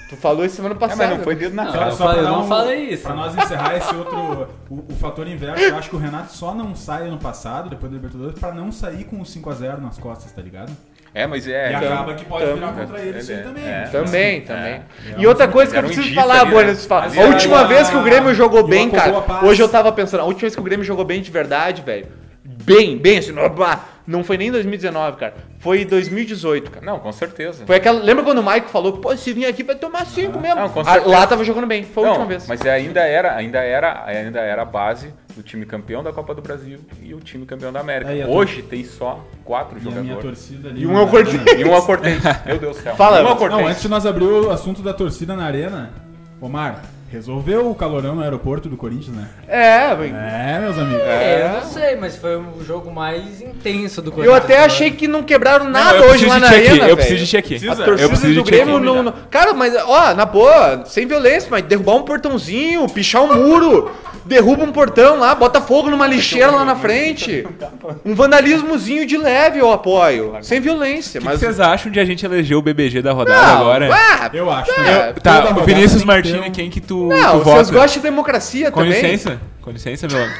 C: tu falou isso semana
D: É,
C: passada.
D: mas não foi dedo na
G: Não,
D: cara.
G: eu falei-
F: pra um
G: eu não falei isso.
F: Pra nós encerrar esse outro. O, o fator inverso, eu acho que o Renato só não sai ano passado, depois do Libertadores, pra não sair com o 5x0 nas costas, tá ligado?
D: É, mas é.
F: e
D: então,
F: acaba que pode
C: tam-
F: virar contra ele sim
D: é,
F: também.
D: é.
F: né?
C: Também,
F: Assim,
C: também.
F: é.
C: E outra coisa que eu
D: Era um
C: preciso
D: indício
C: falar,
D: ali,
C: Bolha,
D: né?
C: preciso falar.
D: Mas
C: A
D: era
C: última
F: uma-
C: vez que o Grêmio jogou
F: e
C: bem,
F: uma boa
C: cara.
F: paz.
C: Hoje eu tava pensando, a última vez que o Grêmio jogou bem de verdade, velho. Bem, bem, assim, ó, bah, não foi nem 2019, cara. Foi 2018, cara.
D: Não, com certeza.
C: Foi aquela. Lembra quando o Maico falou, pô, se vir aqui vai tomar cinco mesmo?
D: Não, com
C: Ah,
D: certeza.
C: lá tava jogando bem, foi a
D: não,
C: última vez.
D: Mas é, ainda era, ainda era, ainda era a base do time campeão da Copa do Brasil e o time campeão da América.
F: Aí, a tor-
D: Hoje tem só quatro
F: E a minha
D: jogadores.
F: torcida ali.
C: E um
F: na
C: é o Cordeiro.
F: arena.
D: E um acortente. Meu Deus do céu.
C: Fala,
D: um
C: Everton.
D: acortente.
F: Não, antes de nós abrir o assunto da torcida na arena, Omar, resolveu o calorão no aeroporto do Corinthians, né?
C: É, velho.
F: É, meus amigos.
G: É, eu não sei, mas foi o jogo mais intenso do
C: Eu até achei que não quebraram
B: Não,
C: nada
B: eu
C: hoje
B: preciso
C: lá
B: de
C: na
B: check,
C: arena,
B: Eu
C: velho.
B: preciso de check.
F: Precisa.
B: Eu
C: Torcida
B: preciso de
C: do
B: check.
C: Grêmio não, não. Cara, mas ó, na boa, sem violência, mas derrubar um portãozinho, pichar um muro, derruba um portão lá, bota fogo numa lixeira lá na frente. Um vandalismozinho de leve eu apoio. Sem violência,
B: O que
C: mas.
B: vocês acham de a gente eleger o BBG da rodada
C: Não,
B: agora?
C: ah,
F: Eu acho. também.
C: É,
F: Toda
B: Tá,
F: rodada
B: o Vinícius
F: tem que ter
B: Martini,
F: um-
B: quem que tu,
C: não,
B: tu
C: vocês
B: vota?
C: gostam de democracia
B: Com
C: também.
B: licença, com licença, meu amigo.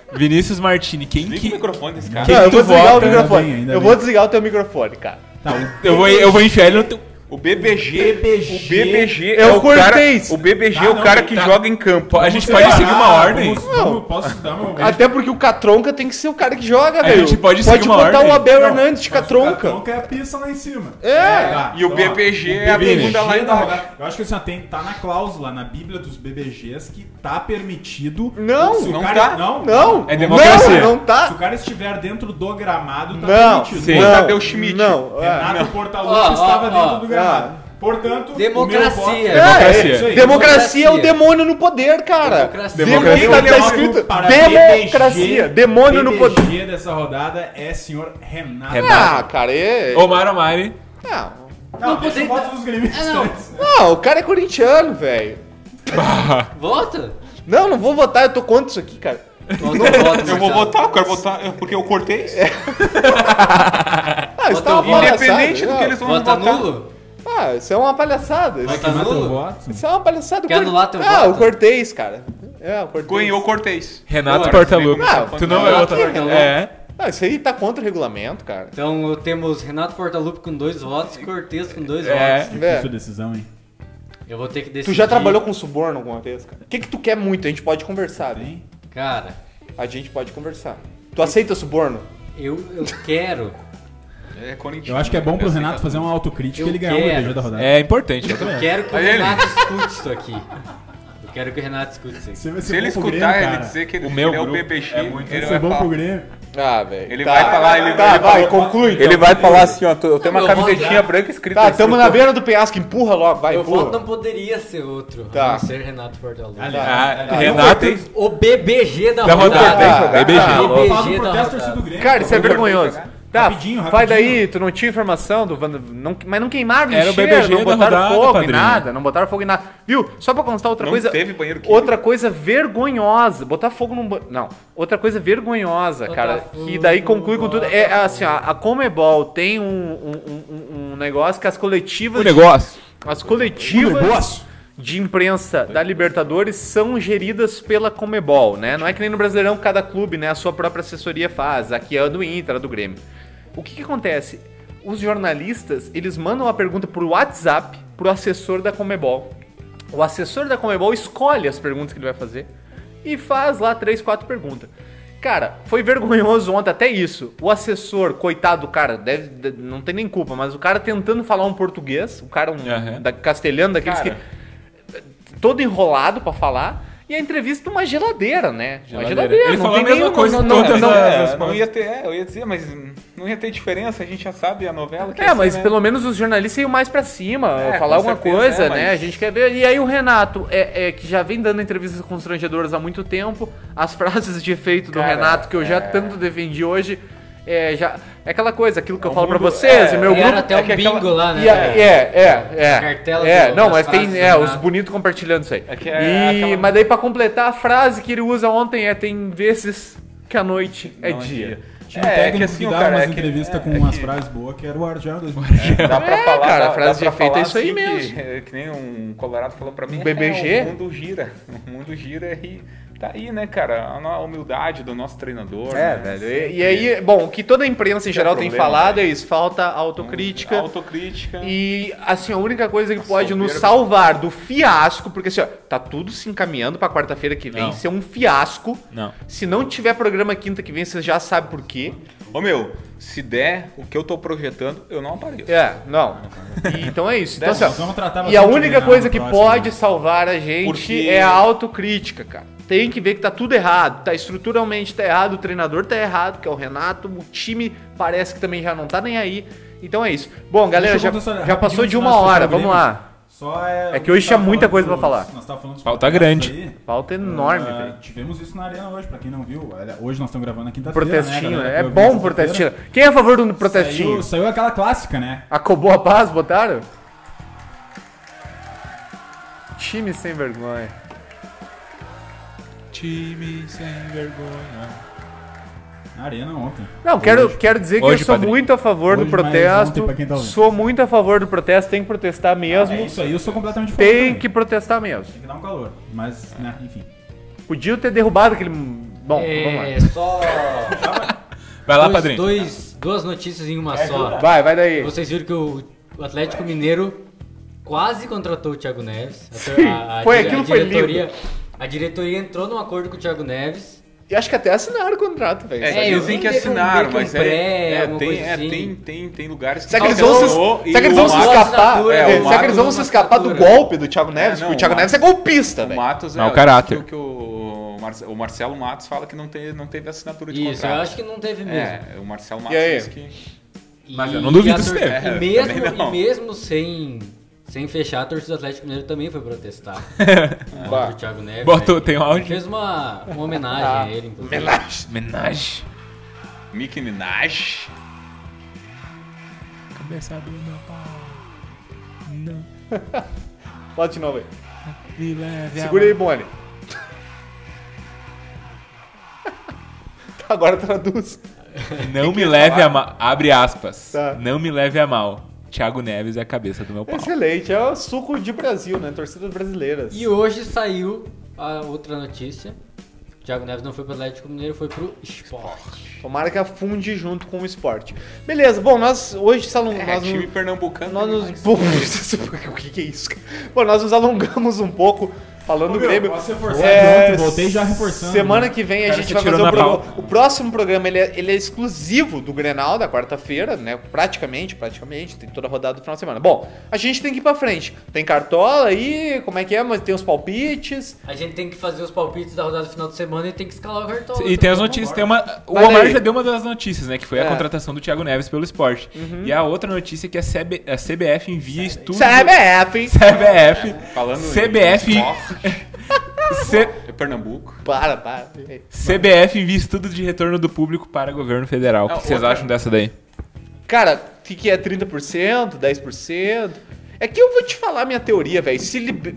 B: Vinícius Martini, quem
D: Liga o
B: que...
D: microfone desse cara.
C: Não,
B: Quem tu
C: eu vou desligar
B: vota?
C: o microfone.
F: Ainda bem, ainda
C: eu
F: bem.
C: vou desligar o teu microfone, cara.
F: Tá,
B: Eu vou, eu vou enfiar ele no teu.
D: O BBG,
F: BBG
D: o BBG
C: é o
D: cara,
C: Cortez.
D: o BBG é
F: Ah,
D: o cara
F: não,
D: que
F: tá.
D: joga em campo.
B: A gente pode seguir uma ordem.
F: Vamos, vamos, posso dar meu
C: Até porque o Catronca tem que ser o cara que joga,
B: A
C: velho.
B: gente pode seguir
C: pode
B: uma
C: botar
B: ordem.
C: o Abel
F: Não,
C: Hernandes de
F: mas o
C: Catronca.
F: Catronca é a pista lá em cima.
C: É.
F: Tá,
D: E o
F: então, ó,
D: BBG é a
F: BBG
D: segunda lá
F: da
D: embaixo.
F: rodada. Eu acho que assim, ó, tem, tá na cláusula, na bíblia dos BBGs, que tá permitido.
C: Não,
F: se o
D: não
F: cara,
D: tá.
F: Não,
C: Não.
B: É democracia.
C: não, não
F: Se o
C: tá.
F: cara estiver dentro do gramado, tá
C: Não.
F: permitido.
B: Sim.
C: Não.
D: Tadeu Schmidt.
C: Não. é.
F: Renato Portaluppi
G: Ó, ó,
F: estava dentro
G: ó,
F: do gramado. Portanto,
G: Democracia.
F: o meu voto...
G: É,
B: Democracia.
F: isso aí.
C: Democracia é o
G: Democracia.
C: demônio no poder, cara.
G: Democracia.
C: Demônio tá, tá
F: Meu voto
C: escrito
F: para
C: democracia.
F: BBG.
C: Demônio no
F: BBG
C: poder.
F: dessa rodada é senhor Renato.
C: Ah, cara, é.
B: Omar Omari.
C: Não.
F: Não,
G: Não,
F: deixa eu
G: poderia-
F: voto dos gremistas.
G: Ah, não.
C: Não, o cara é corintiano, velho.
G: Vota?
C: Não, não vou votar, eu tô contra isso aqui, cara.
G: Não, não vota,
D: Eu vou
G: Marcelo.
D: botar, eu quero botar, porque eu cortei.
C: Ah, isso
G: Bota
C: tá uma
G: o Vini.
C: palhaçada.
D: Independente do
C: não.
D: que eles vão
G: Vota
D: votar.
G: nulo?
C: Ah, isso é uma palhaçada. Isso,
G: Vota nulo?
F: voto.
C: isso é uma palhaçada.
G: Quer
C: O Cor-
G: anular teu
C: Ah,
G: voto?
C: o Cortez, cara. É, o Cortez.
D: Ganhou Cortez.
B: Renato
G: Porra,
B: Portaluppi.
C: Ah,
B: Tu não vai
G: Renato
B: votar.
G: Portaluppi.
B: É.
C: Ah, isso aí tá contra o regulamento, cara.
G: Então eu temos Renato Portaluppi com dois votos e Cortez com dois
B: É.
G: votos.
C: É.
F: Sua decisão, hein?
G: Eu vou ter que decidir.
C: Tu já trabalhou com suborno alguma vez, cara? O que, que tu quer muito? A gente pode conversar, né?
F: Tem?
G: Cara,
C: A gente pode conversar. Tu aceita suborno?
G: eu, eu quero.
D: É
F: Eu acho que é bom pro Renato fazer uma autocrítica
G: Eu
F: e ele ganhar o
G: quero.
F: BBG da rodada.
B: É importante.
G: Eu quero que o
D: Aí ele-
G: Renato escute isso aqui. Eu quero que o Renato escute isso aqui.
F: Se, vai ser
D: Se ele
F: bom pro
D: escutar
F: Grêmio,
D: ele
F: cara.
D: dizer que ele,
B: O meu
D: ele é o
B: grupo
D: BBG,
F: Vai
D: ele
F: ser
D: vai
F: bom pro
D: falar.
F: Grêmio.
C: Ah, velho.
D: Ele
C: Tá.
D: vai falar, ele
C: Tá,
D: ele
C: vai,
D: falou-
C: conclui.
D: Ele vai falar assim, ó, tu- eu tenho uma
G: Não, eu
D: camisetinha
G: voto-
D: branca escrita. assim,
C: Tá, tamo
D: instrutor.
C: na beira do penhasco, empurra logo, vai,
G: Meu voto
C: empurra.
G: não poderia ser outro,
C: Tá.
G: a não ser Renato Portaluppi.
B: Ah,
F: Ah,
B: Renato.
G: O BBG da
C: Tá
B: Da
G: rodada.
B: rodada. BBG.
C: Ah,
F: Eu vou falar do
G: BG da
F: protesto
G: rodada.
F: torcido do Grêmio.
C: Cara, isso é vergonhoso. Tá,
F: Rapidinho,
C: vai
F: rapidinho.
C: daí, tu não tinha informação do Vanda- não, mas não queimaram
B: Era o
C: lixeira,
B: BBG
C: não
B: da
C: botaram
B: rodada,
C: fogo
B: padrinho.
C: em nada, não botaram fogo em nada. Viu? Só pra constar outra
D: Não
C: coisa,
D: teve banheiro químico.
C: outra coisa vergonhosa, botar fogo num ba- não, outra coisa vergonhosa,
G: Botar
C: cara,
G: fogo,
C: que daí conclui com tudo, é
G: botar
C: assim, ó, a Comebol tem um, um- um- um negócio que as coletivas
B: O um negócio.
C: as coletivas de imprensa da Libertadores são geridas pela Comebol, né? Não é que nem no Brasileirão cada clube, né, a sua própria assessoria faz. Aqui é a do Inter, a do Grêmio. O que, que acontece? Os jornalistas, eles mandam uma pergunta por WhatsApp pro assessor da Comebol. O assessor da Comebol escolhe as perguntas que ele vai fazer e faz lá três, quatro perguntas. Cara, foi vergonhoso ontem até isso. O assessor, coitado do cara, deve, de- não tem nem culpa, mas o cara tentando falar um português, o cara um
B: Aham.
C: da- castelhano daqueles
D: Cara.
C: que todo enrolado pra falar. E a entrevista uma geladeira, né? Uma
B: Geladeira.
C: geladeira.
B: Ele
C: não
B: falou
C: tem
B: a mesma
C: nem-
B: coisa
C: não-
B: em
C: não-
B: todas
C: não-
B: as-
D: É, não ia ter, é, eu ia dizer, mas não ia ter diferença, a gente já sabe a novela. que
C: É,
D: assim,
C: mas
D: né?
C: pelo menos os jornalistas iam mais pra cima,
D: É,
C: falar
D: com
C: alguma
D: certeza,
C: coisa,
D: é,
C: né?
D: mas-
C: A gente quer ver. E aí o Renato, é, é, que já vem dando entrevistas constrangedoras há muito tempo, as frases de efeito do
D: Cara,
C: Renato, que eu já
D: é.
C: tanto defendi hoje, é, já, é aquela coisa, aquilo que eu
D: o
C: falo pra
D: mundo-
C: vocês,
D: é,
C: o meu
G: e era
C: grupo...
G: até
C: é
G: um
C: que aquela-
G: bingo lá, né?
C: E a- É, é, é.
G: Cartela
C: é
G: do-
C: não,
G: das
C: mas tem
G: frases do
C: é, os
G: Renato.
C: bonitos compartilhando isso aí.
D: É que é
C: E-
D: aquela-
C: Mas daí pra completar, a frase que ele usa ontem é tem vezes que a noite é
D: Não
C: dia.
F: Tinha um
D: É,
F: técnico
D: que assim,
F: que
D: ó,
F: dava
D: cara,
F: umas
D: é que-
F: entrevistas com
D: é
F: umas
D: que-
F: frases boas, que era o Argel dos
D: Dá pra
C: É,
D: falar,
C: cara,
D: dá-
C: a frase
D: dá
C: de
D: pra
C: efeito é
D: falar
C: isso aí
D: assim que-
C: mesmo.
D: é, Que, nem um colorado falou pra mim.
C: O BBG?
D: "É, o mundo gira, o mundo gira e tá aí, né, cara? A no- a humildade do nosso treinador.
C: É,
D: né?
C: velho. E, e aí, bom, o que toda a imprensa em
D: é
C: geral tem
D: problema,
C: falado é isso: falta autocrítica.
D: Autocrítica.
C: E, assim, a única coisa que pode nos
D: soberba.
C: salvar do fiasco, porque assim, ó, tá tudo se encaminhando pra quarta-feira que vem
B: Não.
C: ser um fiasco.
B: Não.
C: Se não tiver programa quinta que vem, você já sabe por quê.
D: Ô meu, se der o que eu tô projetando, eu não apareço.
C: É, não. E, então é isso. Então, assim, ó,
F: Nós vamos tratar
C: e a
F: bastante
C: única
F: do Renato
C: coisa
F: no
C: que
F: próximo,
C: pode
F: né?
C: salvar a gente
D: Porque-
C: é a autocrítica, cara. Tem que ver que tá tudo errado. Tá estruturalmente tá errado, o treinador tá errado, que é o Renato, o time parece que também já não tá nem aí. Então é isso. Bom, galera,
F: Deixa
C: já,
F: eu contar só
C: já
F: rapidinho
C: passou de
F: antes
C: uma
F: nós
C: hora,
F: fechar o
C: vamos
F: Grêmio.
C: lá.
F: Só é,
C: É que hoje
F: nós
C: tinha
F: tava
C: muita
F: falando
C: coisa pra
F: dos-
C: falar.
F: Nós tava falando dos
B: Falta
F: contratos
B: grande.
F: aí.
C: Falta enorme,
F: Ah,
C: velho.
F: Tivemos isso na arena hoje, pra quem não viu. Olha, Hoje nós estamos gravando na quinta-feira.
C: Protestinho,
F: né, galera?
C: é
F: Foi
C: bom
F: na
C: protestinho. Quem é a favor do protestinho?
F: Saiu, saiu aquela clássica, né?
C: Acabou a paz, botaram? Time sem vergonha.
B: Time sem vergonha.
F: Na arena ontem.
C: Não, quero, quero dizer que
B: Hoje,
C: eu sou
B: padrinho.
C: muito a favor do
F: Hoje, mas ontem,
C: protesto.
F: pra quem tá ouvindo.
C: sou muito a favor do protesto, tem que protestar mesmo.
F: É isso aí, eu sou completamente fora
C: tem
F: também.
C: que protestar mesmo.
F: Tem que dar um calor. Mas, né, enfim.
C: Podia ter derrubado aquele. Bom, vamos lá.
G: É, só
B: Vai lá,
G: dois,
B: padrinho.
G: dois Duas notícias em uma só.
C: Vai, vai daí.
G: Vocês viram que o o Atlético Mineiro quase contratou o Thiago Neves. A-
C: Sim,
G: a- a
C: foi,
G: dire-
C: aquilo
G: a
C: foi lindo.
G: diretoria, A diretoria entrou num acordo com o Thiago Neves.
C: E acho que até assinaram o contrato, velho.
G: É, eu vi
D: dizem
G: que teve um meio que um
D: mas
G: pré,
D: é, é,
G: alguma
D: tem,
G: coisa
D: é
G: assim.
D: tem, tem, tem lugares que
C: Será que eles vão
D: assinou
C: se,
D: e
C: será que eles
D: o
C: vão se
D: Matos-
C: escapar?
D: é, o
C: É, será que
D: Matos
C: eles vão
G: é
C: se
G: uma
C: escapar do
G: assinatura.
C: golpe do Thiago Neves?
D: não,
C: porque o Thiago
D: o
C: Neves é golpista,
D: O
C: velho.
D: Matos é,
B: Mau caráter.
D: Que, que o, Marce- o Marcelo Matos fala que não, te, não teve assinatura de
G: Isso,
D: contrato.
G: eu acho que não teve mesmo.
D: É, o Marcelo
C: E
D: Matos
C: aí?
D: diz que.
B: Mas eu não duvido se teve.
G: E
D: É,
G: mesmo,
D: também não.
G: e mesmo sem, sem fechar, a torcida do Atlético Mineiro também foi protestar
C: Bah.
G: contra o Thiago Neves.
B: Botou-
G: né?
B: tem um áudio?
G: Fez uma, uma
B: Ah,
G: homenagem a ele, inclusive.
C: Homenagem.
B: Homenagem.
D: Mickey Minaj.
B: Cabeça do meu pau. Não
C: Bota de novo aí.
B: me leve a
C: Segura aí, Boni. Tá, Agora traduz.
B: Não me leve a mal. Abre aspas.
C: Tá.
B: Não me leve a mal. Thiago Neves é a cabeça do meu pau.
C: Excelente, é o suco de Brasil, né? Torcidas brasileiras.
G: E hoje saiu a outra notícia. O Thiago Neves não foi pro Atlético Mineiro, foi pro esporte.
C: Tomara que afunde junto com o esporte. Beleza, bom, nós hoje salão,
D: É,
C: nós,
D: time pernambucano. né?
C: nós
D: tem
C: nos.
D: mais.
C: Pô, o que, que é isso? cara? Bom, nós nos alongamos um pouco falando
F: Ô,
C: do
F: meu,
C: Grêmio. É,
F: posso reforçar de novo? Voltei já reforçando.
C: Semana que vem a
B: Cara,
C: gente
B: você
C: vai
B: tirou
C: fazer o
B: na
C: programa.
B: pau.
C: O próximo programa ele é, ele é exclusivo do Grenal da quarta-feira, né? Praticamente, praticamente. Tem toda a rodada do final de semana. Bom, a gente tem que ir pra frente. Tem cartola aí, como é que é? Mas tem os palpites.
G: A gente tem que fazer os palpites da rodada do final de semana e tem que escalar o cartão.
B: E tem as notícias, tem uma. O
C: Vai
B: Omar
C: daí.
B: já deu uma das notícias, né? Que foi
C: É. Uhum.
B: a contratação do Thiago Neves pelo esporte. E a outra notícia é que a, CB a CBF envia estudo.
C: CBF, é, hein?
B: CBF.
D: Falando em
B: CBF.
D: esporte,
B: C-
D: É Pernambuco.
C: Para, para.
B: CBF envia estudo de retorno do público para governo federal. O
D: Ah,
B: que vocês
D: outra-
B: acham dessa daí?
C: Cara, o que, que é 30%, 10%? É que eu vou te falar minha teoria, velho. Se liber...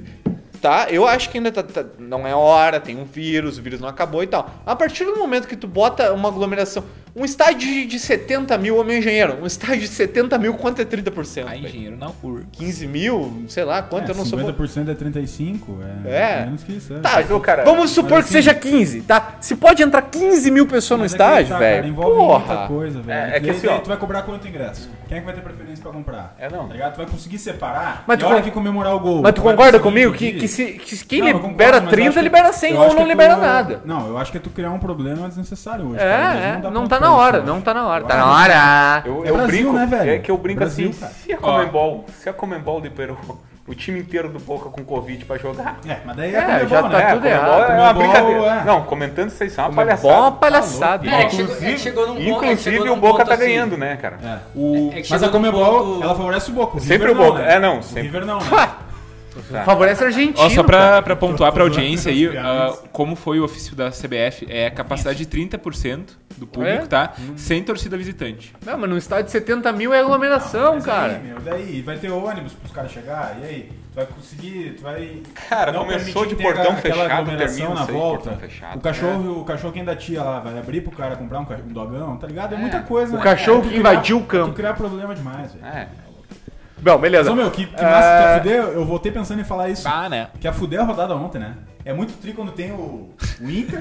C: Tá? Eu acho que ainda tá, tá- não é hora, tem um vírus, o vírus não acabou e tal. A partir do momento que tu bota uma aglomeração. Um estádio de- de 70 mil, ô meu engenheiro, um estádio de 70 mil, quanto é 30%?
B: Ah,
C: velho?
B: engenheiro não por.
C: 15 mil, sei lá, quanto
F: É,
C: eu não sou. bom.
F: 50% é 35, é,
C: É.
F: menos que isso. É.
C: Tá, viu, cara?
E: Vamos supor
F: Mas
E: que
F: assim-
E: seja 15, tá? Se pode entrar 15 mil pessoas no
F: Mas é que tá,
E: estádio,
F: cara,
E: velho.
F: Envolve
C: Porra.
F: muita coisa, velho.
D: É, é que
F: E aí,
D: assim, ó.
F: Tu vai cobrar quanto ingresso? Quem é que vai ter preferência pra comprar?
D: É, não.
F: Tá ligado? Tu vai conseguir separar
E: Mas
F: mas e
E: tu
F: a hora
E: con-
F: que comemorar o gol.
E: Mas tu
F: vai
E: concorda
F: conseguir
E: comigo que,
F: dividir?
E: que, se, que quem
F: Não, eu
E: libera
F: concordo, mas eu
E: 30
F: acho que-
E: libera 100
F: eu
E: ou
F: acho
E: não
F: que tu-
E: libera nada.
F: Não, eu acho que é tu criar um problema desnecessário hoje.
E: É,
F: cara.
E: é,
F: Mas dá
E: não
F: ponto
E: tá
F: pra
E: na
F: isso,
E: hora,
F: cara.
E: não tá na hora.
F: Eu
E: Tá
F: acho
E: na hora.
D: Eu,
F: É
D: eu
F: Brasil,
D: brinco,
F: né, velho?
D: é que eu brinco
F: Brasil,
D: assim,
F: cara.
D: se a Comembol, se a Comembol liberou o time inteiro do Boca com Covid pra jogar,
F: que- É, mas daí
C: É,
F: é, é
C: já
F: bom,
C: tá
F: né?
D: é,
C: tudo
D: Comembol
C: errado.
D: é uma
F: Comembol,
D: brincadeira.
F: é.
D: Não, comentando isso aí, isso é uma
C: Boa
D: palhaçada.
C: palhaçada.
G: É, que chegou- é que
D: Inclusive,
G: chegou num ponto- é que
D: inclusive
G: chegou
D: o
G: num
D: Boca
G: ponto
D: tá
G: assim.
D: ganhando, né, cara?
F: É.
B: O...
G: É que
F: Mas
G: chegou
F: a
G: num
F: Comebol,
G: ponto-
F: ela favorece o Boca.
D: Sempre
F: River
D: o Boca. É, não,
F: O
D: sempre.
F: River não, né?
E: Favorece a Argentina.
B: Ó, só pra, pra pontuar pra
F: Tô- tô
B: audiência aí,
F: zoando
B: ah,
F: as piadas.
B: como foi o ofício da CBF, é a capacidade de 30% do público,
C: É?
B: tá? Sem torcida visitante.
C: Não, mas num estádio de 70 mil é aglomeração,
F: Mas
C: cara.
F: Aí, meu, daí vai ter ônibus pros caras chegar, e aí? Tu vai conseguir, tu vai.
D: Cara, começou
F: permitir
D: de
F: ter
D: portão
F: aquela
D: fechado,
F: aglomeração
D: termina
F: na
D: isso aí,
F: volta.
D: portão fechado. né?
F: O cachorro, o cachorro que ainda tia lá vai abrir pro cara comprar um, ca- um dogão, tá ligado? É muita coisa.
C: O
F: né,
C: cachorro
F: cara? Tu
C: que invadiu o campo.
F: Tu criar problema demais, velho.
D: É.
C: Bom,
F: Mas,
C: beleza.
F: ô, meu, que, que é massa que
D: Ah,
C: É.
F: a fuder, eu voltei pensando em falar isso.
B: Ah, né?
F: Que a fuder a rodada ontem, né? É muito tri quando tem o, o Inter,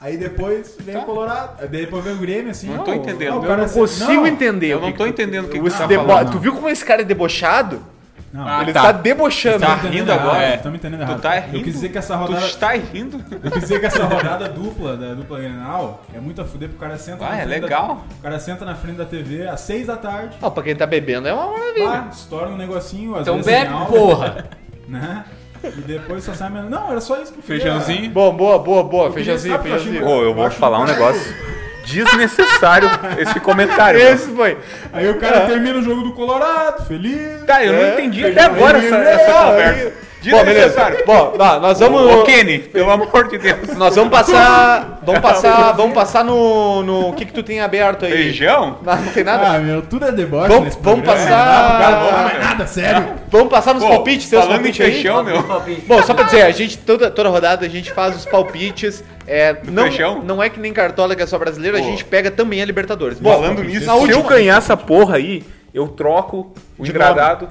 F: aí depois vem o Colorado, aí depois vem o Grêmio, assim.
D: Não tô
F: ó,
D: entendendo,
F: ó, o
D: eu
F: cara assim,
D: não
F: se-
C: Consigo entender.
D: Eu
C: o
D: não
C: que
D: tô
C: que-
D: entendendo o que
C: Esse
D: você tá
C: debo-
D: falando.
C: Tu viu como esse cara é debochado?
F: Não,
B: Ah,
C: ele
B: tá.
C: tá debochando.
D: Tá
F: entendendo
D: rindo agora?
F: errado,
B: é.
F: Tá me entendendo
D: Tu
F: errado.
D: tá rindo?
F: Eu quis dizer que essa
D: Tu
F: rodada.
D: está tá rindo?
F: Eu quis dizer que essa rodada dupla da dupla Grenal é muito a fuder porque o cara senta
D: Ah, é
F: frente da-
D: legal.
F: o cara senta na frente da TV às 6 da tarde,
C: Ó, pra quem tá bebendo é uma maravilha.
F: pá, estoura um negocinho, às
G: Então
F: vezes sem
G: bebe,
F: álcool,
G: porra!
F: né? E depois só sai menos. Não, era só isso que eu queria.
B: Feijãozinho.
C: Bom, boa, boa, boa.
F: queria
C: Feijãozinho,
F: estar pra
C: feijãozinho.
F: China.
D: Ô, eu vou
F: Acho
D: falar um
F: que-
D: negócio desnecessário esse comentário.
C: Esse foi.
F: Aí o cara
D: É.
F: termina o jogo do Colorado, feliz.
D: Tá, eu
C: É,
D: não entendi até agora essa, essa conversa.
C: Bom, beleza.
D: Desnecessário.
C: Bom, não, nós vamos.
D: Ô, Kenny, pelo amor de Deus.
C: Nós vamos passar. Vamos passar. Vamos passar no. no o que, que tu tem aberto aí?
D: Beijão?
C: Não, não tem nada.
F: Ah, meu, tudo é deboche.
C: Vamos-
F: nesse
C: vamos
F: programa,
C: passar-
F: né? Não, cara, não dá
D: Um
F: mais nada, sério.
C: Vamos passar nos
D: Ah. Pô,
C: palpites, teus
D: falando em
C: palpites aí?
D: feijão, né? meu.
C: Bom, só pra dizer, a gente, toda, toda rodada a gente faz os palpites. É, não,
D: feijão?
C: não é que nem cartola que é só brasileiro, a gente pega também a Libertadores. Bom,
D: Falando nisso,
C: na
D: se eu
C: última,
D: ganhar essa porra aí, eu troco o engradado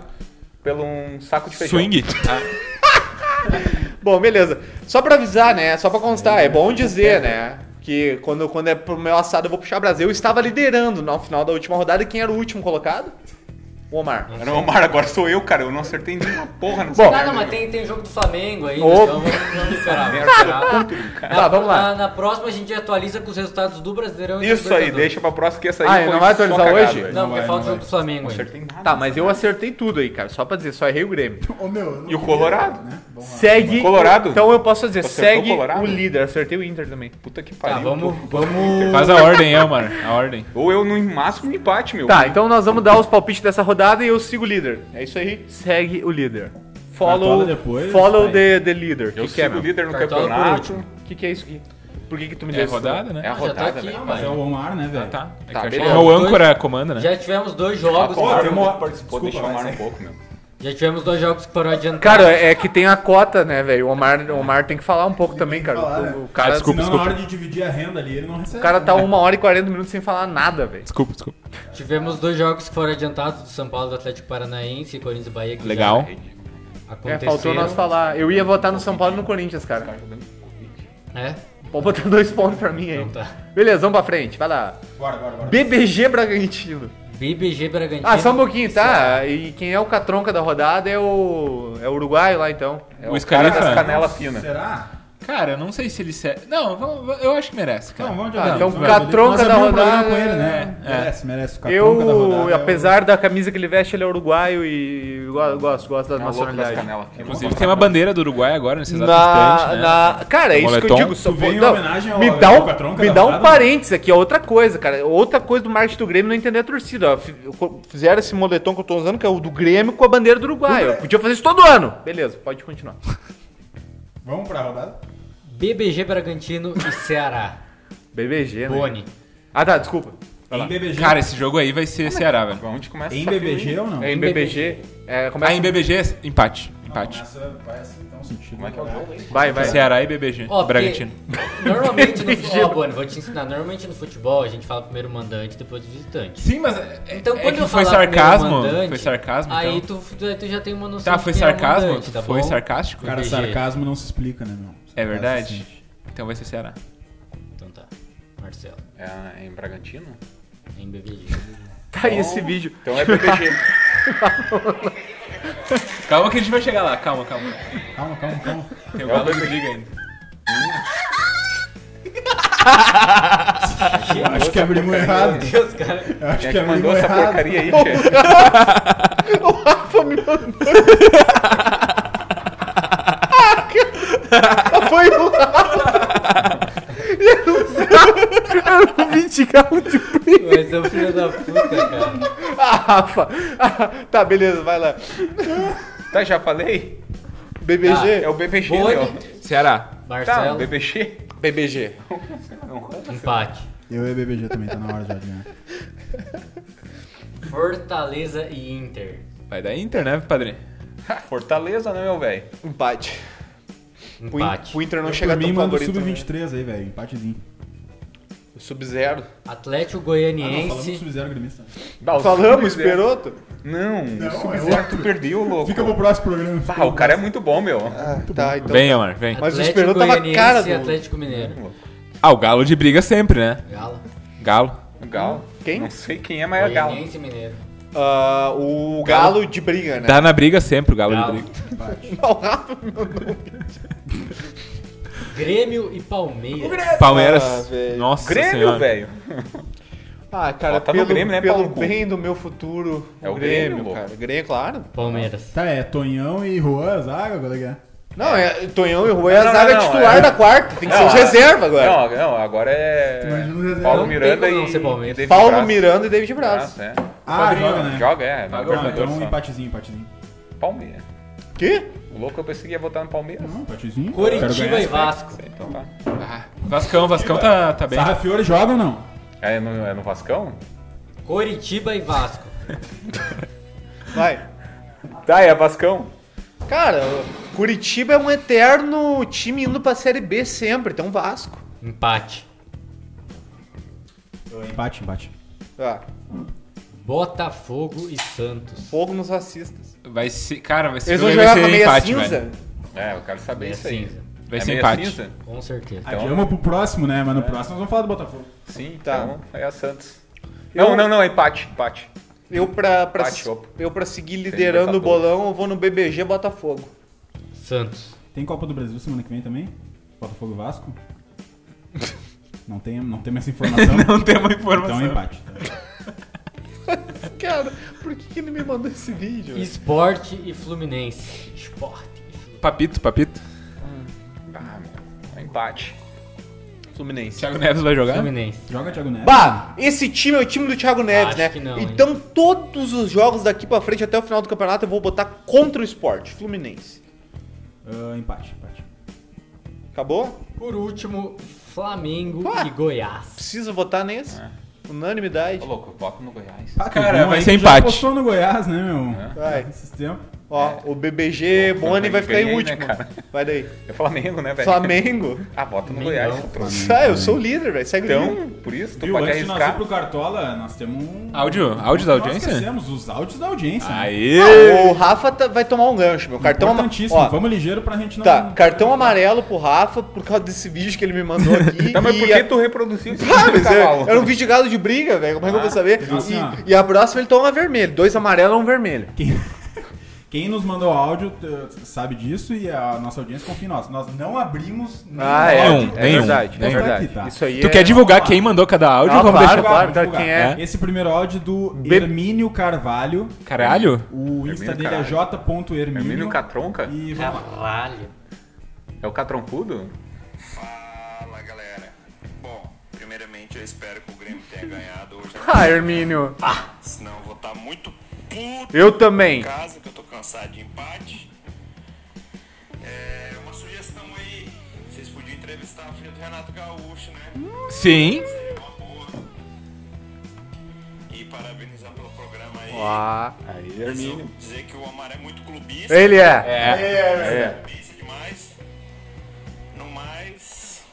D: pelo um saco de feijão.
B: Swing.
C: bom, beleza. Só pra avisar, né? Só pra constar, é bom dizer, né? que quando, quando é pro meu assado eu vou puxar Brasil, eu estava liderando no final da última rodada. Quem era o último colocado? O Omar.
D: Era o Omar, agora sou eu, cara. Eu não acertei nenhuma porra nessa
G: Ah, Não,
D: merda,
G: não, mas
D: meu.
G: tem, tem jogo do Flamengo aí,
C: Opa.
G: então vamos, vamos esperar. Vamos
D: Merda,
G: esperar.
C: Tá, vamos lá.
G: Na, na próxima a gente atualiza com os resultados do Brasileirão. e da
D: Isso aí,
G: Libertadores.
D: deixa pra próxima que essa aí
C: Ah,
D: foi
C: não vai
D: só
C: atualizar
D: cagada,
C: hoje?
D: velho.
G: Não,
F: Não
G: porque
F: vai,
G: falta o
F: não
G: jogo do Flamengo
D: Não
G: ainda.
D: acertei nada.
C: Tá, mas eu acertei tudo aí, cara. Só pra dizer, só errei o Grêmio.
D: Tá
F: Ô, meu, eu não
D: E o
F: queria,
D: Colorado?
F: Né? Bom, lá.
C: Segue.
D: Tá Colorado?
C: Então eu posso dizer,
D: Acertou
C: segue
D: o Colorado?
C: o líder. Acertei o Inter também.
D: Puta que pariu.
G: Tá, vamos,
D: tô-
G: vamos.
B: Faz a ordem, é, mano. A ordem.
D: Ou eu no máximo um empate, meu.
C: Tá, então nós vamos dar os palpites dessa rodada e eu sigo o líder. É isso aí. Segue o líder. Follow,
F: Cartola depois,
C: follow
F: vai.
C: the, the leader.
D: Eu
C: que que é,
D: sigo o líder no
G: Cartola por
D: campeonato.
C: O que, que é isso aqui? Por que, que tu me
B: É
C: deu
B: a
C: esse-
B: rodada, né?
D: É a
G: Ah, já tá
D: rodada,
G: aqui,
D: velho.
F: Mas é o Omar, né, velho?
B: Tá. É
D: Tá,
B: que eu achei-
D: beleza.
B: é o âncora comanda, né?
G: Já tivemos dois jogos.
D: Pô,
F: Pô,
D: tem
F: uma-
D: uma... Participou,
F: Desculpa,
D: deixa eu amar
F: mas- é
D: um pouco, meu.
G: Já tivemos dois jogos que foram adiantados.
C: Cara, é que tem a cota, né, velho? O Omar, o Omar tem que falar um pouco também, cara.
F: falar,
C: O-
F: né?
C: o, cara
B: Ah, desculpa,
F: Senão,
B: desculpa.
F: na hora de dividir a renda ali, ele não recebe.
C: o cara tá uma hora e 40 minutos sem falar nada, velho.
B: Desculpa, desculpa.
G: Tivemos dois jogos que foram adiantados do São Paulo, do Atlético Paranaense, Corinthians e Bahia. Que
B: Legal.
G: já
C: É,
G: aconteceram.
C: faltou nós falar. Eu ia votar no São Paulo e no Corinthians, cara.
G: É?
C: Pode botar dois pontos pra mim aí.
G: Então tá.
C: Beleza, vamos pra frente, vai lá.
F: Bora, bora, bora.
C: BBG Bragantino.
G: BBG Bragantino.
C: Ah, só um pouquinho, tá? E quem é o catronca da rodada é o. É o uruguaio lá então.
D: É
B: O
D: o cara
B: Scarpa.
D: das canela fina.
F: Será?
B: Cara, eu não sei se ele. Se... Não, vamos- vamos- eu acho que merece, cara.
F: Não, tá, vamos
C: Ah,
F: adiantar.
C: então
F: Vamos adiantar.
C: catronca
F: Nós
C: da
F: abrimos um programa
C: rodada-
F: com ele, né?
B: É.
F: Merece, merece. O catronca da
C: Eu,
F: rodada é o-
C: apesar da camisa que ele veste, ele é uruguaio e go- gosto, gosto da
D: É o louco das
C: nacionalidade.
D: canela fina.
B: Inclusive tem uma bandeira do Uruguai agora nesse exato
C: Na,
B: instante, né?
C: na- Cara, é
B: O
C: isso que eu
B: moletom.
C: digo. Só,
F: Tu vem em
C: não,
F: homenagem ao-
C: me
F: ao
C: dá um,
F: catronca
C: me
F: da
C: dá um
F: rodada, né?
C: parênteses aqui, ó, outra coisa, cara. é Outra coisa do marketing do Grêmio não entender a torcida. ó. F- co- Fizeram esse moletom que eu tô usando, que é o do Grêmio, com a bandeira do Uruguai. ó. Podia fazer isso todo ano. Beleza, pode continuar.
F: Vamos pra rodada?
G: BBG Bragantino e Ceará.
C: BBG, né?
G: Boni.
C: Ah, tá, desculpa.
B: Vai lá.
F: Em BBG.
B: Cara, esse jogo aí vai ser Ceará, velho.
D: Onde começa
F: Em
D: essa
F: BBG
D: fila, hein?
F: ou não?
C: É em BBG. É, começa...
B: Ah, em BBG, empate.
F: Não,
B: Empate.
F: começa- vai assim, então, sentido.
D: Como é que é o jogo, hein?
C: Vai, vai.
B: Ceará e BBG.
G: Ó,
B: Bragantino.
G: porque Normalmente no futebol, Ó, Boni, vou te ensinar. Normalmente no futebol a gente fala primeiro mandante, depois do visitante.
B: Sim, mas. é-
G: Então
B: é
G: quando
B: que
G: eu
B: foi
G: falar primeiro
B: sarcasmo.
G: mandante,
B: foi sarcasmo.
G: Aí
B: então.
G: tu, aí tu já tem uma noção
B: Tá,
G: de
B: foi
G: quem é o
B: sarcasmo?
G: mandante, tá
B: foi
G: bom?
B: sarcástico?
F: Cara,
G: BBG.
F: sarcasmo não se explica, né, meu?
B: É verdade?
F: Sarcasmo se sente.
B: Então vai ser Ceará.
G: Então tá. Marcelo,
D: É em Bragantino?
G: em BBG.
C: Tá aí esse vídeo.
D: Então é BBG.
B: Calma que a gente vai chegar lá, calma, calma.
F: Calma, calma, calma.
B: Tem o Galo que liga ainda.
F: Eu acho que abrimos errado.
G: Deus, cara.
F: Eu acho
D: Quem é
F: que
D: que
F: abrimos
D: mandou essa
F: errado.
D: porcaria aí, chefe?
C: O Rafa me mandou. Foi o Rafa. Eu não sei. Eu não vi tirar o de print.
G: Mas é um filho da puta, cara.
C: Ah, Rafa. Ah, tá, beleza, vai lá.
D: Tá, já falei?
C: BBG?
D: É o BBG,
G: Boni,
D: meu.
B: Ceará.
D: Tá, o
G: Marcelo,
D: BBG.
C: BBG.
G: empate.
F: Eu e BBG também, tá na hora já de ganhar.
G: Fortaleza e Inter.
B: Vai dar Inter, né, padre?
D: Fortaleza, né, meu velho?
C: Empate. Pro In-
G: Empate.
C: Pro Inter não
F: Pra
C: chegar
F: mim,
C: tão
F: manda o
C: favorito. né? também.
F: sub-23 aí, velho. Empatezinho.
C: Sub-zero.
G: Atlético
F: Ah, não, falando do
G: Goianiense.
F: sub-zero gremista.
D: Ah,
C: Falamos,
D: Sub-Zero.
C: Peroto?
D: Não,
F: Não,
D: não
F: é
D: Sub-Zero
F: outro.
D: tu perdeu, louco.
F: Fica pro próximo programa.
D: Ah, o cara é muito bom, meu.
C: Tá, então.
B: Vem, Amar, vem.
C: Mas o
G: Atlético
C: Esperon tava
G: Goianiense
C: cara do-
G: e Atlético Mineiro.
B: Ah, o Galo de briga sempre, né?
G: Galo.
B: Galo.
D: Galo.
C: Quem?
D: Não sei quem é, mas é Galo.
G: Goianiense e Mineiro.
C: Ah, o Galo de briga,
D: Tá.
C: né?
B: Dá na briga sempre o Galo,
G: Galo.
B: de briga.
C: O Rafa me mandou.
G: Grêmio e Palmeiras.
B: Palmeiras.
C: Ah, velho.
B: Nossa
D: Grêmio,
B: senhora.
D: velho.
C: Ah, cara,
D: Ó, tá no
C: pelo,
D: Grêmio, né,
C: pelo
D: Paulo Cu?
C: bem do meu futuro,
D: É o Grêmio, louco.
C: cara. Grêmio, claro.
G: Palmeiras.
F: Tá, é Tonhão e Juan, zaga, colega.
C: Não, é Tonhão e Rui é a
D: Não, não,
C: zaga
D: não,
C: titular
D: é-
C: da quarta. Tem que
D: Não,
C: ser
D: é-
C: o reserva agora.
D: Não, não, agora é
F: Tu imagina o reserva.
D: Paulo
G: Não tem
D: Miranda
G: como não
D: e,
G: ser Palmeiras.
D: e David
C: Paulo
D: Braz.
C: Miranda e David Braz.
D: Braz, é.
F: Ah, joga, né?
D: Joga, é.
F: Não,
D: Libertadores
F: então
D: só.
F: empatezinho, empatezinho.
D: Palmeiras.
C: Que?
D: O louco é eu pensei que ia votar no Palmeiras.
F: Não, empatezinho. Quero
G: Coritiba
F: ganhar.
G: e Vasco.
D: Então tá.
B: Vascão, Vascão tá, tá bem.
F: Sarra Fiore joga ou não?
D: É no, é no Vascão?
G: Coritiba e Vasco.
C: Vai.
D: Tá, é Vascão.
C: Cara, o Curitiba é um eterno time indo pra Série B sempre. Tem um Vasco.
G: Empate.
F: Empate, empate.
C: Ah,
G: Botafogo e Santos.
C: fogo nos racistas.
B: Vai ser, cara, vai ser,
C: Eles vão
B: vai
C: jogar
B: ser
C: com a meia
B: empate,
C: cinza?
B: velho.
D: É, eu quero saber
G: Meia
D: isso aí.
G: cinza.
B: Vai
D: é
B: ser
D: meio
B: empate.
D: cinza?
G: assim, Com certeza.
D: Então-
F: Adiamos Ah, pro próximo, né? Mas
B: É.
F: no próximo nós vamos falar do Botafogo.
D: Sim,
C: Tá.
D: então é a Santos.
C: Eu-
D: Não, não, não, é empate, empate.
C: Eu pra, pra,
D: Bate, opa.
C: eu pra seguir liderando o
D: Libertadores.
C: bolão, eu vou no BBG Botafogo.
G: Santos.
F: Tem Copa do Brasil semana que vem também? Botafogo e Vasco? Não tem, não tem essa informação.
B: Não tem uma
F: Então
B: informação.
F: é empate.
C: Cara, por que, que ele me mandou esse vídeo? velho?
G: Esporte e Fluminense. Esporte e Fluminense.
B: papito, papito.
D: Ah, meu. É empate.
C: Fluminense.
B: Thiago Neves vai jogar?
G: Fluminense.
F: Joga Thiago Neves.
C: Bah, esse time é o time do Thiago Neves,
G: Acho
C: né?
G: que não, hein?
C: então todos os jogos daqui pra frente até o final do campeonato eu vou botar contra o esporte, Fluminense.
F: Ah, empate, empate.
C: Acabou?
G: Por último, Flamengo
C: Ah.
G: e Goiás.
C: Precisa votar nesse?
D: É.
C: Unanimidade.
D: Ô, louco, eu voto no Goiás.
F: Ah,
B: Cara,
F: Tuvão
B: vai
F: aí
B: ser
F: que já
B: empate.
F: apostou no Goiás, né, meu?
D: É.
C: Vai.
F: Esses tempos.
C: Ó, o BBG Boni
D: ganhei,
C: vai ficar em
D: ganhei, né,
C: último.
D: cara?
C: vai daí.
D: É Flamengo, né, velho?
C: Flamengo?
D: Ah, voto no
G: Mengão.
D: Goiás. seu trouxa.
F: Flamengo
C: Ah, eu
F: também.
C: sou o líder, velho. Segue o líder.
D: Então, por isso, tu
F: Viu,
D: pode
F: antes de nós ir
D: arriscar.
F: pro Cartola, nós temos um...
B: Áudio? Áudio da
F: Nós
B: audiência?
F: esquecemos os áudios da audiência. né?
B: Aê!
C: Ah, o Rafa tá- vai tomar um gancho, meu. Cartão ama-
F: Importantíssimo,
C: Ó,
F: vamos ligeiro pra gente não...
C: Tá, cartão amarelo pro Rafa por causa desse vídeo que ele me mandou aqui.
D: Tá, mas
C: e
D: por que
C: a-
D: tu reproduziu esse
C: Ah, mas é-
D: cavalo?
C: era um vídeo de galo de briga, velho. Como é que eu vou saber?
F: então assim, ó.
C: E, e a próxima ele toma vermelho. Dois amarelo e um vermelho.
F: Quem, quem nos mandou áudio eh, sabe disso e a nossa audiência confia em nós. Nós não abrimos nenhum
C: Ah, é.
F: áudio.
B: Nenhum,
C: é
B: nenhum.
C: verdade, é
B: Nenhum.
C: verdade.
F: Tá aqui, tá.
C: Isso aí
B: Tu
C: é-
B: quer divulgar quem mandou cada áudio?
C: Ah,
B: ou vamos
C: claro,
B: deixar.
C: claro.
F: Vamos
C: Então, quem
F: divulgar.
B: é?
F: Esse primeiro áudio do
C: Be-
F: Hermínio Carvalho.
B: Caralho?
F: O Insta
D: Hermínio
F: dele é
D: Carvalho. É o
F: j.hermínio.
D: Mínio Catronca?
F: E vamos lá.
G: Caralho.
D: É o Catroncudo?
A: Fala galera. Bom, primeiramente eu espero que o Grêmio tenha ganhado hoje.
E: Ah, Hermínio.
A: Senão eu vou estar muito puto
E: Eu também.
A: em casa, que eu tô cansado de empate. É uma sugestão aí. Vocês podiam entrevistar a filha do Renato Gaúcho, né?
B: Sim.
A: Seria uma boa. E parabenizar pelo programa aí.
E: Ah,
D: Aí, Hermínio.
A: Dizer que o Omar é muito clubista.
E: ele é.
D: É.
A: Beijo demais. No mais,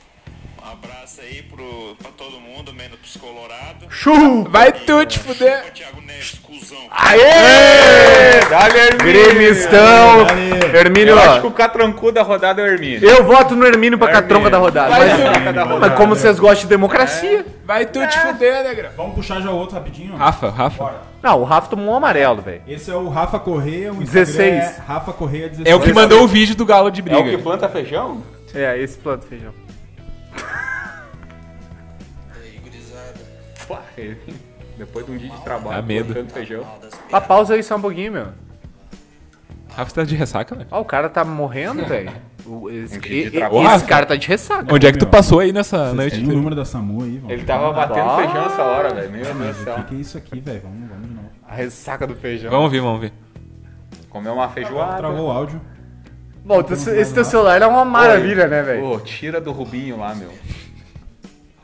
A: um abraço aí pro, pra todo mundo, menos pros Colorado.
E: Chu!
B: Vai tu te fuder.
A: Chupa, Thiago Neves, cuzão.
E: Aê!
D: Dale, Hermínio!
E: Gremistão!
F: Valeu.
E: Hermínio,
D: Eu acho que
E: ó.
D: o Catroncudo da rodada é o Hermínio.
E: Eu voto no Hermínio pra
D: Hermínio.
E: catronca da rodada.
D: Vai,
E: Mas,
D: Hermínio, da
E: mas
D: rodada.
E: como vocês gostam de democracia.
B: Vai tu te fuder, negrão.
F: Vamos puxar já o outro rapidinho.
B: Rafa, Rafa.
F: Bora.
E: Não, o Rafa tomou um amarelo, velho.
F: Esse é o Rafa Correia. O Instagram
E: 16.
F: É Rafa Correia 16.
B: É o que mandou o vídeo do galo de
D: É o que
B: briga.
D: planta feijão?
E: É, esse planta feijão.
D: Pô, Hermínio. Depois de um dia de trabalho,
B: Dá medo.
D: plantando feijão.
E: Ah, pausa aí só um pouquinho, meu.
B: Rafa, você tá de ressaca, velho?
E: Ó, o cara tá morrendo, velho. O- Esse,
D: que de
E: e- e-
D: trabalho.
E: esse cara tá de ressaca.
B: Onde é que tu
F: meu.
B: passou aí nessa
F: Vocês
B: noite?
F: têm o número da SAMU aí, vamos.
C: tá
D: Ele tava batendo
E: Ah.
D: feijão essa hora, velho. Meu Deus do
F: Mas o que
D: céu.
F: que é isso aqui, velho? Vamos, vamos de novo.
C: A ressaca do feijão.
B: Vamos ver, vamos ver.
D: Comeu uma
C: Tá
D: feijoada.
F: Travou o áudio.
E: Bom, tu- esse teu celular é uma maravilha, né, velho?
D: Pô, tira do Rubinho lá, meu.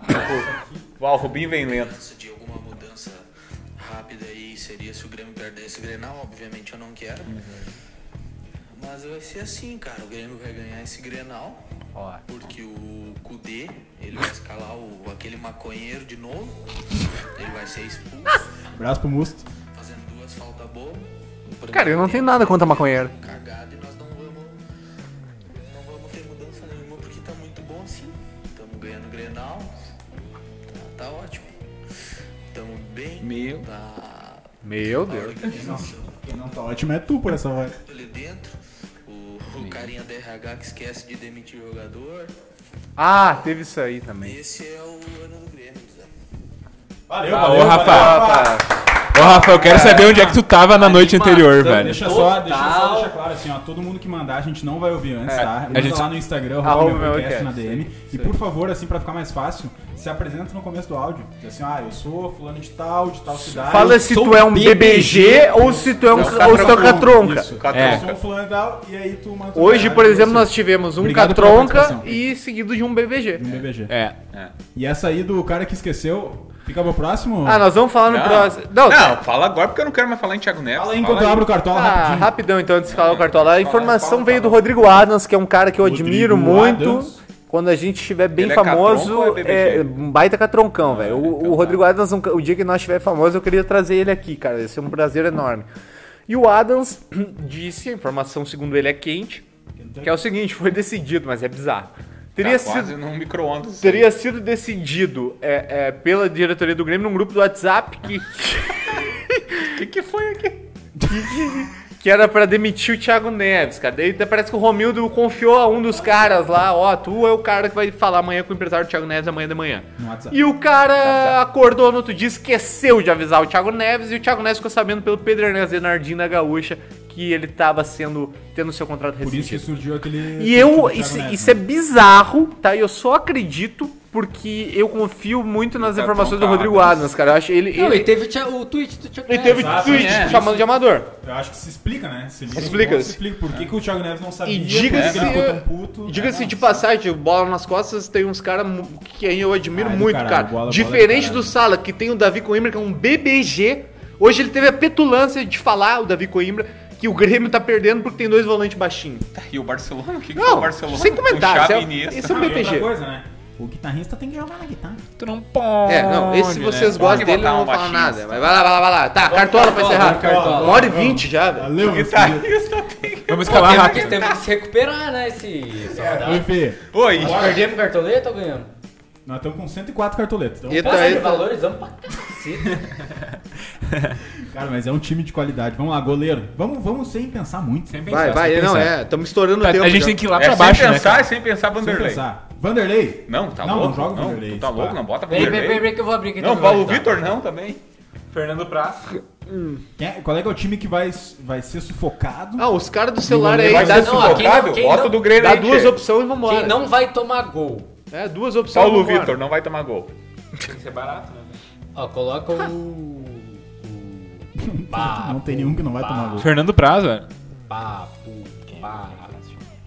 D: Tipo, Uau, o Rubinho vem lento.
A: de alguma mudança rápida aí seria se o Grêmio perdesse o Grenal, obviamente eu não quero. Mas vai ser assim, cara, o Grêmio vai ganhar esse Grenal, porque o Kudê, ele vai escalar o, aquele maconheiro de novo, ele vai ser expulso,
F: Abraço pro Musto.
A: fazendo duas faltas boas.
E: Cara, eu não tenho nada contra maconheiro.
A: cagado e nós não vamos não vamos ter mudança nenhuma porque tá muito bom assim. Estamos ganhando o Grenal. Tá, tá ótimo. Estamos bem tá
D: Meu.
A: na
E: Meu Deus.
A: organização
F: Quem não tá ótimo é tu por essa voz.
A: ali dentro. O, o carinha da RH que esquece de demitir o jogador.
E: Ah, teve isso aí também.
A: Esse é o ano do Grêmio, Zé.
F: Valeu,
B: Ah,
F: valeu,
B: ô, Rafa.
F: valeu,
D: tá.
B: Ô, Rafa, eu quero saber onde é então que tu tava na noite
G: animação,
B: anterior, velho.
F: Deixa só,
G: Total.
F: deixa só deixar claro assim, ó, todo mundo que mandar a gente não vai ouvir antes,
E: É,
F: tá? Manda
B: gente-
F: lá no Instagram,
E: Arroba
F: arroba
E: meu
F: meu podcast
E: podcast,
F: na DM. e por favor, assim, pra ficar mais fácil, se apresenta no começo do áudio. Diz assim, ah, eu sou fulano de tal, de tal cidade.
E: Fala
F: eu
E: se
F: sou
E: tu é um
G: BBG,
E: BBG ou se tu é um,
D: Não,
E: ou se tu é um catronca.
F: Isso,
D: Catronca.
F: Eu sou um fulano de tal, e aí tu manda... um
E: Hoje, por exemplo, nós
F: nós
E: tivemos um
F: Obrigado pela
E: catronca
F: participação.
E: e seguido de um BBG.
F: Um BBG.
B: É.
D: É.
F: E essa aí do cara que esqueceu, fica pro próximo?
E: Ah, nós vamos falar no
D: Não.
E: próximo.
D: Não,
E: Não, tá.
D: fala agora porque eu não quero mais falar em Thiago Neves.
F: Fala aí enquanto eu
D: aí. Tá
F: abro o cartola
E: Ah,
F: rapidinho.
E: rapidão então, antes de falar o Cartola. A informação
F: fala,
E: veio do
F: fala.
E: Rodrigo Adams, que é um cara que eu admiro
F: Rodrigo
E: muito.
F: Adams.
E: Quando a gente estiver bem
D: Ele é
E: famoso,
D: catronco ou é
E: é,
D: BBG?
E: um baita catroncão, velho. O, o
D: tá.
E: Rodrigo Adams, um ca- o dia que nós estiver famoso, eu queria trazer ele aqui, cara. Ia ser um prazer enorme. E o Adams disse, a informação segundo ele é quente, Que é o seguinte, foi decidido, mas é bizarro. Teria
D: né? tá
E: sido
D: quase num micro-ondas.
E: teria sido decidido é, é, pela diretoria do Grêmio num grupo do WhatsApp que. O que, que foi aqui? Que, que era pra demitir o Thiago Neves, cara. Daí até parece que o Romildo confiou a um dos caras lá, ó, tu é o cara que vai falar amanhã com o empresário do Thiago Neves amanhã de manhã.
F: No WhatsApp.
E: E o cara acordou no outro dia, esqueceu de avisar o Thiago Neves, e o Thiardino Neves ficou sabendo pelo Pedro Ernesto Denardim na Gaúcha que ele tava sendo. tendo seu contrato
F: Por isso que
E: rescindido.
F: surgiu aquele.
E: E eu,
F: Thiago
E: isso,
F: Neves,
E: isso
F: né?
E: é bizarro, tá? E eu só acredito porque eu confio muito nas
D: Tá
E: informações do
D: troncado.
E: Rodrigo Adams, cara. Eu acho ele.
G: Não,
E: ele,
G: e teve o Thi- o tweet do Thiago
E: ele teve
F: Exato,
E: tweet
F: é.
E: chamando de amador.
F: Eu acho que se explica, né? Se liga,
C: Explica-se.
F: Se explica por que, que o Thiago Neves não sabia.
C: E
F: por que
C: diga-se-
F: que É, ele ficou tão puto.
C: Diga-se tipo, assim,
F: É,
C: de
F: não,
C: passagem, o bola nas costas tem uns caras mu- que eu admiro
F: Ah, é do
C: muito,
F: caralho,
C: cara.
F: Bola- Bola é do
C: Diferente do
F: caralho.
C: Sala, que tem o Davi Coimbra, que é um BBG. Hoje ele teve a petulância de falar, o Davi Coimbra, que o Grêmio tá perdendo porque tem dois volantes baixinhos.
D: E Tá o Barcelona? O que, que foi o
C: Não,
D: Barcelona?
C: sem
D: O
C: comentários.
D: Xavi
C: é-
D: Iniesta.
C: esse é um
F: e outra
C: BBG.
F: coisa, né? O guitarrista tem que jogar na guitarra.
B: Tu não pode.
C: É, não, esse se vocês
D: Pode
C: gostam dele, eu
D: botar
C: não
D: um
C: vou falar
D: baixista.
C: nada. Mas vai lá, vai lá, vai lá. Tá, cartola pra encerrar.
G: Cartola.
C: Uma hora e vinte já, velho.
F: Valeu, meu filho.
D: Guitarrista tem.
B: Vamos escalar
G: É Porque
B: rápido.
G: temos que se recuperar, né? Esse. essa rodada.
F: Oi, Fê.
D: Oi,
G: Perdemos cartoleta ou ganhamos?
F: Nós estamos com 104 cartoletas. Então,
C: Eita,
G: Nossa,
C: eita.
G: valorizamos pra cacete.
F: Cara, mas é um time de qualidade. Vamos lá, goleiro. Vamos, vamos sem pensar muito. Sem
C: Vai, vai, não, é. Estamos estourando o
B: Tá,
C: tempo.
B: a gente
C: já.
B: tem que ir lá
D: é
B: pra
D: sem
B: baixo, né?
D: pensar,
B: cara?
D: é sem pensar Vanderlei.
F: pensar. Vanderlei.
D: Não, tá
F: Não, não
D: louco.
F: joga o
D: não,
F: Vanderlei,
D: tu tá
F: isso,
D: louco,
F: pá.
D: não bota
G: Vem, vem, vem,
D: Vanderlei.
G: vem que eu vou abrir aqui.
D: Não,
G: também,
D: Paulo
G: tá?
D: Vitor não também.
B: Fernando Praça.
F: Quem é- qual é que é o time que vai, vai ser sufocado?
C: Ah, os caras do celular
F: Não,
C: aí,
D: Vai
C: dá,
D: ser
G: não, ó, quem não-
D: sufocado?
G: quem
D: Bota
G: não-
D: o do Grêmio
C: dá
D: aí,
C: duas
D: tchê.
C: opções e vambora.
G: Quem não vai tomar gol?
C: É, duas opções.
D: Paulo
C: vambora.
D: Vitor não vai tomar gol.
G: Ó, coloca o. o-
C: Ah,
G: Papo,
F: não tem nenhum que não vai tomar gol.
B: Fernando Praça.
G: Papo, papo.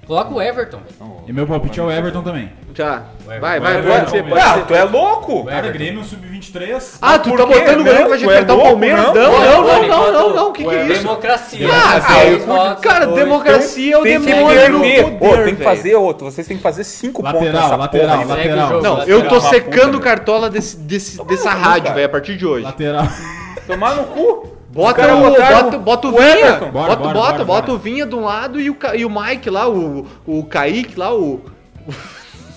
G: Coloca o Everton, velho.
F: E meu palpite é o Everton também.
C: Tá. Vai, vai,
G: Everton,
C: pode ser, pode
D: Ah,
C: ser.
D: tu é louco!
F: Cara,
I: então.
F: Grêmio sub-23.
C: Ah, tu
D: Por
C: tá
D: quê?
C: botando o goleiro
D: Não,
C: pra
D: tu é
C: enfrentar o
D: louco,
C: Palmeiras? Não,
D: não?
C: não, não,
G: Olha,
C: não,
G: olha,
C: não, não, o que que é isso?
G: Democracia.
C: Ah,
G: Seis
C: eu-
G: votos,
C: cara,
G: dois,
C: democracia é o
G: tem que
C: demônio do
D: Perder. Ô,
C: poder,
D: tem que
C: velho.
D: fazer, ô, vocês têm que fazer cinco pontos
F: Lateral,
D: nessa porra
F: lateral,
D: aí,
G: Segue o
F: lateral.
G: jogo,
C: Não, é
G: vai
C: eu
G: tirar
C: tô
G: uma
C: secando
D: puta,
C: o cartola desse, desse, dessa rádio,
D: cara.
C: velho, a partir de hoje.
F: Lateral.
D: Tomar no cu. Os
C: Bota
D: caras
C: o,
D: botaram
C: bota, bota o
D: o
C: Vinha,
D: Everton.
F: Bora,
C: bota,
F: bora,
C: bota,
F: bora,
C: bota
F: bora.
C: o Vinha de um lado e o, Ca- e o Mike lá, o, o Kaique lá, o...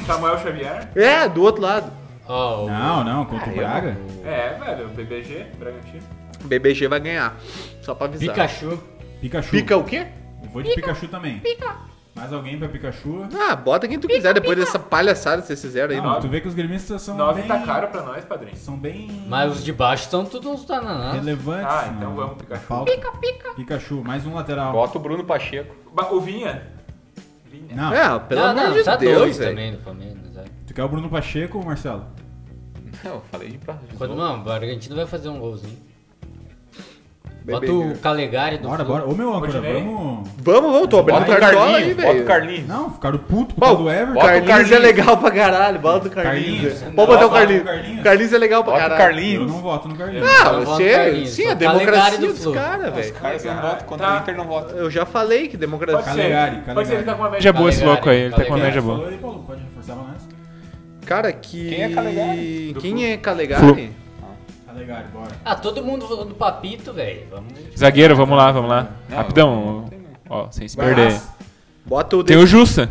I: Samuel Xavier?
C: É, do outro lado.
G: Ó, o-
F: Não, não, contra o Braga.
I: É, velho, o BBG, Bragantino.
C: O BBG vai ganhar, só pra avisar.
G: Pikachu.
F: Pikachu.
C: Pica o quê?
F: Eu vou de Pikachu também. Mais alguém pra Pikachu?
C: Ah, bota quem tu quiser, depois dessa palhaçada que vocês fizeram aí.
F: Ah,
I: nove.
F: tu vê que os gremistas são
I: Nove
F: bem...
I: tá caro pra nós, padrinho.
F: São bem...
G: Mas os de baixo são tudo uns tá dananá.
F: Relevantes.
I: Ah, então
F: na-
I: vamos, Pikachu.
F: na pauta. Pica, pica. Pikachu, mais um lateral.
D: Bota o Bruno Pacheco.
I: Ba- O Vinha? Vinha.
F: Não,
C: É, pelo
G: Não,
C: amor
G: não,
C: de
G: tá
C: Deus,
G: dois
C: velho.
G: também do Palmeiras. é.
F: tu quer o Bruno Pacheco, Marcelo?
D: Eu falei de pra...
G: Quando, mano, o Argentino vai fazer um golzinho. Bota
C: Bebê,
G: o Calegari do
F: Bora,
G: Flu.
F: bora. Ô, meu âncora,
I: Rodinei?
F: vamos...
C: Vamos, vamos, tô abrindo
D: Bota o
C: cartola aí,
D: Carlinhos, bota o
C: velho.
D: Carlinhos.
F: Não, ficaram puto por
C: Bom,
F: causa do Everton.
D: bota- o
C: Carlinhos, é
D: Carlinhos.
C: legal pra caralho, bota o Carlinhos.
F: Carlinhos.
C: velho. Pode botar o
F: Bota o
C: Carlinhos.
F: Carlinhos.
C: O Carlinhos é legal pra
D: Bota o
C: caralho.
F: Eu
D: Carlinhos.
F: não voto no Carlinhos.
C: Ah,
G: Eu voto
C: você,
G: Carlinhos,
C: sim, a
G: sou Calegari
C: democracia
G: do
C: dos
G: Flu.
C: caras, velho.
D: Os caras não votam, contra
I: Tá.
D: o Inter não vota.
C: Eu já falei que democracia...
I: Pode
F: Calegari,
I: ser. Pode
F: Calegari.
I: ser, ele tá com uma média.
B: Já boa esse
G: Calegari,
B: louco aí, ele tá com uma
G: Calegari.
B: média boa.
F: Falou aí, Paulo, pode reforçar pra nós.
C: Cara, que...
D: Quem é Calegari?
C: Quem é Calegari?
F: Calegari, bora.
G: Ah, todo mundo falando do papito, velho. Vamos.
B: Zagueiro, vamos lá, vamos lá.
D: Não,
B: Rapidão. Ó, sem se perder.
C: Bota o,
B: Tem
C: David,
B: o Jussa.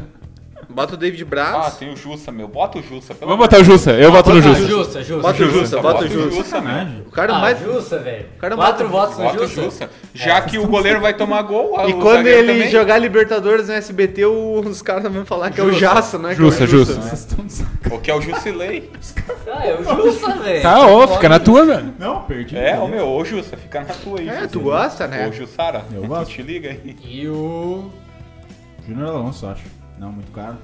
C: bota o David
D: Ah,
C: Braz.
D: tem o Jussa, meu. Bota o Jussa. Pelo
B: Vamos botar o Jussa. Eu voto no
G: Bota o
B: Jussa.
G: Jussa, Jussa.
C: Bota o Jussa, bota o
D: Jussa,
C: Jussa.
D: meu.
F: Sacanagem.
C: O cara é
G: Ah,
C: mais...
G: Jussa, velho.
C: cara é
G: Quatro
C: mata-
G: votos no
D: Bota o
G: Jussa.
D: Jussa. Já que o goleiro vai tomar gol, a-
C: E
D: o
C: quando
D: zagueiro
C: ele
D: também.
C: jogar Libertadores no SBT, o- os caras vão falar que é o Jaça, né? que é o
B: Jussa, Jussa.
F: Vocês estão de sacanagem.
D: O que é o Jusilei?
G: Ah, é o Jussa, velho.
B: Tá, ô, fica na tua, velho.
F: Não, perdi.
D: É, ô meu, ô Jussa, fica na tua aí.
C: É,
D: Jussa.
C: tu gosta, né?
D: Ô Jussara,
F: Eu
D: tu
F: gosto.
D: te liga aí.
G: E o.
F: Júnior Alonso, acho. Não, muito caro.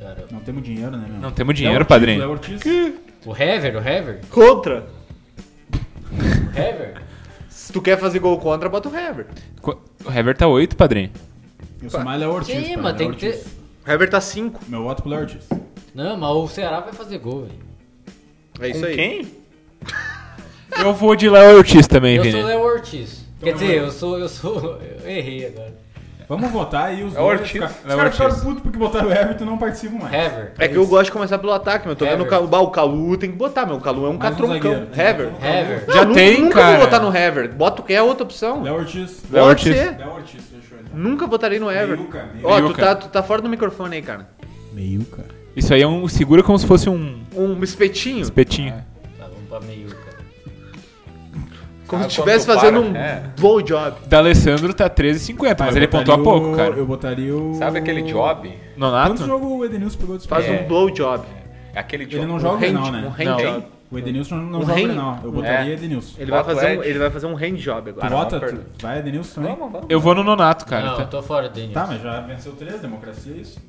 G: Cara,
F: Não temos dinheiro, né, meu?
B: Não temos dinheiro, padrinho.
F: Léo Ortiz.
G: o Hever, o Hever?
C: Contra.
G: O Hever?
C: Se tu quer fazer gol contra, bota o Hever.
B: Qu- O Hever tá 8, padrinho.
F: Eu sou mais Léo Ortiz.
G: Sim,
F: pai,
G: mano, tem
F: Léo
G: que ter.
F: Ortiz.
C: Hever tá 5.
F: Meu voto pro Léo Ortiz.
G: Não, mas o Ceará vai fazer gol, velho.
C: É isso aí.
D: Quem?
B: Eu vou de Léo Ortiz também,
G: Eu
B: Vini.
G: sou o Léo Ortiz. Quer dizer, eu sou. Eu sou. Eu errei agora.
F: Vamos votar aí os
D: É o
F: dois.
D: Ortiz.
B: É
F: fica-
B: o
F: Os caras ficaram
B: Ortiz.
F: putos porque botaram o Everton e não participam mais.
G: Hever.
C: É que eu gosto de começar pelo ataque, meu. Tô vendo o
G: Hever.
C: Calu. bah, O Calu tem que botar, meu. O Calu é um
F: Mais um
C: catroncão.
F: zagueiro.
C: Hever.
G: Hever.
C: Não,
F: tá
B: Já
C: nu-
B: tem,
C: nunca
B: cara.
C: vou botar no Hever. Bota o que é outra opção.
F: Léo Ortiz.
B: Léo
C: Pode
B: Ortiz.
C: ser.
F: Léo Ortiz, fechou. então.
C: Nunca votarei no Everton.
F: Meiuca, meiuca.
C: Ó, tu
B: Meiuca.
C: tá, tu tá fora do microfone aí, cara.
F: Meio, cara.
B: Isso aí é um. Segura como se fosse um
C: Um espetinho.
B: espetinho.
G: Tá, vamos pra meiuca.
C: Como se
D: Ah, quando
C: estivesse
D: tu
C: fazendo
D: para,
C: um
D: é.
C: blow job.
B: Da Alessandro tá 13,50, mas
F: Ah, eu
B: ele pontua
F: botaria
B: pouco,
F: o-
B: cara.
F: Eu botaria o.
D: Sabe aquele job?
B: Nonato?
F: Quanto jogo o Edenilson pegou dos
C: Faz
F: pés?
C: um blow job.
D: É Aquele job.
F: Ele não joga o Grenal,
C: Um
F: né?
C: hand
B: Não.
C: job.
F: O Edenilson não, não
C: Um
F: joga o
C: hand-
F: Grenal. Eu botaria Edenilson.
C: Ele vai,
D: Bota o
C: fazer um,
D: Ed.
C: ele vai fazer um hand job agora.
F: Tu
D: É. não,
F: vota?
D: perdão.
F: Tu... Vai Edenilson também?
D: Vamos, vamos.
B: Eu vou no Nonato, cara.
G: não,
B: tá?
G: eu tô fora, Denis.
F: Tá, mas já venceu três, democracia é isso.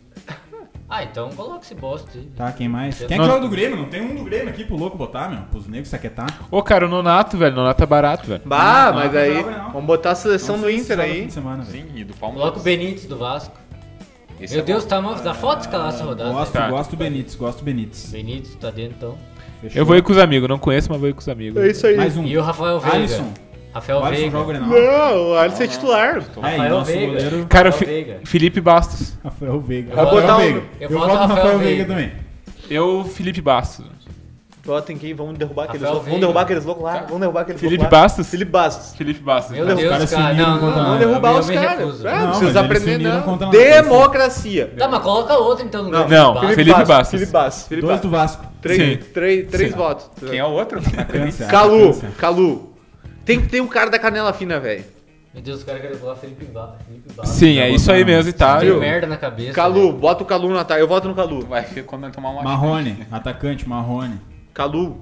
G: Ah, então coloca esse bosta aí.
F: Tá, quem mais? Quem é que
B: Não.
F: joga do Grêmio? Não tem um do Grêmio aqui pro louco botar, meu. Pros negros saquetar.
B: Ô, cara, o Nonato, velho. Nonato é barato, velho.
C: Bah,
F: Não,
C: mas
F: não,
C: aí.
F: não, não.
C: Vamos botar a seleção
F: Não
C: do
F: sei se
C: Inter
F: joga no
C: aí.
F: fim de semana, velho.
D: Sim, e do Palmeiras.
G: Coloca o Benítez do Vasco.
D: Esse
G: Meu
D: é
G: Deus,
D: bom.
G: tá mal. Dá foto escalar essa rodada. né?
F: Gosto,
B: Tá.
F: gosto do Benítez, gosto do Benítez.
G: Benítez tá dentro então.
F: Fechou.
B: Eu vou ir com os amigos. Não conheço, mas vou ir com os amigos.
C: É isso aí.
F: Mais um.
G: E o Rafael Veiga.
F: Alisson.
G: Rafael
F: O Alisson
G: Veiga.
F: joga né? o Grenal.
C: Não, o Alisson é titular.
F: Aí,
G: Rafael
F: nosso
G: Veiga.
F: goleiro.
B: Cara, o
G: Rafael
B: Fi-
G: Veiga.
B: Felipe Bastos.
F: Rafael Veiga.
G: Vai
F: Rafael
G: botar um-
F: Veiga.
G: eu
F: voto
G: voto
F: no Rafael
G: Rafael
F: Veiga
G: Veiga.
F: também.
B: Eu, Felipe Bastos.
C: Votem quem? Vamos derrubar aqueles
G: Rafael
C: loucos. Vamos
G: Veiga.
C: derrubar aqueles loucos
F: Tá.
C: lá. Vamos derrubar aqueles
B: Felipe
C: loucos lá.
B: Bastos?
C: Felipe Bastos.
B: Felipe Bastos.
G: Meu
B: cara.
G: Deus,
F: caras se
G: cara.
F: uniram
G: Não, não,
F: contra
G: não.
F: nós.
C: Vamos
F: Ah,
C: derrubar
G: eu me-
C: os
G: eu me
C: caras.
G: recuso. né?
C: Ah,
F: Não,
C: não
F: mas
C: precisa
F: eles
C: aprender
F: se uniram
C: não.
F: contra nós.
C: Democracia.
G: Tá, mas coloca outro então no
C: Não,
G: grupo.
B: não.
G: Vasco.
B: Felipe Bastos.
C: Felipe Bastos. Felipe
F: Dois do
C: Bastos.
F: Vasco.
C: Três,
B: Sim.
C: três, três votos.
D: Quem é o outro?
F: Câncer,
C: Calu,
F: câncer.
C: Calu. Tem que ter o cara da canela fina, velho.
G: Meu Deus, o cara quer falar Felipe Ba- Felipe Bastos.
B: Sim, é isso aí mesmo e tá.
G: Tem
B: Eu-
G: merda na cabeça.
C: Calu,
G: né?
C: bota o Calu no ataque. Eu voto no Calu.
D: Vai ver quando ele tomar uma.
F: Marrone, atacante, Marrone.
C: Calu.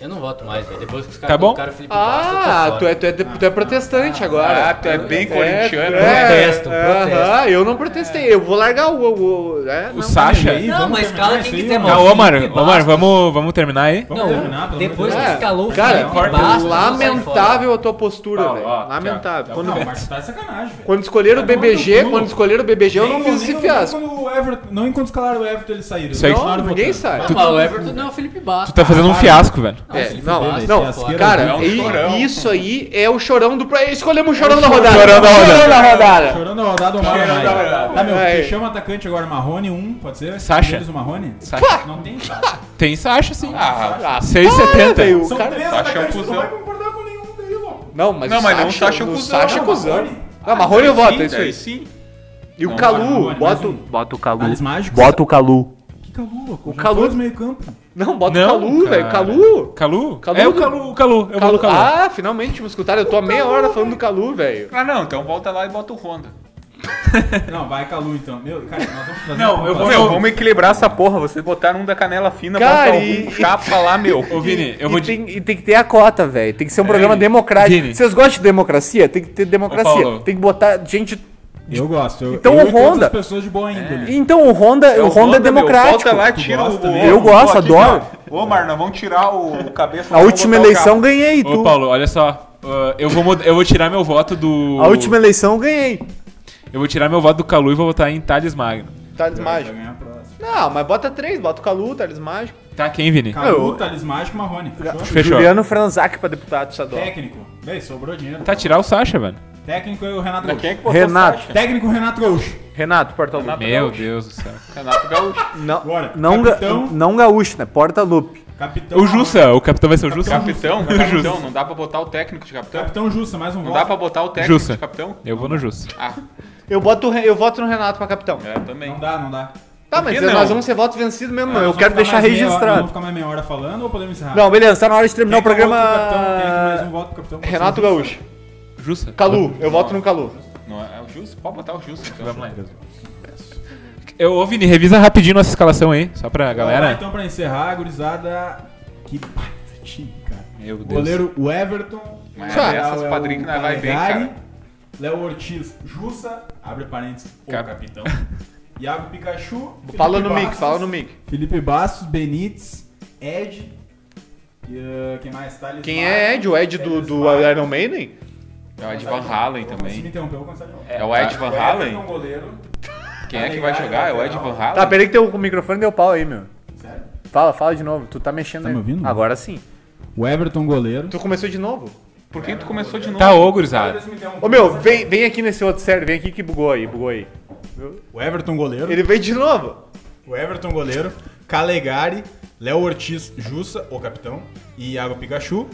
G: Eu não voto mais, velho. Depois que os caras
B: Tá bom?
G: colocaram o Felipe Bastos, eu
C: Ah,
G: tô
C: tu é,
G: fora.
C: tu, é, tu é protestante agora.
D: Ah, tu é bem
C: É,
D: corintiano. né?
G: Protesto,
C: aham, eu não protestei. Eu vou largar o. o, o é,
B: O
C: não.
B: Sacha.
F: Aí,
G: Não,
F: vamos
G: mas
F: terminar
G: cala
F: isso
G: quem
F: aí,
G: quiser,
F: mano.
B: Ah, ô, Omar,
G: Felipe
B: Omar,
G: Bastos.
B: vamos, vamos terminar aí?
F: Vamos terminar, pelo
G: Não,
F: amor de
G: depois
F: Deus.
G: que
C: É,
G: escalou o
C: cara,
G: Felipe
B: corta.
G: Bastos, eu saio
C: lamentável
G: fora.
C: a tua postura,
D: Ó,
C: velho.
D: ó,
C: Lamentável. Quando,
F: Não, mas tá de sacanagem, velho.
C: É. quando escolheram o
F: Vai tomar no
C: BBG,
F: cu.
C: quando escolheram o BBG, eu
F: Nem
C: não
F: quando-
C: fiz esse
F: nem
C: fiasco.
F: quando o Everton- Não enquanto escalaram o Everton, eles saíram.
B: Isso aí-
F: Continuaram
C: Não, é ninguém
F: votando.
C: sai.
G: Não, mas o Everton não é o Felipe
B: Tu
G: Bastos.
B: tá fazendo um fiasco, velho.
C: É,
G: Felipe
C: não,
G: Bastos,
C: não,
G: fora.
C: cara,
D: É um
C: e-
D: chorão.
C: isso aí é o chorão do. pra- Escolhemos o chorão da rodada.
B: chorão da rodada.
C: Chorão da rodada.
F: Tá Chorando a rodada, o Omar
D: Chorando a
F: vai.
D: rodada.
F: Tá, meu,
C: É.
F: fechamos o atacante agora, Marrone, um, pode ser?
B: Sacha.
F: Deles, o Marrone?
B: Sacha.
F: Não tem Sacha.
B: Tem Sacha, sim.
D: Ah,
C: Ah, para,
B: 6,70.
C: velho, o
F: São
C: cara- tá
F: três
D: Sacha é um
F: atacantes, tu não
D: cuzão.
F: vai concordar com nenhum daí, louco.
C: Não, mas
D: Não,
C: o
D: mas não,
C: Sacha,
D: o Sacha é
C: o
D: cuzão.
C: Sacha é
F: Não,
C: Tá cuzão.
F: Marrone.
C: Ah, Marrone eu voto,
D: sim,
C: é isso
D: daí
C: aí.
D: Sim.
C: E o
D: Não,
C: Calu,
F: Marrone,
C: bota,
F: mais um.
C: bota o Calu.
F: Males mágicos.
C: Bota o Calu.
F: Que Calu, louco. O
C: Calu-
F: do meio campo.
C: Não, bota
B: Não,
C: o Calu,
B: cara.
C: velho. Calu.
B: Calu?
C: Calu
B: É o
C: do-
B: Calu, o Calu. Eu vou
C: Calu.
B: no Calu.
C: Ah, finalmente me escutaram. Eu tô há meia hora falando do Calu, velho.
D: Ah, não, então volta lá e bota o Honda.
F: Não, vai Calu então. Meu, cara, nós vamos fazer
B: Não,
F: um
B: eu vou-
F: podcast.
D: Meu, vamos equilibrar essa porra. Vocês botaram um da canela fina,
C: Cara,
D: botar algum
C: e-
D: chapa lá, meu.
B: Ô, Vini, eu vou...
C: E
B: de-
C: tem, e tem que ter a cota, velho. Tem que ser um programa democrático.
B: Vini.
C: Vocês gostam de democracia? Tem que ter democracia.
B: Paulo.
C: Tem que botar gente.
F: Eu gosto. Eu,
C: Então
F: eu
C: o
F: e todas
C: Honda-
F: as pessoas de boa índole.
C: Então o Honda,
D: É
C: o Honda é
D: meu.
C: democrático.
D: Volta lá, tira
F: gosta
D: o.
F: mesmo?
C: Eu gosto,
D: Aqui,
C: adoro.
D: ó. Ô, Marna, vamos tirar o cabeça.
C: A
D: vamos
C: última
D: botar o
C: eleição ganhei,
B: Ô,
C: tu.
B: Paulo, olha só. Ah, eu, vou mud- eu vou tirar meu voto do...
C: A última eleição eu ganhei.
B: Eu vou tirar meu voto do Calu e vou votar em Thales Magno.
C: Thales
F: Vai
C: Mágico.
F: ganhar a próxima.
C: Não, mas bota três, bota o Calu, Thales Mágico.
B: Tá, quem, Vini?
F: Calu,
C: Eu-
F: Thales Mágico, Marrone. Fechou?
B: Fechou.
C: Juliano Franzac pra deputado, Sador.
F: Técnico. Véi, sobrou dinheiro.
B: Tá, tirar o Sacha, velho.
F: Técnico é o Renato
D: Mas Quem é
F: Gaúcho.
D: que botou
C: Renato.
D: Sacha?
F: Técnico Renato Gaúcho.
C: Renato, Porta Lupe.
D: Renato
B: Meu
D: Gaúcho.
B: Deus do céu.
D: Renato Gaúcho.
C: Não,
F: Bora,
C: não, ga-
F: capitão.
C: não gaúcho, né? Porta Lupe.
F: Capitão.
B: O Jussa, o capitão vai ser o Jussa?
D: Capitão, É. capitão. Não dá pra botar o técnico de capitão?
F: Capitão Jussa, mais um
D: Não
F: voto.
D: dá pra botar o técnico
B: Jussa.
D: de capitão?
B: Eu vou no Jussa.
D: Ah,
C: Eu, boto, o Re- eu voto no Renato pra capitão.
D: é, também.
F: Não dá, não dá.
C: Tá,
D: Por
C: mas
D: que não?
C: nós vamos ser voto vencido mesmo, não.
F: Nós
C: Eu
F: vamos
C: quero
F: ficar
C: deixar
F: mais meia hora- nós
C: registrado.
F: Vamos ficar mais meia hora falando ou podemos encerrar?
C: Não, beleza, tá na hora de terminar
F: Quem
C: o
F: é que é
C: programa.
F: outro capitão? Quem é que mais um voto pro capitão? Pode ser o
C: Renato
F: Jussa.
C: Gaúcho.
B: Jussa?
C: Calu, eu voto no Calu.
D: Não é, é o Justo? Pode botar o Justo. Então.
B: Vamos lá. Eu, ô, Vini, revisa rapidinho nossa escalação aí, só pra
F: Vamos lá,
B: galera.
F: Então, pra encerrar, gurizada. Que baita time, cara.
B: Meu Deus.
F: Goleiro, o Everton.
D: Mas
F: Lateral
D: essas
F: é o
D: padrinhos que nós vai ver,
F: Calegari,
D: cara.
F: Léo Ortiz, Jussa, abre parênteses, o
B: Cap-
F: capitão. Iago Pikachu.
C: Fala
F: Felipe
C: no mic,
F: Bastos,
C: fala no mic.
F: Felipe Bastos, Benítez, Ed. E, uh, quem mais? Thales
C: Quem
F: Magno,
C: é Ed? O Ed do, do
F: Thales
C: Iron Maiden?
D: É o Ed Van Halen
F: Se me
D: também.
F: interrompeu, eu vou começar de novo.
D: É o Ed Van
F: O Everton,
D: Halen?
F: goleiro.
D: Quem é que vai jogar? É o Ed Van Halen?
C: Tá, peraí que teu microfone deu pau aí, meu.
F: Sério?
C: Fala, fala de novo. Tu tá mexendo
F: Tá
C: aí.
F: me ouvindo?
C: Agora sim.
F: O Everton, goleiro.
C: Tu começou de novo?
D: Por que tu começou de novo?
B: Tá, ô, gurizada.
C: Ô meu, vem, vem aqui nesse outro, sério, vem aqui que bugou aí, bugou aí.
F: O Everton, goleiro.
C: Ele veio de novo.
F: O Everton, goleiro. Calegari, Léo Ortiz, Jussa, o capitão. E Iago Pikachu.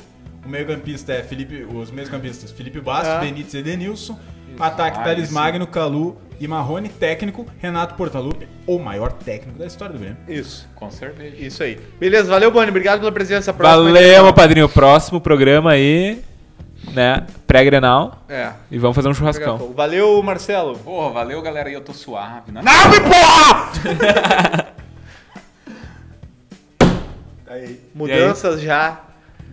F: O meio-campista é Felipe. Os meios-campistas Felipe Bastos,
C: Ah.
F: Benítez e Edenilson. Ataque
D: Ah,
F: Thales
D: isso.
F: Magno, Calu e Marrone. Técnico, Renato Portaluppi, o maior técnico da história do Grêmio.
C: Isso,
D: Com cerveja.
C: isso aí. Beleza, valeu, Boni. Obrigado pela presença. Próxima
B: Valeu,
C: edição.
B: meu padrinho. Próximo programa aí, né? Pré-grenal.
C: É.
B: E vamos fazer um
C: pega
B: churrascão.
C: fogo. Valeu, Marcelo.
D: Porra, valeu, galera. E eu tô suave, né?
C: Tá Mudanças já,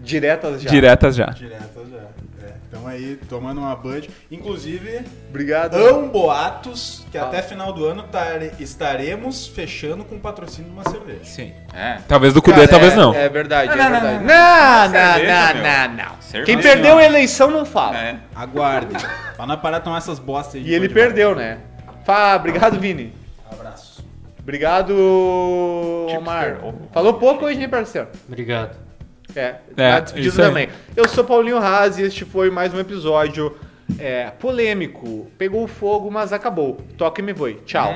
C: diretas já.
B: Diretas já.
F: Direto já. É, Então aí, tomando uma Bud. Inclusive,
C: Obrigado.
F: Dão boatos que até final do ano tare- estaremos fechando com o patrocínio de uma cerveja.
B: Sim.
D: É.
B: Talvez do Cudê,
C: Cara,
B: talvez
C: é-
B: não.
C: É verdade, é
D: Não, não,
C: verdade.
D: não,
C: Não, não,
D: Cerveja,
C: não, não, não.
D: Cerveja.
C: Quem perdeu a eleição não fala.
D: É.
F: Aguardem. pra não parar de tomar essas bostas aí.
C: E ele perdeu, né? Fá, obrigado, Vini.
F: Abraço.
C: Obrigado, Omar. Falou pouco hoje, hein, parceiro?
G: Obrigado.
C: É,
B: É,
C: tá despedido
B: isso aí.
C: também. Eu sou Paulinho Haas e este foi mais um episódio é, polêmico. Pegou fogo, mas acabou. Toca e me foi. Tchau.